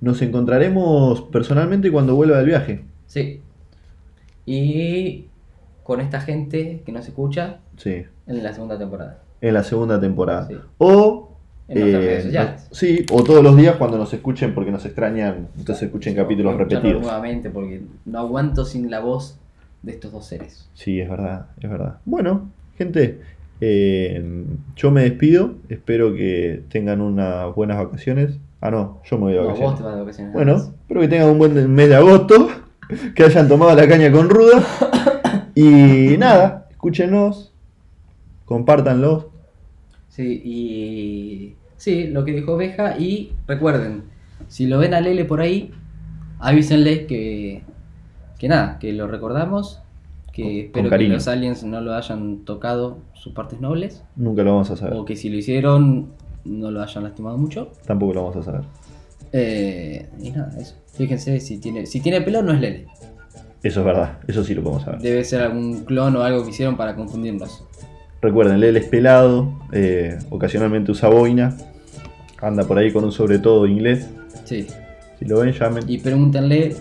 Speaker 4: Nos encontraremos personalmente cuando vuelva del viaje.
Speaker 3: sí. Y con esta gente que nos escucha
Speaker 4: Sí,
Speaker 3: en la segunda temporada.
Speaker 4: en la segunda temporada.
Speaker 3: Sí.
Speaker 4: O. eh,
Speaker 3: En nuestras redes
Speaker 4: no-
Speaker 3: sociales.
Speaker 4: sí, o todos los días cuando nos escuchen porque nos extrañan, entonces escuchen capítulos
Speaker 3: Escucharlo
Speaker 4: repetidos.
Speaker 3: Nuevamente, porque no aguanto sin la voz de estos dos seres.
Speaker 4: Sí, es verdad, es verdad. Bueno, gente, eh, yo me despido. Espero que tengan unas buenas vacaciones. Ah, no, yo me voy de
Speaker 3: No,
Speaker 4: vacaciones.
Speaker 3: vos te vas de vacaciones.
Speaker 4: Bueno,
Speaker 3: nada más.
Speaker 4: espero que tengan un buen mes de agosto, que hayan tomado la caña con ruda. Y nada, escúchenos, compártanlos.
Speaker 3: Sí, y. Sí, lo que dijo Oveja. Y recuerden, si lo ven a Lele por ahí, avísenle que. Que nada, que lo recordamos. Que
Speaker 4: Con- con
Speaker 3: espero que
Speaker 4: cariño.
Speaker 3: los aliens no lo hayan tocado sus partes nobles.
Speaker 4: Nunca lo vamos a saber,
Speaker 3: O que si lo hicieron, no lo hayan lastimado mucho.
Speaker 4: tampoco lo vamos a saber.
Speaker 3: Eh, y nada, eso. Fíjense, si tiene, si tiene pelo, no es Lele.
Speaker 4: Eso es verdad, eso sí lo podemos saber.
Speaker 3: Debe ser algún clon o algo que hicieron para confundirnos.
Speaker 4: Recuerden, Lele es pelado, eh, ocasionalmente usa boina, anda por ahí con un sobre todo inglés.
Speaker 3: Sí.
Speaker 4: Si lo ven, llamen.
Speaker 3: Y pregúntenle.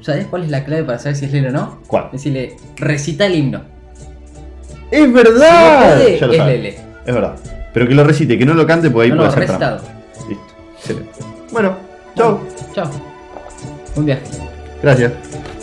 Speaker 3: ¿Sabes cuál es la clave para saber si es Lele o no?
Speaker 4: ¿Cuál?
Speaker 3: Decirle, recita el himno.
Speaker 4: ¡Es
Speaker 3: Si no
Speaker 4: verdad!
Speaker 3: puede,
Speaker 4: Ah, Ya lo
Speaker 3: es
Speaker 4: saben,
Speaker 3: Lele.
Speaker 4: Es verdad. Pero que lo recite, que no lo cante, porque ahí
Speaker 3: No, no,
Speaker 4: puede ser trampa.
Speaker 3: recitado.
Speaker 4: Listo. Excelente. Bueno, chau.
Speaker 3: Chao. Buen viaje.
Speaker 4: Gracias.